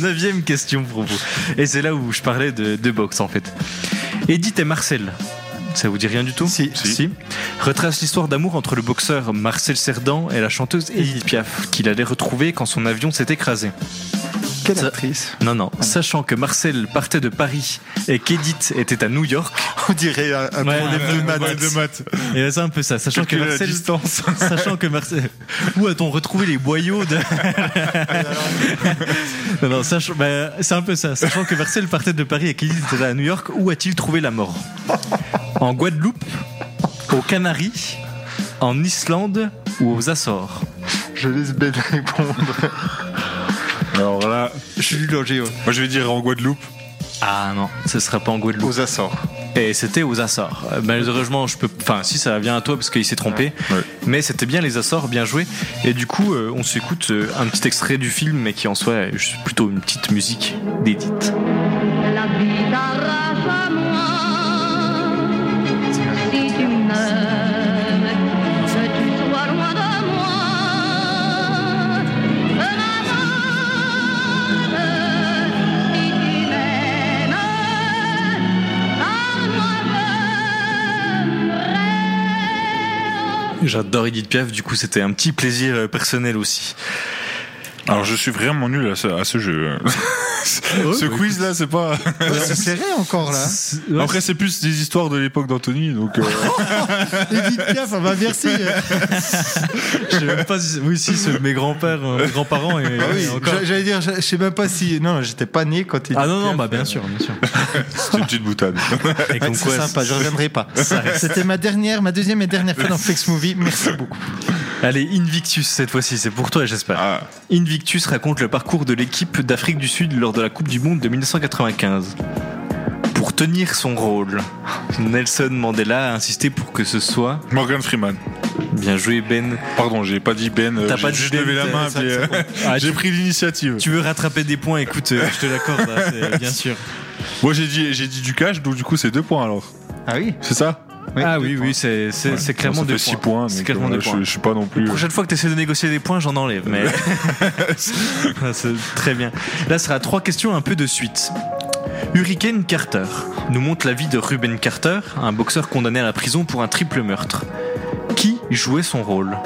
A: neuvième question pour vous. Et c'est là où je parlais de, de boxe en fait. Edith et Marcel. Ça vous dit rien du tout si, si. Retrace l'histoire d'amour entre le boxeur Marcel Cerdan et la chanteuse Edith Piaf, qu'il allait retrouver quand son avion s'est écrasé.
C: Quelle actrice
A: Non, non. Sachant que Marcel partait de Paris et qu'Edith était à New York.
C: *laughs* On dirait un, un
A: Ouais,
C: problème de maths.
A: Et ben, c'est un peu ça. Sachant que
B: Calculer la
A: Marcel.
B: distance.
A: *laughs* sachant que Marcel. Où a-t-on retrouvé les boyaux *laughs* de. non, non, sachant- bah, c'est un peu ça. Sachant que Marcel partait de Paris et qu'il était à New York, où a-t-il trouvé la mort En Guadeloupe Aux Canaries En Islande Ou aux Açores
C: Je laisse Ben *laughs* répondre.
B: Alors là,
C: Je suis nul en géo.
B: moi je vais dire en Guadeloupe.
A: Ah non, ce sera pas en Guadeloupe.
C: Aux Açores.
A: Et c'était aux Açores. Euh, Malheureusement, je peux. Enfin, si ça vient à toi parce qu'il s'est trompé. Mais c'était bien les Açores, bien joué. Et du coup, euh, on s'écoute euh, un petit extrait du film, mais qui en soit euh, juste plutôt une petite musique d'édite.
M: La vie t'arrache à moi. Si tu meurs, que tu sois loin de moi. Que ma mort, si tu m'aimes, par moi je meurs.
A: J'adore Edith Piaf, du coup c'était un petit plaisir euh, personnel aussi.
B: Alors je suis vraiment nul à ce, à ce jeu. *laughs*
A: Ah
B: ce
A: bah,
B: quiz là, c'est pas.
C: Ah, c'est serré encore *laughs* là.
B: Après c'est plus des histoires de l'époque d'Anthony,
A: *laughs*
B: donc. euh,
C: Edith Piaf, ah bah merci.
A: Je sais même pas. si- Oui, si, c'est mes grands-pères, euh, mes grands-parents et,
C: Ah oui,
A: et encore.
C: j'a- J'allais dire, je je sais même pas si. Non, j'étais pas né quand Edith
A: Ah non, non,
C: Piaf,
A: bah bien
C: euh,
A: sûr, bien sûr.
B: C'est une
A: *laughs*
B: petite boutade.
A: Et comme
C: C'est
A: quoi,
C: sympa, je reviendrai *laughs* pas.
A: Ça reste.
C: C'était ma dernière, ma deuxième et dernière fois dans Flex Movie. Merci beaucoup.
A: Allez, Invictus cette fois-ci, c'est pour toi, j'espère.
B: Ah,
A: Invictus raconte le parcours de l'équipe d'Afrique du Sud lors de la Coupe du Monde de 1995. Pour tenir son rôle, Nelson Mandela a insisté pour que ce soit.
B: Morgan Freeman.
A: Bien joué, Ben.
B: Pardon, j'ai pas dit Ben. euh,
A: T'as
B: j'ai
A: pas dit
B: juste
A: Ben,
B: levé la
A: t'as-
B: main.
A: ça-
B: puis, euh,
A: ça- *laughs* Ah,
B: *laughs* j'ai
A: tu-
B: pris l'initiative.
A: Tu veux rattraper des points, écoute, euh, je te l'accorde, hein,
B: *laughs*
A: c'est- bien sûr.
B: Moi j'ai dit j'ai dit du cash, donc du coup c'est deux points alors.
C: Ah oui.
B: C'est ça.
A: ah oui, oui, c'est c'est-
B: Ouais.
A: c'est clairement
B: Ça fait
A: des
B: six
A: points.
B: points,
A: C'est
B: donc,
A: clairement
B: euh,
A: des
B: je-
A: points.
B: je suis pas non plus-
A: La prochaine fois que tu essaies de négocier des points, j'en enlève. Mais *laughs* Ah, c'est très bien. Là, ce sera trois questions un peu de suite. Hurricane Carter nous montre la vie de Ruben Carter, un boxeur condamné à la prison pour un triple meurtre. Qui jouait son rôle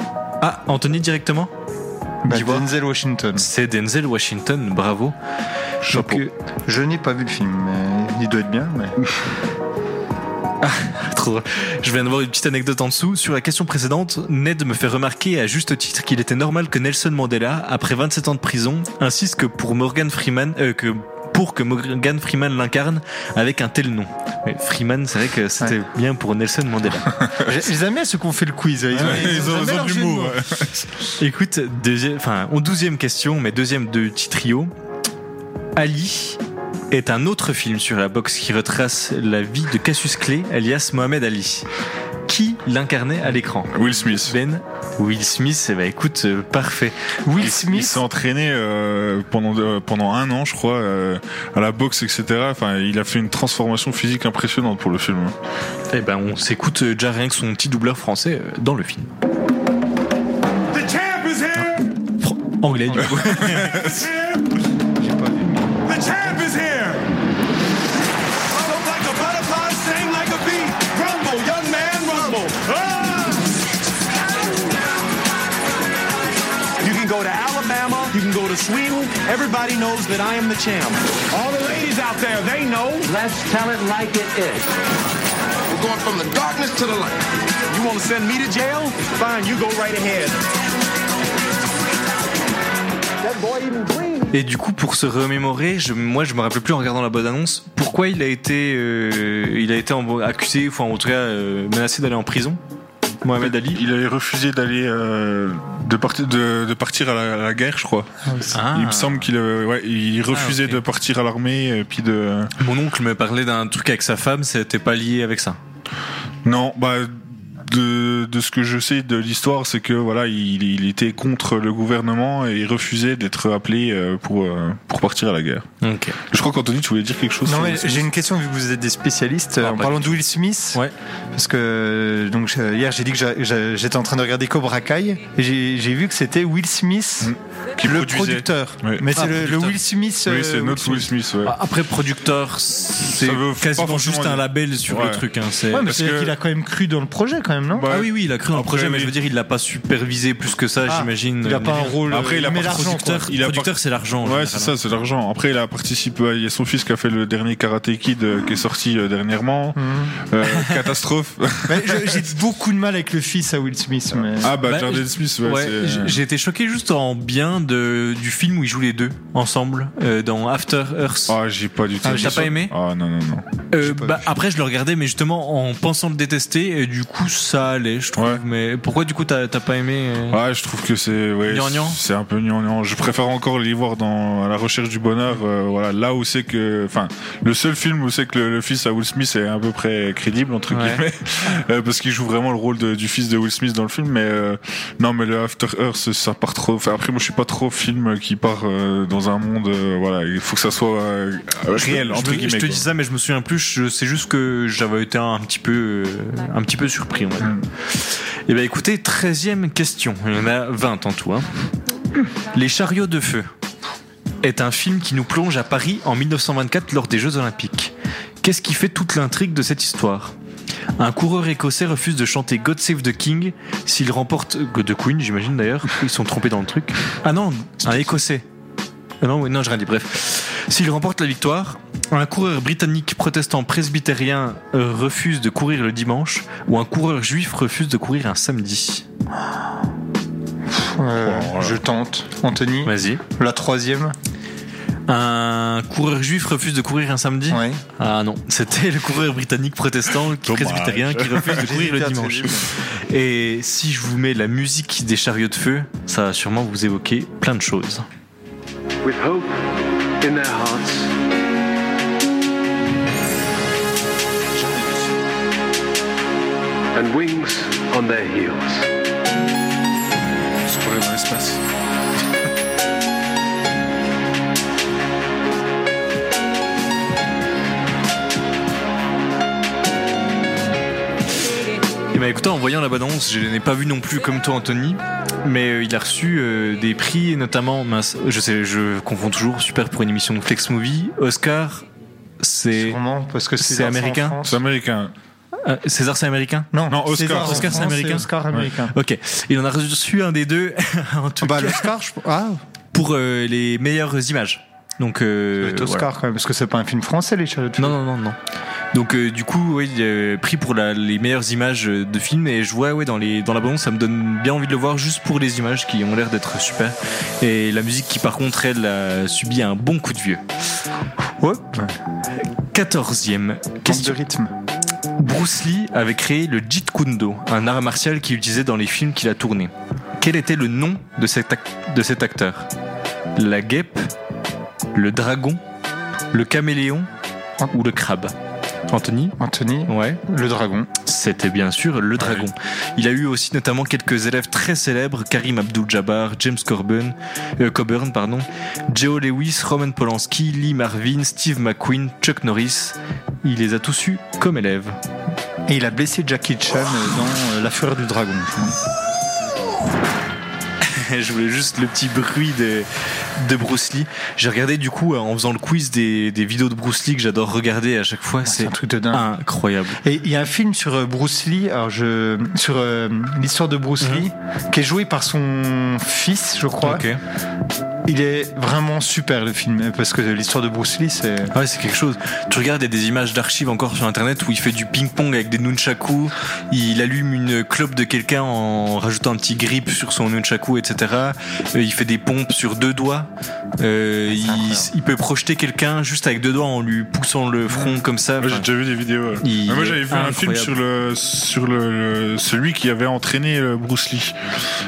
A: Ah, Anthony directement
C: Bah, Denzel Washington.
A: C'est Denzel Washington, bravo.
C: Chapeau. euh, je n'ai pas vu le film, mais il doit être bien. Mais...
A: Trop drôle. Je viens d'avoir une petite anecdote en dessous. Sur la question précédente, Ned me fait remarquer à juste titre qu'il était normal que Nelson Mandela, après 27 ans de prison, insiste que pour Morgan Freeman, euh, que pour que Morgan Freeman l'incarne avec un tel nom. Mais Freeman, c'est vrai que c'était bien pour Nelson Mandela.
C: J'ai- *laughs* Ils aiment bien ceux qu'on fait le quiz. hein, Ils ont, ils ont jamais leur jeu de mots.
A: Écoute, deuxième, enfin, en douzième question, mais deuxième de petit trio. Ali est un autre film sur la boxe qui retrace la vie de Cassius Clay, alias Mohamed Ali. Qui l'incarnait à l'écran
B: euh, Will Smith.
A: Ben Will Smith, eh ben, écoute, euh, parfait.
C: Will
B: Il- Il s'est entraîné euh, pendant euh, pendant un an, je crois, euh, à la boxe, etc. Enfin, il a fait une transformation physique impressionnante pour le film.
A: Eh ben, on s'écoute euh, déjà rien que son petit doubleur français euh, dans le film.
H: The champ is here!
A: Anglais, du coup.
H: The champ is here! Follow like a butterfly, sting like a bee. Rumble, young man, rumble. Ah!
N: You can go to Alabama, you can go to Sweden. Everybody knows that I am the champ.
H: All the ladies out there, they know. Let's tell it like it is.
N: We're going from the darkness to the light. You want to send me to jail? Fine, you go right ahead. That boy even dreamed.
A: Et du coup, pour se remémorer, je- moi je me rappelle plus en regardant la bonne annonce, pourquoi il a été, euh, il a été en- accusé, enfin en tout cas euh, menacé d'aller en prison Mohamed Ali
B: Il avait refusé d'aller euh, de, parti- de, de partir à la, à la guerre, je crois.
A: Ah.
B: Il me semble qu'il euh, ouais, il refusait de partir à l'armée, et puis de.
A: Mon oncle me parlait d'un truc avec sa femme, c'était pas lié avec ça.
B: Non, bah de, de ce que je sais de l'histoire, c'est que voilà, il, il était contre le gouvernement et il refusait d'être appelé euh, pour euh, pour partir à la guerre.
A: Ok.
B: Je crois qu'Anthony, tu voulais dire quelque chose.
C: Non,
B: sur
C: mais
B: Will Smith
C: j'ai une question vu que vous êtes des spécialistes.
B: Ah,
C: en
B: pas
C: parlant de Will Smith, parce que euh, donc je- hier j'ai dit que j'a- j'a- j'étais en train de regarder Cobra Kai et j'ai j'ai vu que c'était Will Smith
B: Qui
C: le
B: produisait.
C: producteur.
B: Ouais.
C: Mais c'est
B: Ah,
C: le, le
B: producteur.
C: Will Smith. euh,
B: Oui, c'est notre Will Smith. ouais.
A: Après producteur, c'est
B: Ça veut pas
A: quasiment
B: forcément
A: juste un
B: dire.
A: label sur
B: Ouais.
A: le truc. Hein,
C: Ouais, mais
A: parce
C: c'est-à-dire
A: que-
C: qu'il a quand même cru dans le projet quand même, non
A: ah oui, oui, il a cru dans le projet, mais je veux dire, il l'a pas supervisé plus que ça,
C: Ah,
A: j'imagine.
C: il a pas un rôle,
A: Après, il a
C: mais
A: pas
C: l'argent,
A: producteur,
C: quoi.
B: Il a par-
A: producteur, c'est l'argent. en
B: Ouais,
A: général.
B: c'est ça, c'est l'argent. Après, il a participé. Il y a son fils qui a fait le dernier Karate Kid euh, qui est sorti euh, dernièrement.
A: Mhm.
B: Euh,
A: *laughs*
B: catastrophe.
C: Mais je- J'ai beaucoup de mal avec le fils à Will Smith. mais-
B: Ah bah,
A: Bah,
B: Jordan Smith, ouais,
A: ouais,
B: c'est- euh,
A: j- j'ai été choqué juste en bien de, du film où ils jouent les deux ensemble euh, dans After Earth.
B: Ah, j'ai pas du tout.
A: Ah, t'as pas aimé
B: Ah non non non.
A: Euh, bah, après, je le regardais, mais justement en pensant le détester, et du coup, ça allait, je trouve. Mais pourquoi, du coup, t'as t'as pas aimé euh,
B: Ouais, je trouve que c'est ouais,
A: Gnangnan
B: c'est un peu gnangnan. Je préfère encore les voir dans à la recherche du bonheur. euh, voilà, là où c'est que, enfin, le seul film où c'est que le, le fils à Will Smith est à peu près crédible entre
A: Ouais.
B: guillemets, *laughs* euh, parce qu'il joue vraiment le rôle de- du fils de Will Smith dans le film. Mais euh, non, mais le After Earth, ça part trop. Enfin, après, moi, je suis pas trop film qui part euh, dans un monde. euh, voilà, il faut que ça soit euh, réel
A: Ah Je
B: entre
A: me-
B: guillemets.
A: Je te
B: quoi.
A: dis ça, mais je me souviens plus. Je sais juste que j'avais été un petit peu, euh, un petit peu surpris. On va dire. Et ben écoutez, 13e question. Il y en a 20 en tout. hein. Les chariots de feu est un film qui nous plonge à Paris en 1924 lors des Jeux Olympiques. Qu'est-ce qui fait toute l'intrigue de cette histoire Un coureur écossais refuse de chanter God Save the King s'il remporte God the Queen, j'imagine d'ailleurs. Ils sont trompés dans le truc. Ah non, un écossais. Ah non, oui, non, j'ai rien dit. Bref, s'il remporte la victoire, un coureur britannique protestant presbytérien euh, refuse de courir le dimanche, ou un coureur juif refuse de courir un samedi.
C: Euh, je tente. Anthony.
A: Vas-y.
C: La troisième.
A: Un coureur juif refuse de courir un samedi
C: Oui.
A: Ah non, c'était le coureur britannique protestant presbytérien qui refuse de courir le dimanche. Et si je vous mets la musique des chariots de feu, ça va sûrement vous évoquer plein de choses.
O: With hope in their hearts. And wings on their heels.
B: se courir dans l'espace.
A: Et bah écoutez, en voyant la bande-annonce, je n'ai pas vu non plus comme toi Anthony, mais euh, il a reçu euh, des prix, notamment, mince, je sais, je confonds toujours, super pour une émission de Flex Movie, Oscar, c'est...
C: Sûrement, parce que
A: c'est
C: César, c'est en
A: américain
C: France.
B: C'est américain.
A: Euh, César, c'est américain
C: Non,
B: Non, Oscar.
C: César en
A: Oscar, c'est
C: France,
A: américain.
C: Oscar américain.
A: Ok, il en a reçu un des deux, *laughs* en tout
C: Bah,
A: cas,
C: l'Oscar, je... ah,
A: pour euh, les meilleures images. Donc, euh,
C: c'est Oscar
A: voilà.
C: quand même, parce que c'est pas un film français, les chariots de feu.
A: Non, non, non, non. Donc euh, du coup, oui, euh, pris pour la- les meilleures images euh, de films et je vois ouais dans les dans la bande ça me donne bien envie de le voir juste pour les images qui ont l'air d'être super et la musique qui par contre elle a subi un bon coup de vieux.
C: Ouais.
A: Quatorzième
C: Manque de
A: question.
C: rythme.
A: Bruce Lee avait créé le Jeet Kune Do, un art martial qu'il utilisait dans les films qu'il a tournés. Quel était le nom de cet, ac- de cet acteur La guêpe, le dragon, le caméléon ou le crabe Anthony
C: Anthony,
A: Ouais.
C: le dragon.
A: C'était bien sûr le dragon. Il a eu aussi notamment quelques élèves très célèbres Karim Abdul-Jabbar, James Coburn, euh, Coburn, pardon, Joe Lewis, Roman Polanski, Lee Marvin, Steve McQueen, Chuck Norris. Il les a tous eus comme élèves.
C: Et il a blessé Jackie Chan euh, dans euh, La Fureur du Dragon. je crois.
A: *laughs* je voulais juste le petit bruit de, de Bruce Lee. J'ai regardé du coup euh, en faisant le quiz des, des vidéos de Bruce Lee que j'adore regarder à chaque fois.
C: C'est
A: C'est
C: un truc de dingue.
A: incroyable.
C: Et il y a un film sur euh, Bruce Lee, alors je, sur euh, l'histoire de Bruce Lee, qui est joué par son fils, je crois.
A: Ok.
C: Il est vraiment super le film, parce que l'histoire de Bruce Lee, c'est.
A: Ouais, c'est quelque chose. Tu regardes, il y a des images d'archives encore sur internet où il fait du ping-pong avec des nunchakus, il allume une clope de quelqu'un en rajoutant un petit grip sur son nunchaku, etc. Euh, il fait des pompes sur deux doigts. Euh, il, il peut projeter quelqu'un juste avec deux doigts en lui poussant le front comme ça.
B: Moi, j'ai
A: Enfin,
B: déjà vu des vidéos. ouais.
A: Il
B: Mais moi,
A: est
B: j'avais vu un film
A: incroyable.
B: sur le sur le, le- celui qui avait entraîné euh, Bruce Lee,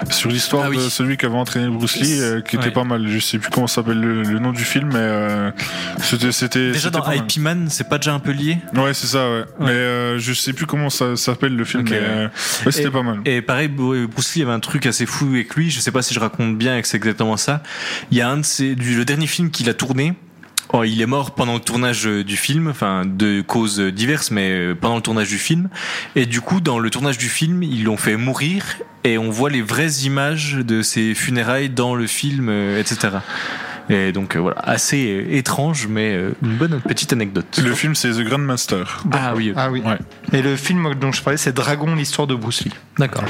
B: sur l'histoire
A: Ah oui.
B: de celui qui avait entraîné Bruce Lee, euh, qui était
A: Ouais.
B: pas mal. Je sais plus comment s'appelle le, le nom du film, mais euh, c'était c'était
A: Déjà
B: c'était
A: dans
B: pas mal.
A: Happy Man, c'est pas déjà un peu lié
B: Ouais, c'est ça. Ouais. Mais euh, je sais plus comment ça s'appelle le film,
A: Ok,
B: mais
A: ouais.
B: euh, ouais, c'était
A: Et-
B: pas mal.
A: Et pareil, euh, Bruce Lee avait un truc assez fou avec lui. Je sais pas si je raconte bien et que c'est exactement ça. Il y a un de ses, du, le dernier film qu'il a tourné. Oh, il est mort pendant le tournage euh, du film, enfin de causes euh, diverses, mais euh, pendant le tournage du film. Et du coup, dans le tournage du film, ils l'ont fait mourir et on voit les vraies images de ses funérailles dans le film, euh, etc. Et donc euh, voilà, assez euh, étrange, mais euh, une bonne petite anecdote.
B: Le film, c'est The Grandmaster.
A: Ah oui,
C: Ah oui.
B: Ouais.
C: Et le film dont je parlais, c'est Dragon, l'histoire de Bruce Lee.
A: d'accord.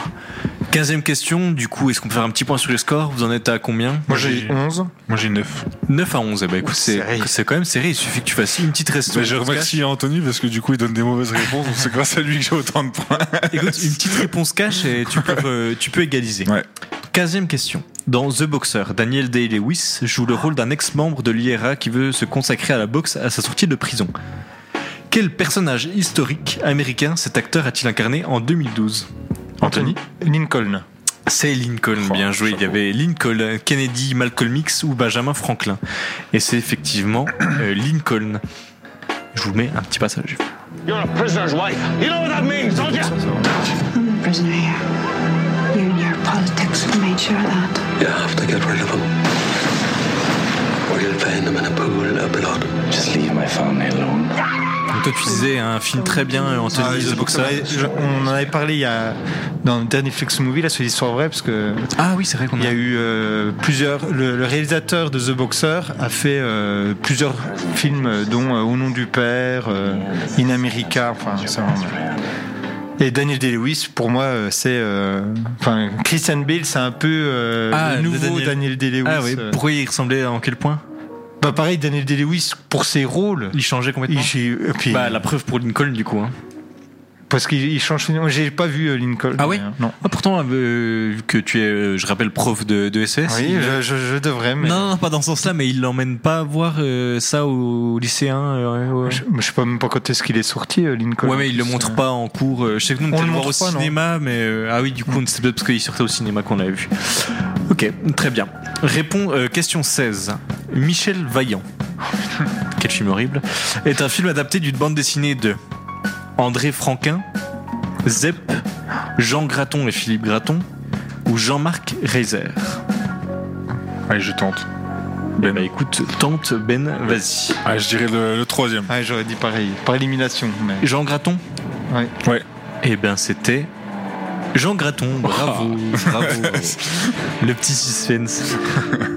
A: Quinzième question, du coup, est-ce qu'on peut faire un petit point sur les scores Vous en êtes à combien
C: Moi j'ai 11.
B: Moi, j'ai 9.
A: 9 à 11, eh ben, écoute, c'est,
C: Serré.
A: c'est quand même serré. Il suffit que tu fasses une petite resto.
B: Bah, je remercie Anthony parce que du coup, il donne des mauvaises réponses. donc c'est grâce à lui que j'ai autant de points.
A: Écoute, une petite réponse cash et tu peux, euh, tu peux égaliser.
B: Ouais.
A: 15 question. Dans The Boxer, Daniel Day-Lewis joue le rôle d'un ex-membre de l'IRA qui veut se consacrer à la boxe à sa sortie de prison. Quel personnage historique américain cet acteur a-t-il incarné en 2012 Anthony
C: Lincoln.
A: C'est Lincoln, bien joué. Il y avait Lincoln, Kennedy, Malcolm X ou Benjamin Franklin. Et c'est effectivement euh, Lincoln. Je vous mets un petit passage.
H: You're a prisoner's wife. You know what that means, don't you?
P: I'm the prisoner here. You and your politics have made sure of that.
Q: You have to get rid of him. Or you'll find him in a pool of blood. Just leave my family alone.
A: Donc toi, tu disais un film très bien, euh, Anthony
C: Ah,
A: The Boxer.
C: je- on en avait parlé il y a, dans le dernier Flex Movie, là, sur l'histoire vraie, parce que
A: Ah oui, c'est vrai qu'on
C: il y
A: a
C: a eu euh, plusieurs. Le, le réalisateur de The Boxer a fait euh, plusieurs films, euh, dont euh, Au nom du père, euh, In America, enfin, c'est vraiment- Et Daniel Day-Lewis, pour moi, euh, c'est. Enfin, euh, Christian Bale, c'est un peu euh,
A: Ah,
C: le
A: de
C: nouveau Daniel,
A: Daniel-
C: Day-Lewis.
A: Ah oui,
C: euh.
A: pourquoi il ressemblait en quel point
C: Bah pareil, Daniel Day-Lewis, pour ses rôles.
A: Il changeait complètement.
C: et puis-
A: bah, la preuve pour Lincoln, du coup. Hein.
C: Parce qu'il il change. moi, J'ai pas vu euh, Lincoln.
A: Ah oui
C: mais, euh, Non.
A: Ah, Pourtant, euh, vu que tu es, euh, je rappelle, prof de, de SS.
C: Oui,
A: il-
C: je, je- je devrais, mais.
A: Non, non, non, pas dans ce sens-là, mais il l'emmène pas voir euh, ça aux lycéens. euh, ouais, ouais.
C: Je, je sais pas même pas quand est-ce qu'il est sorti, euh, Lincoln.
A: Ouais, mais il le montre pas en cours. euh, Je sais que nous, on
C: On
A: peut
C: le
A: le voir au
C: montre pas, non.
A: cinéma, mais euh, ah oui, du coup, c'est peut-être parce qu'il sortait au cinéma qu'on l'avait vu. Ok, très bien. Réponds, euh, question 16. Michel Vaillant. *laughs* Quel film horrible. Est un film adapté d'une bande dessinée de André Franquin, Zep, Jean Graton et Philippe Graton, ou Jean-Marc Reiser.
B: Allez, je tente.
A: Ben, bah, écoute, tente, Ben, vas-y.
B: Ah, je dirais le, le troisième.
C: Euh, Ouais, j'aurais dit pareil, par élimination. mais-
A: Jean Graton
C: Ouais.
B: Ouais.
A: Eh ben c'était Jean Graton, bravo, *laughs* bravo. Le petit suspense.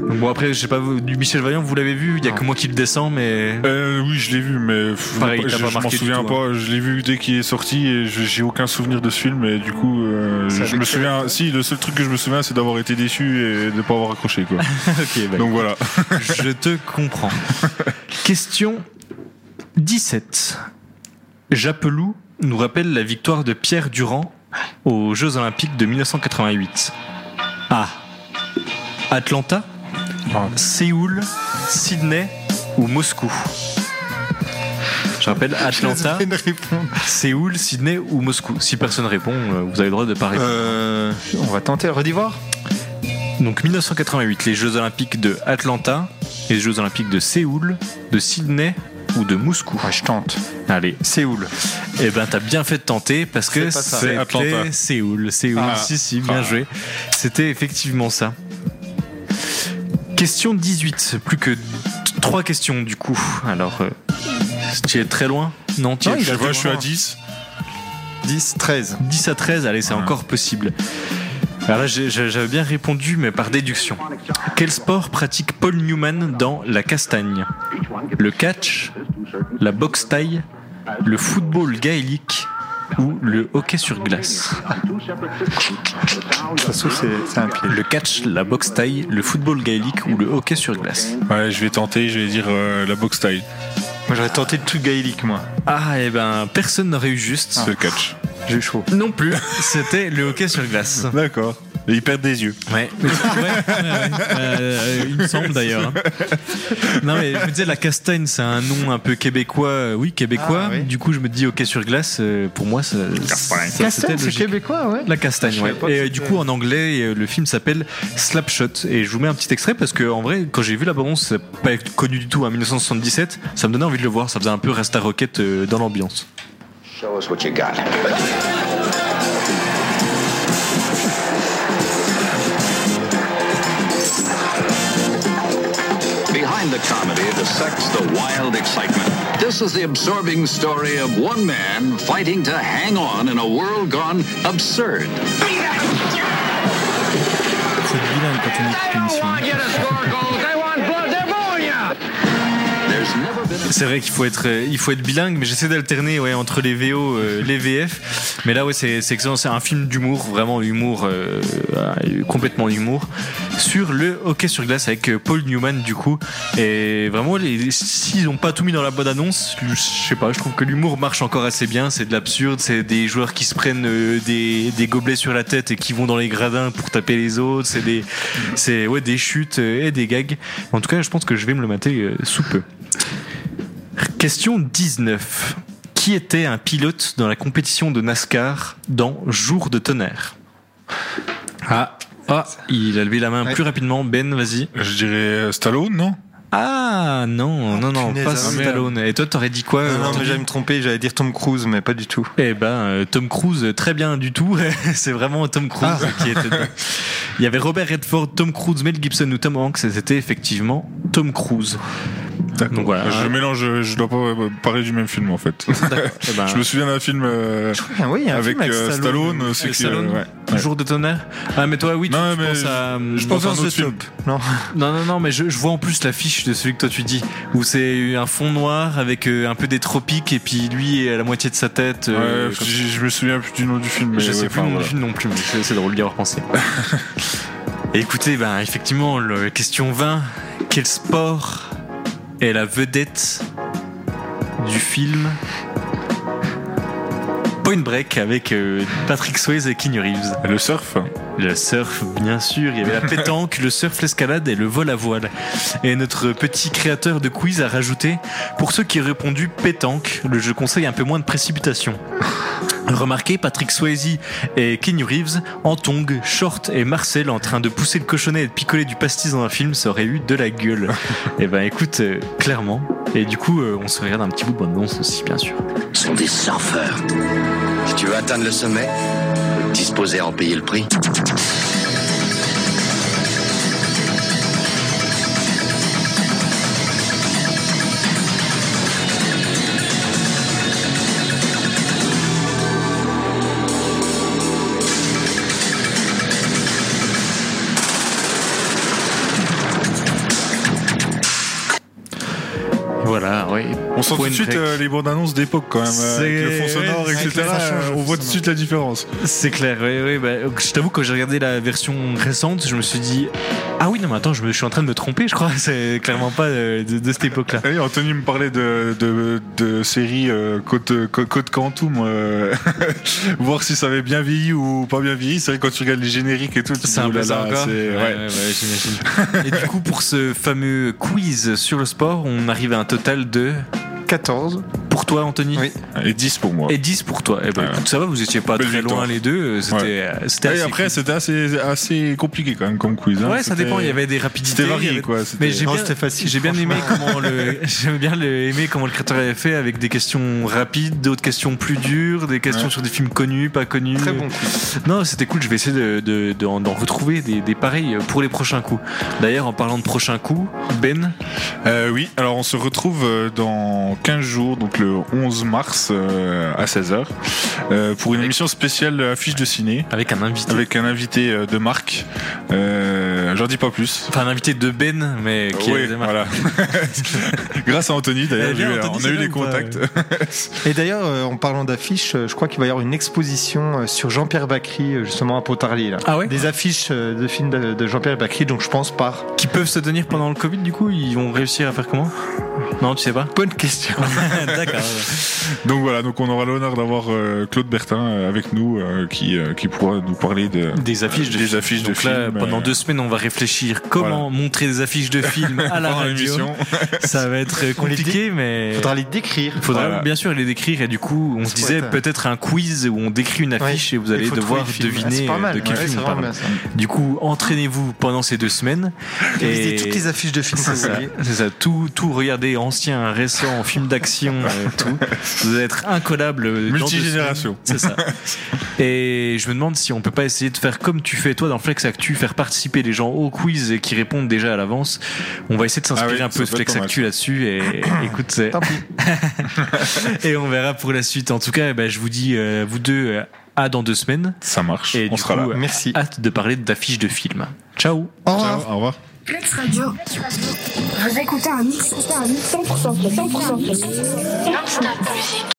A: Donc *laughs* bon après, je sais pas, vous, du Michel Vaillant, vous l'avez vu, il y a que moi qui le descends, mais...
B: Euh, oui, je l'ai vu, mais pff,
A: Pareil,
B: je,
A: t'as pas
B: je m'en
A: marqué du
B: souviens
A: tout, hein.
B: pas. Je l'ai vu dès qu'il est sorti et je- j'ai aucun souvenir de ce film. Et du coup, euh,
C: C'est
B: je
C: avec
B: me souviens. Si, le seul truc que je me souviens, c'est d'avoir été déçu et de pas avoir accroché, *laughs* quoi.
A: *laughs* ok, bah,
B: Donc voilà.
A: je te comprends. *laughs* Question 17. Japeloux nous rappelle la victoire de Pierre Durand aux Jeux Olympiques de 1988. A. Ah. Atlanta, Séoul, Sydney ou Moscou Je rappelle Atlanta, Séoul, Sydney ou Moscou. Si personne répond, euh, vous avez le droit de ne pas répondre.
C: Euh, on va tenter, redivoir
A: Donc 1988, les Jeux Olympiques de Atlanta, les Jeux Olympiques de Séoul, de Sydney ou de Moscou.
C: Ouais, je tente.
A: Allez.
C: Séoul.
A: Eh ben t'as bien fait de tenter parce que
C: C'est pas ça.
A: c'était
C: C'est Atlanta.
A: Séoul. Séoul,
C: Ah.
A: si si, bien
C: Ah.
A: joué. C'était effectivement ça. Question 18, plus que t- trois questions du coup. Alors, euh, tu es très loin Non, tu
B: Non,
A: es
B: il a été loin.
A: 10.
C: 10, 13.
A: 10 à 13, allez, c'est encore possible. Alors là, j'ai- j'ai- j'avais bien répondu, mais par déduction. Quel sport pratique Paul Newman dans La Castagne Le catch, la boxe taille, le football gaélique ou le hockey sur glace
C: Ça se trouve, c'est- c'est un pied.
A: Le catch, la boxe taille, le football gaélique ou le hockey sur glace
B: Ouais, je vais tenter. Je vais dire euh, la boxe taille.
C: Moi, j'aurais tenté le truc gaélique, moi.
A: Ah, et ben, personne n'aurait eu juste.
C: Ah.
B: Le catch.
C: J'ai eu chaud.
A: Non plus, c'était le hockey sur glace.
B: D'accord. Et ils perdent des yeux.
A: Ouais. Ouais, ouais, ouais. Euh, il me semble d'ailleurs. hein. Non mais je me disais la castagne c'est un nom un peu québécois, euh, oui québécois.
C: Ah, oui.
A: Du coup je me dis ok sur glace, euh, pour moi ça, ça, c'était
C: Castagne, c'est
A: logique.
C: québécois, ouais.
A: La castagne, ouais.
C: savais pas que
A: Et euh,
C: c'était-
A: du coup en anglais euh, le film s'appelle Slapshot et je vous mets un petit extrait parce que en vrai quand j'ai vu la bande c'est pas connu du tout hein, en 1977, ça me donnait envie de le voir, ça faisait un peu Rasta Rocket euh, dans l'ambiance.
Q: Show us what you got.
K: Behind the comedy, the sex, the wild excitement. This is the absorbing story of one man fighting to hang on in a world gone absurd.
C: C'est bilingue quand on écoute l'émission.
K: There's never been
A: C'est vrai qu'il faut être, euh, il faut être bilingue, mais j'essaie d'alterner ouais, entre les VO, euh, les VF. Mais là, ouais, c'est c'est excellent. C'est un film d'humour, vraiment humour, euh, euh, complètement humour, sur le hockey sur glace avec euh, Paul Newman du coup. Et vraiment, les- s'ils n'ont pas tout mis dans la bonne annonce, je sais pas. Je trouve que l'humour marche encore assez bien. C'est de l'absurde. C'est des joueurs qui se prennent euh, des, des gobelets sur la tête et qui vont dans les gradins pour taper les autres. C'est des, c'est ouais, des chutes euh, et des gags. En tout cas, je pense que je vais me le mater euh, sous peu. Question 19. Qui était un pilote dans la compétition de NASCAR dans Jour de tonnerre Ah, ah, il a levé la main plus rapidement. Ben, vas-y.
B: Je dirais euh, Stallone, non
A: Ah non, non, non,
C: punaise,
A: pas
C: ah, merde.
A: Stallone. Et toi, t'aurais dit quoi
C: Non, Euh, non,
A: Anthony
C: mais j'allais me tromper, j'allais dire Tom Cruise, mais pas du tout.
A: Eh ben, euh, Tom Cruise, très bien du tout. *laughs* C'est vraiment Tom Cruise
C: Ah.
A: qui était. dedans. Il y avait Robert Redford, Tom Cruise, Mel Gibson ou Tom Hanks. et C'était effectivement Tom Cruise. Donc voilà.
B: Je mélange, euh, je dois pas parler du même film en fait.
A: ben-
B: *laughs* je me souviens d'un film euh,
A: Ah oui, il y a un
B: avec,
A: film avec
B: euh,
A: Stallone.
B: Stallone. c'est
A: Avec
B: qui,
A: Stallone.
B: euh, ouais.
A: Le Jour de tonnerre. Ah mais toi oui, tu,
B: Non,
A: tu
B: mais
A: penses
B: je-
A: à. euh,
B: je pense à un
A: dans un
B: autre
A: film.
B: film.
C: Non.
A: non, non, non, mais je, je vois en plus l'affiche de celui que toi tu dis, où c'est un fond noir avec euh, un peu des tropiques et puis lui est à la moitié de sa tête. euh,
B: Ouais,
A: comme-
B: je, je me souviens plus du nom du film. Mais
A: je
B: ouais,
A: sais plus
B: enfin,
A: le nom
B: voilà.
A: du film non plus, mais c'est c'est drôle d'y avoir pensé. Et *laughs* écoutez, ben, effectivement, le- question 20. Quel sport est la vedette du film Point Break avec euh, Patrick Swayze et Keanu Reeves
B: Le surf
A: Le surf, bien sûr. Il y avait la pétanque, le surf, l'escalade et le vol à voile. Et notre petit créateur de quiz a rajouté Pour ceux qui ont répondu pétanque, le- je conseille un peu moins de précipitation. Remarquez Patrick Swayze et Keanu Reeves en tongs, short et Marcel en train de pousser le cochonnet et de picoler du pastis dans un film, ça aurait eu de la gueule. et ben écoute, euh, clairement. Et du coup, euh, on se regarde un petit bout de bande-annonce aussi, bien sûr.
R: Ce sont des surfeurs. Si tu veux atteindre le sommet, faut être disposé à en payer le prix.
A: Voilà, oui.
B: On sent tout de suite euh, les bandes annonces d'époque quand même, euh, avec le fond
A: C'est-
B: sonore,
A: ouais,
B: etc.
A: avec les
B: euh,
A: sachets,
B: on voit tout de suite la différence.
A: C'est clair, oui, oui. bah, je t'avoue, quand j'ai regardé la version récente, je me suis dit Ah oui, non, mais attends, je, me, je suis en train de me tromper, je crois. *laughs* C'est clairement pas euh, de, de cette époque-là.
B: Allez, Anthony me parlait de, de, de série euh, Côte, Côte, Côte Quantum, euh, *laughs* voir si ça avait bien vieilli ou pas bien vieilli. C'est vrai, quand tu regardes les génériques et tout, tu te
A: Oh
B: dis,
A: C'est un peu
B: oulala,
A: ça encore.
B: c'est-
A: Ouais,
B: ouais.
A: ouais, ouais, j'imagine. *laughs* Et du coup, pour ce fameux quiz sur le sport, on arrive à un total de
C: 14.
A: Pour toi, Anthony
B: Et 10 pour moi.
A: Et 10 pour toi. Eh ben, écoute, ça va, vous étiez pas
B: Belle
A: très
B: victoire.
A: loin les deux. euh, C'était
B: Ouais.
A: c'était
B: Ouais,
A: assez
B: après, c'était assez, assez compliqué quand même comme quiz. hein.
A: Ouais, ça
B: C'était-
A: dépend. Il y avait des rapidités.
B: C'était varié,
A: il y avait-
B: quoi. C'était-
A: Mais j'ai
B: Non,
A: bien,
B: c'était facile,
A: j'ai bien aimé
B: franchement.
A: comment le, *laughs* j'aime bien le- aimé comment le créateur avait fait avec des questions rapides, d'autres questions plus dures, des questions
C: Ouais.
A: sur des films connus, pas connus.
C: Très bon
A: Non, c'était cool. Je vais essayer de, de- d'en, d'en retrouver des, des pareils pour les prochains coups. D'ailleurs, en parlant de prochains coups, Ben.
B: Euh, oui, alors on se retrouve euh, dans 15 jours, donc le 11 mars euh, à 16h, euh, pour une émission spéciale affiche de ciné.
A: Avec un invité.
B: Avec un invité euh, de marque. Euh, J'en dis pas plus.
A: Enfin, un invité de Ben, mais qui
B: Oui,
A: est
B: voilà. *laughs* Grâce à Anthony
A: Eh
B: d'ailleurs,
A: bien,
B: j'ai eu-
A: Anthony,
B: on
A: c'est
B: a eu
A: là
B: les
A: ou pas
B: contacts.
C: Et d'ailleurs, euh, en parlant d'affiches, euh, je crois qu'il va y avoir une exposition euh, sur Jean-Pierre Bacry, euh, justement à Pontarlier. Là.
A: Ah ouais
C: Des affiches euh, de films de, de Jean-Pierre Bacry, donc je pense par.
A: Qui peuvent se tenir pendant le Covid, du coup Ils vont réussir à faire comment Non, tu sais pas
C: Bonne question.
A: *laughs* D'accord.
B: *laughs* donc voilà, donc on aura l'honneur d'avoir euh, Claude Bertin euh, avec nous euh, qui, euh, qui pourra nous parler de,
A: Des affiches de
B: des
A: films.
B: affiches de
A: Donc là,
B: films,
A: pendant
B: euh,
A: deux semaines, on va réfléchir comment montrer des affiches de films à la
B: *laughs* Pendant
A: radio.
B: l'émission.
A: *laughs* Ça va être euh,
C: On les dé-
A: compliqué, mais
C: Faudra les décrire.
A: faudra
C: Voilà.
A: bien sûr les décrire. Et du coup, on se disait
C: être- euh,
A: peut-être un quiz où on décrit une affiche
C: Ouais.
A: et vous
C: Il
A: allez
C: faut trouver
A: devoir
C: le film. Ah,
A: deviner euh,
C: c'est pas mal.
A: de quel
C: Ouais, c'est
A: film on
C: vraiment
A: parle.
C: bien, ça.
A: Du coup, entraînez-vous pendant ces deux semaines.
C: Révisez toutes les affiches de films
A: C'est ça,
C: publiées.
A: c'est ça. Tout, tout regarder ancien, récent, film d'action, euh, tout. Vous allez être incollable. euh, dans deux
B: Multigénération.
A: semaines. C'est ça. Et je me demande si on peut pas essayer de faire comme tu fais toi dans Flex Actu, faire participer les gens au quiz et qui répondent déjà à l'avance. On va essayer de s'inspirer
B: Ah oui,
A: un
B: ça
A: peu de
B: peut être
A: Flex
B: pas mal.
A: Actu là-dessus
B: *coughs*
A: et écoute, c'est- et on verra pour la suite. En tout cas, eh ben, je vous dis, euh, vous deux, euh, à dans deux semaines.
B: Ça marche.
A: Et
B: on
A: du
B: sera
A: coup,
B: là.
A: euh, Hâte de parler d'affiches de films. Ciao.
B: Au revoir. Ciao, au revoir.
S: Flex Radio. Vous écoutez un mix, un mix 100% flex, 100% flex. Non-stop musique.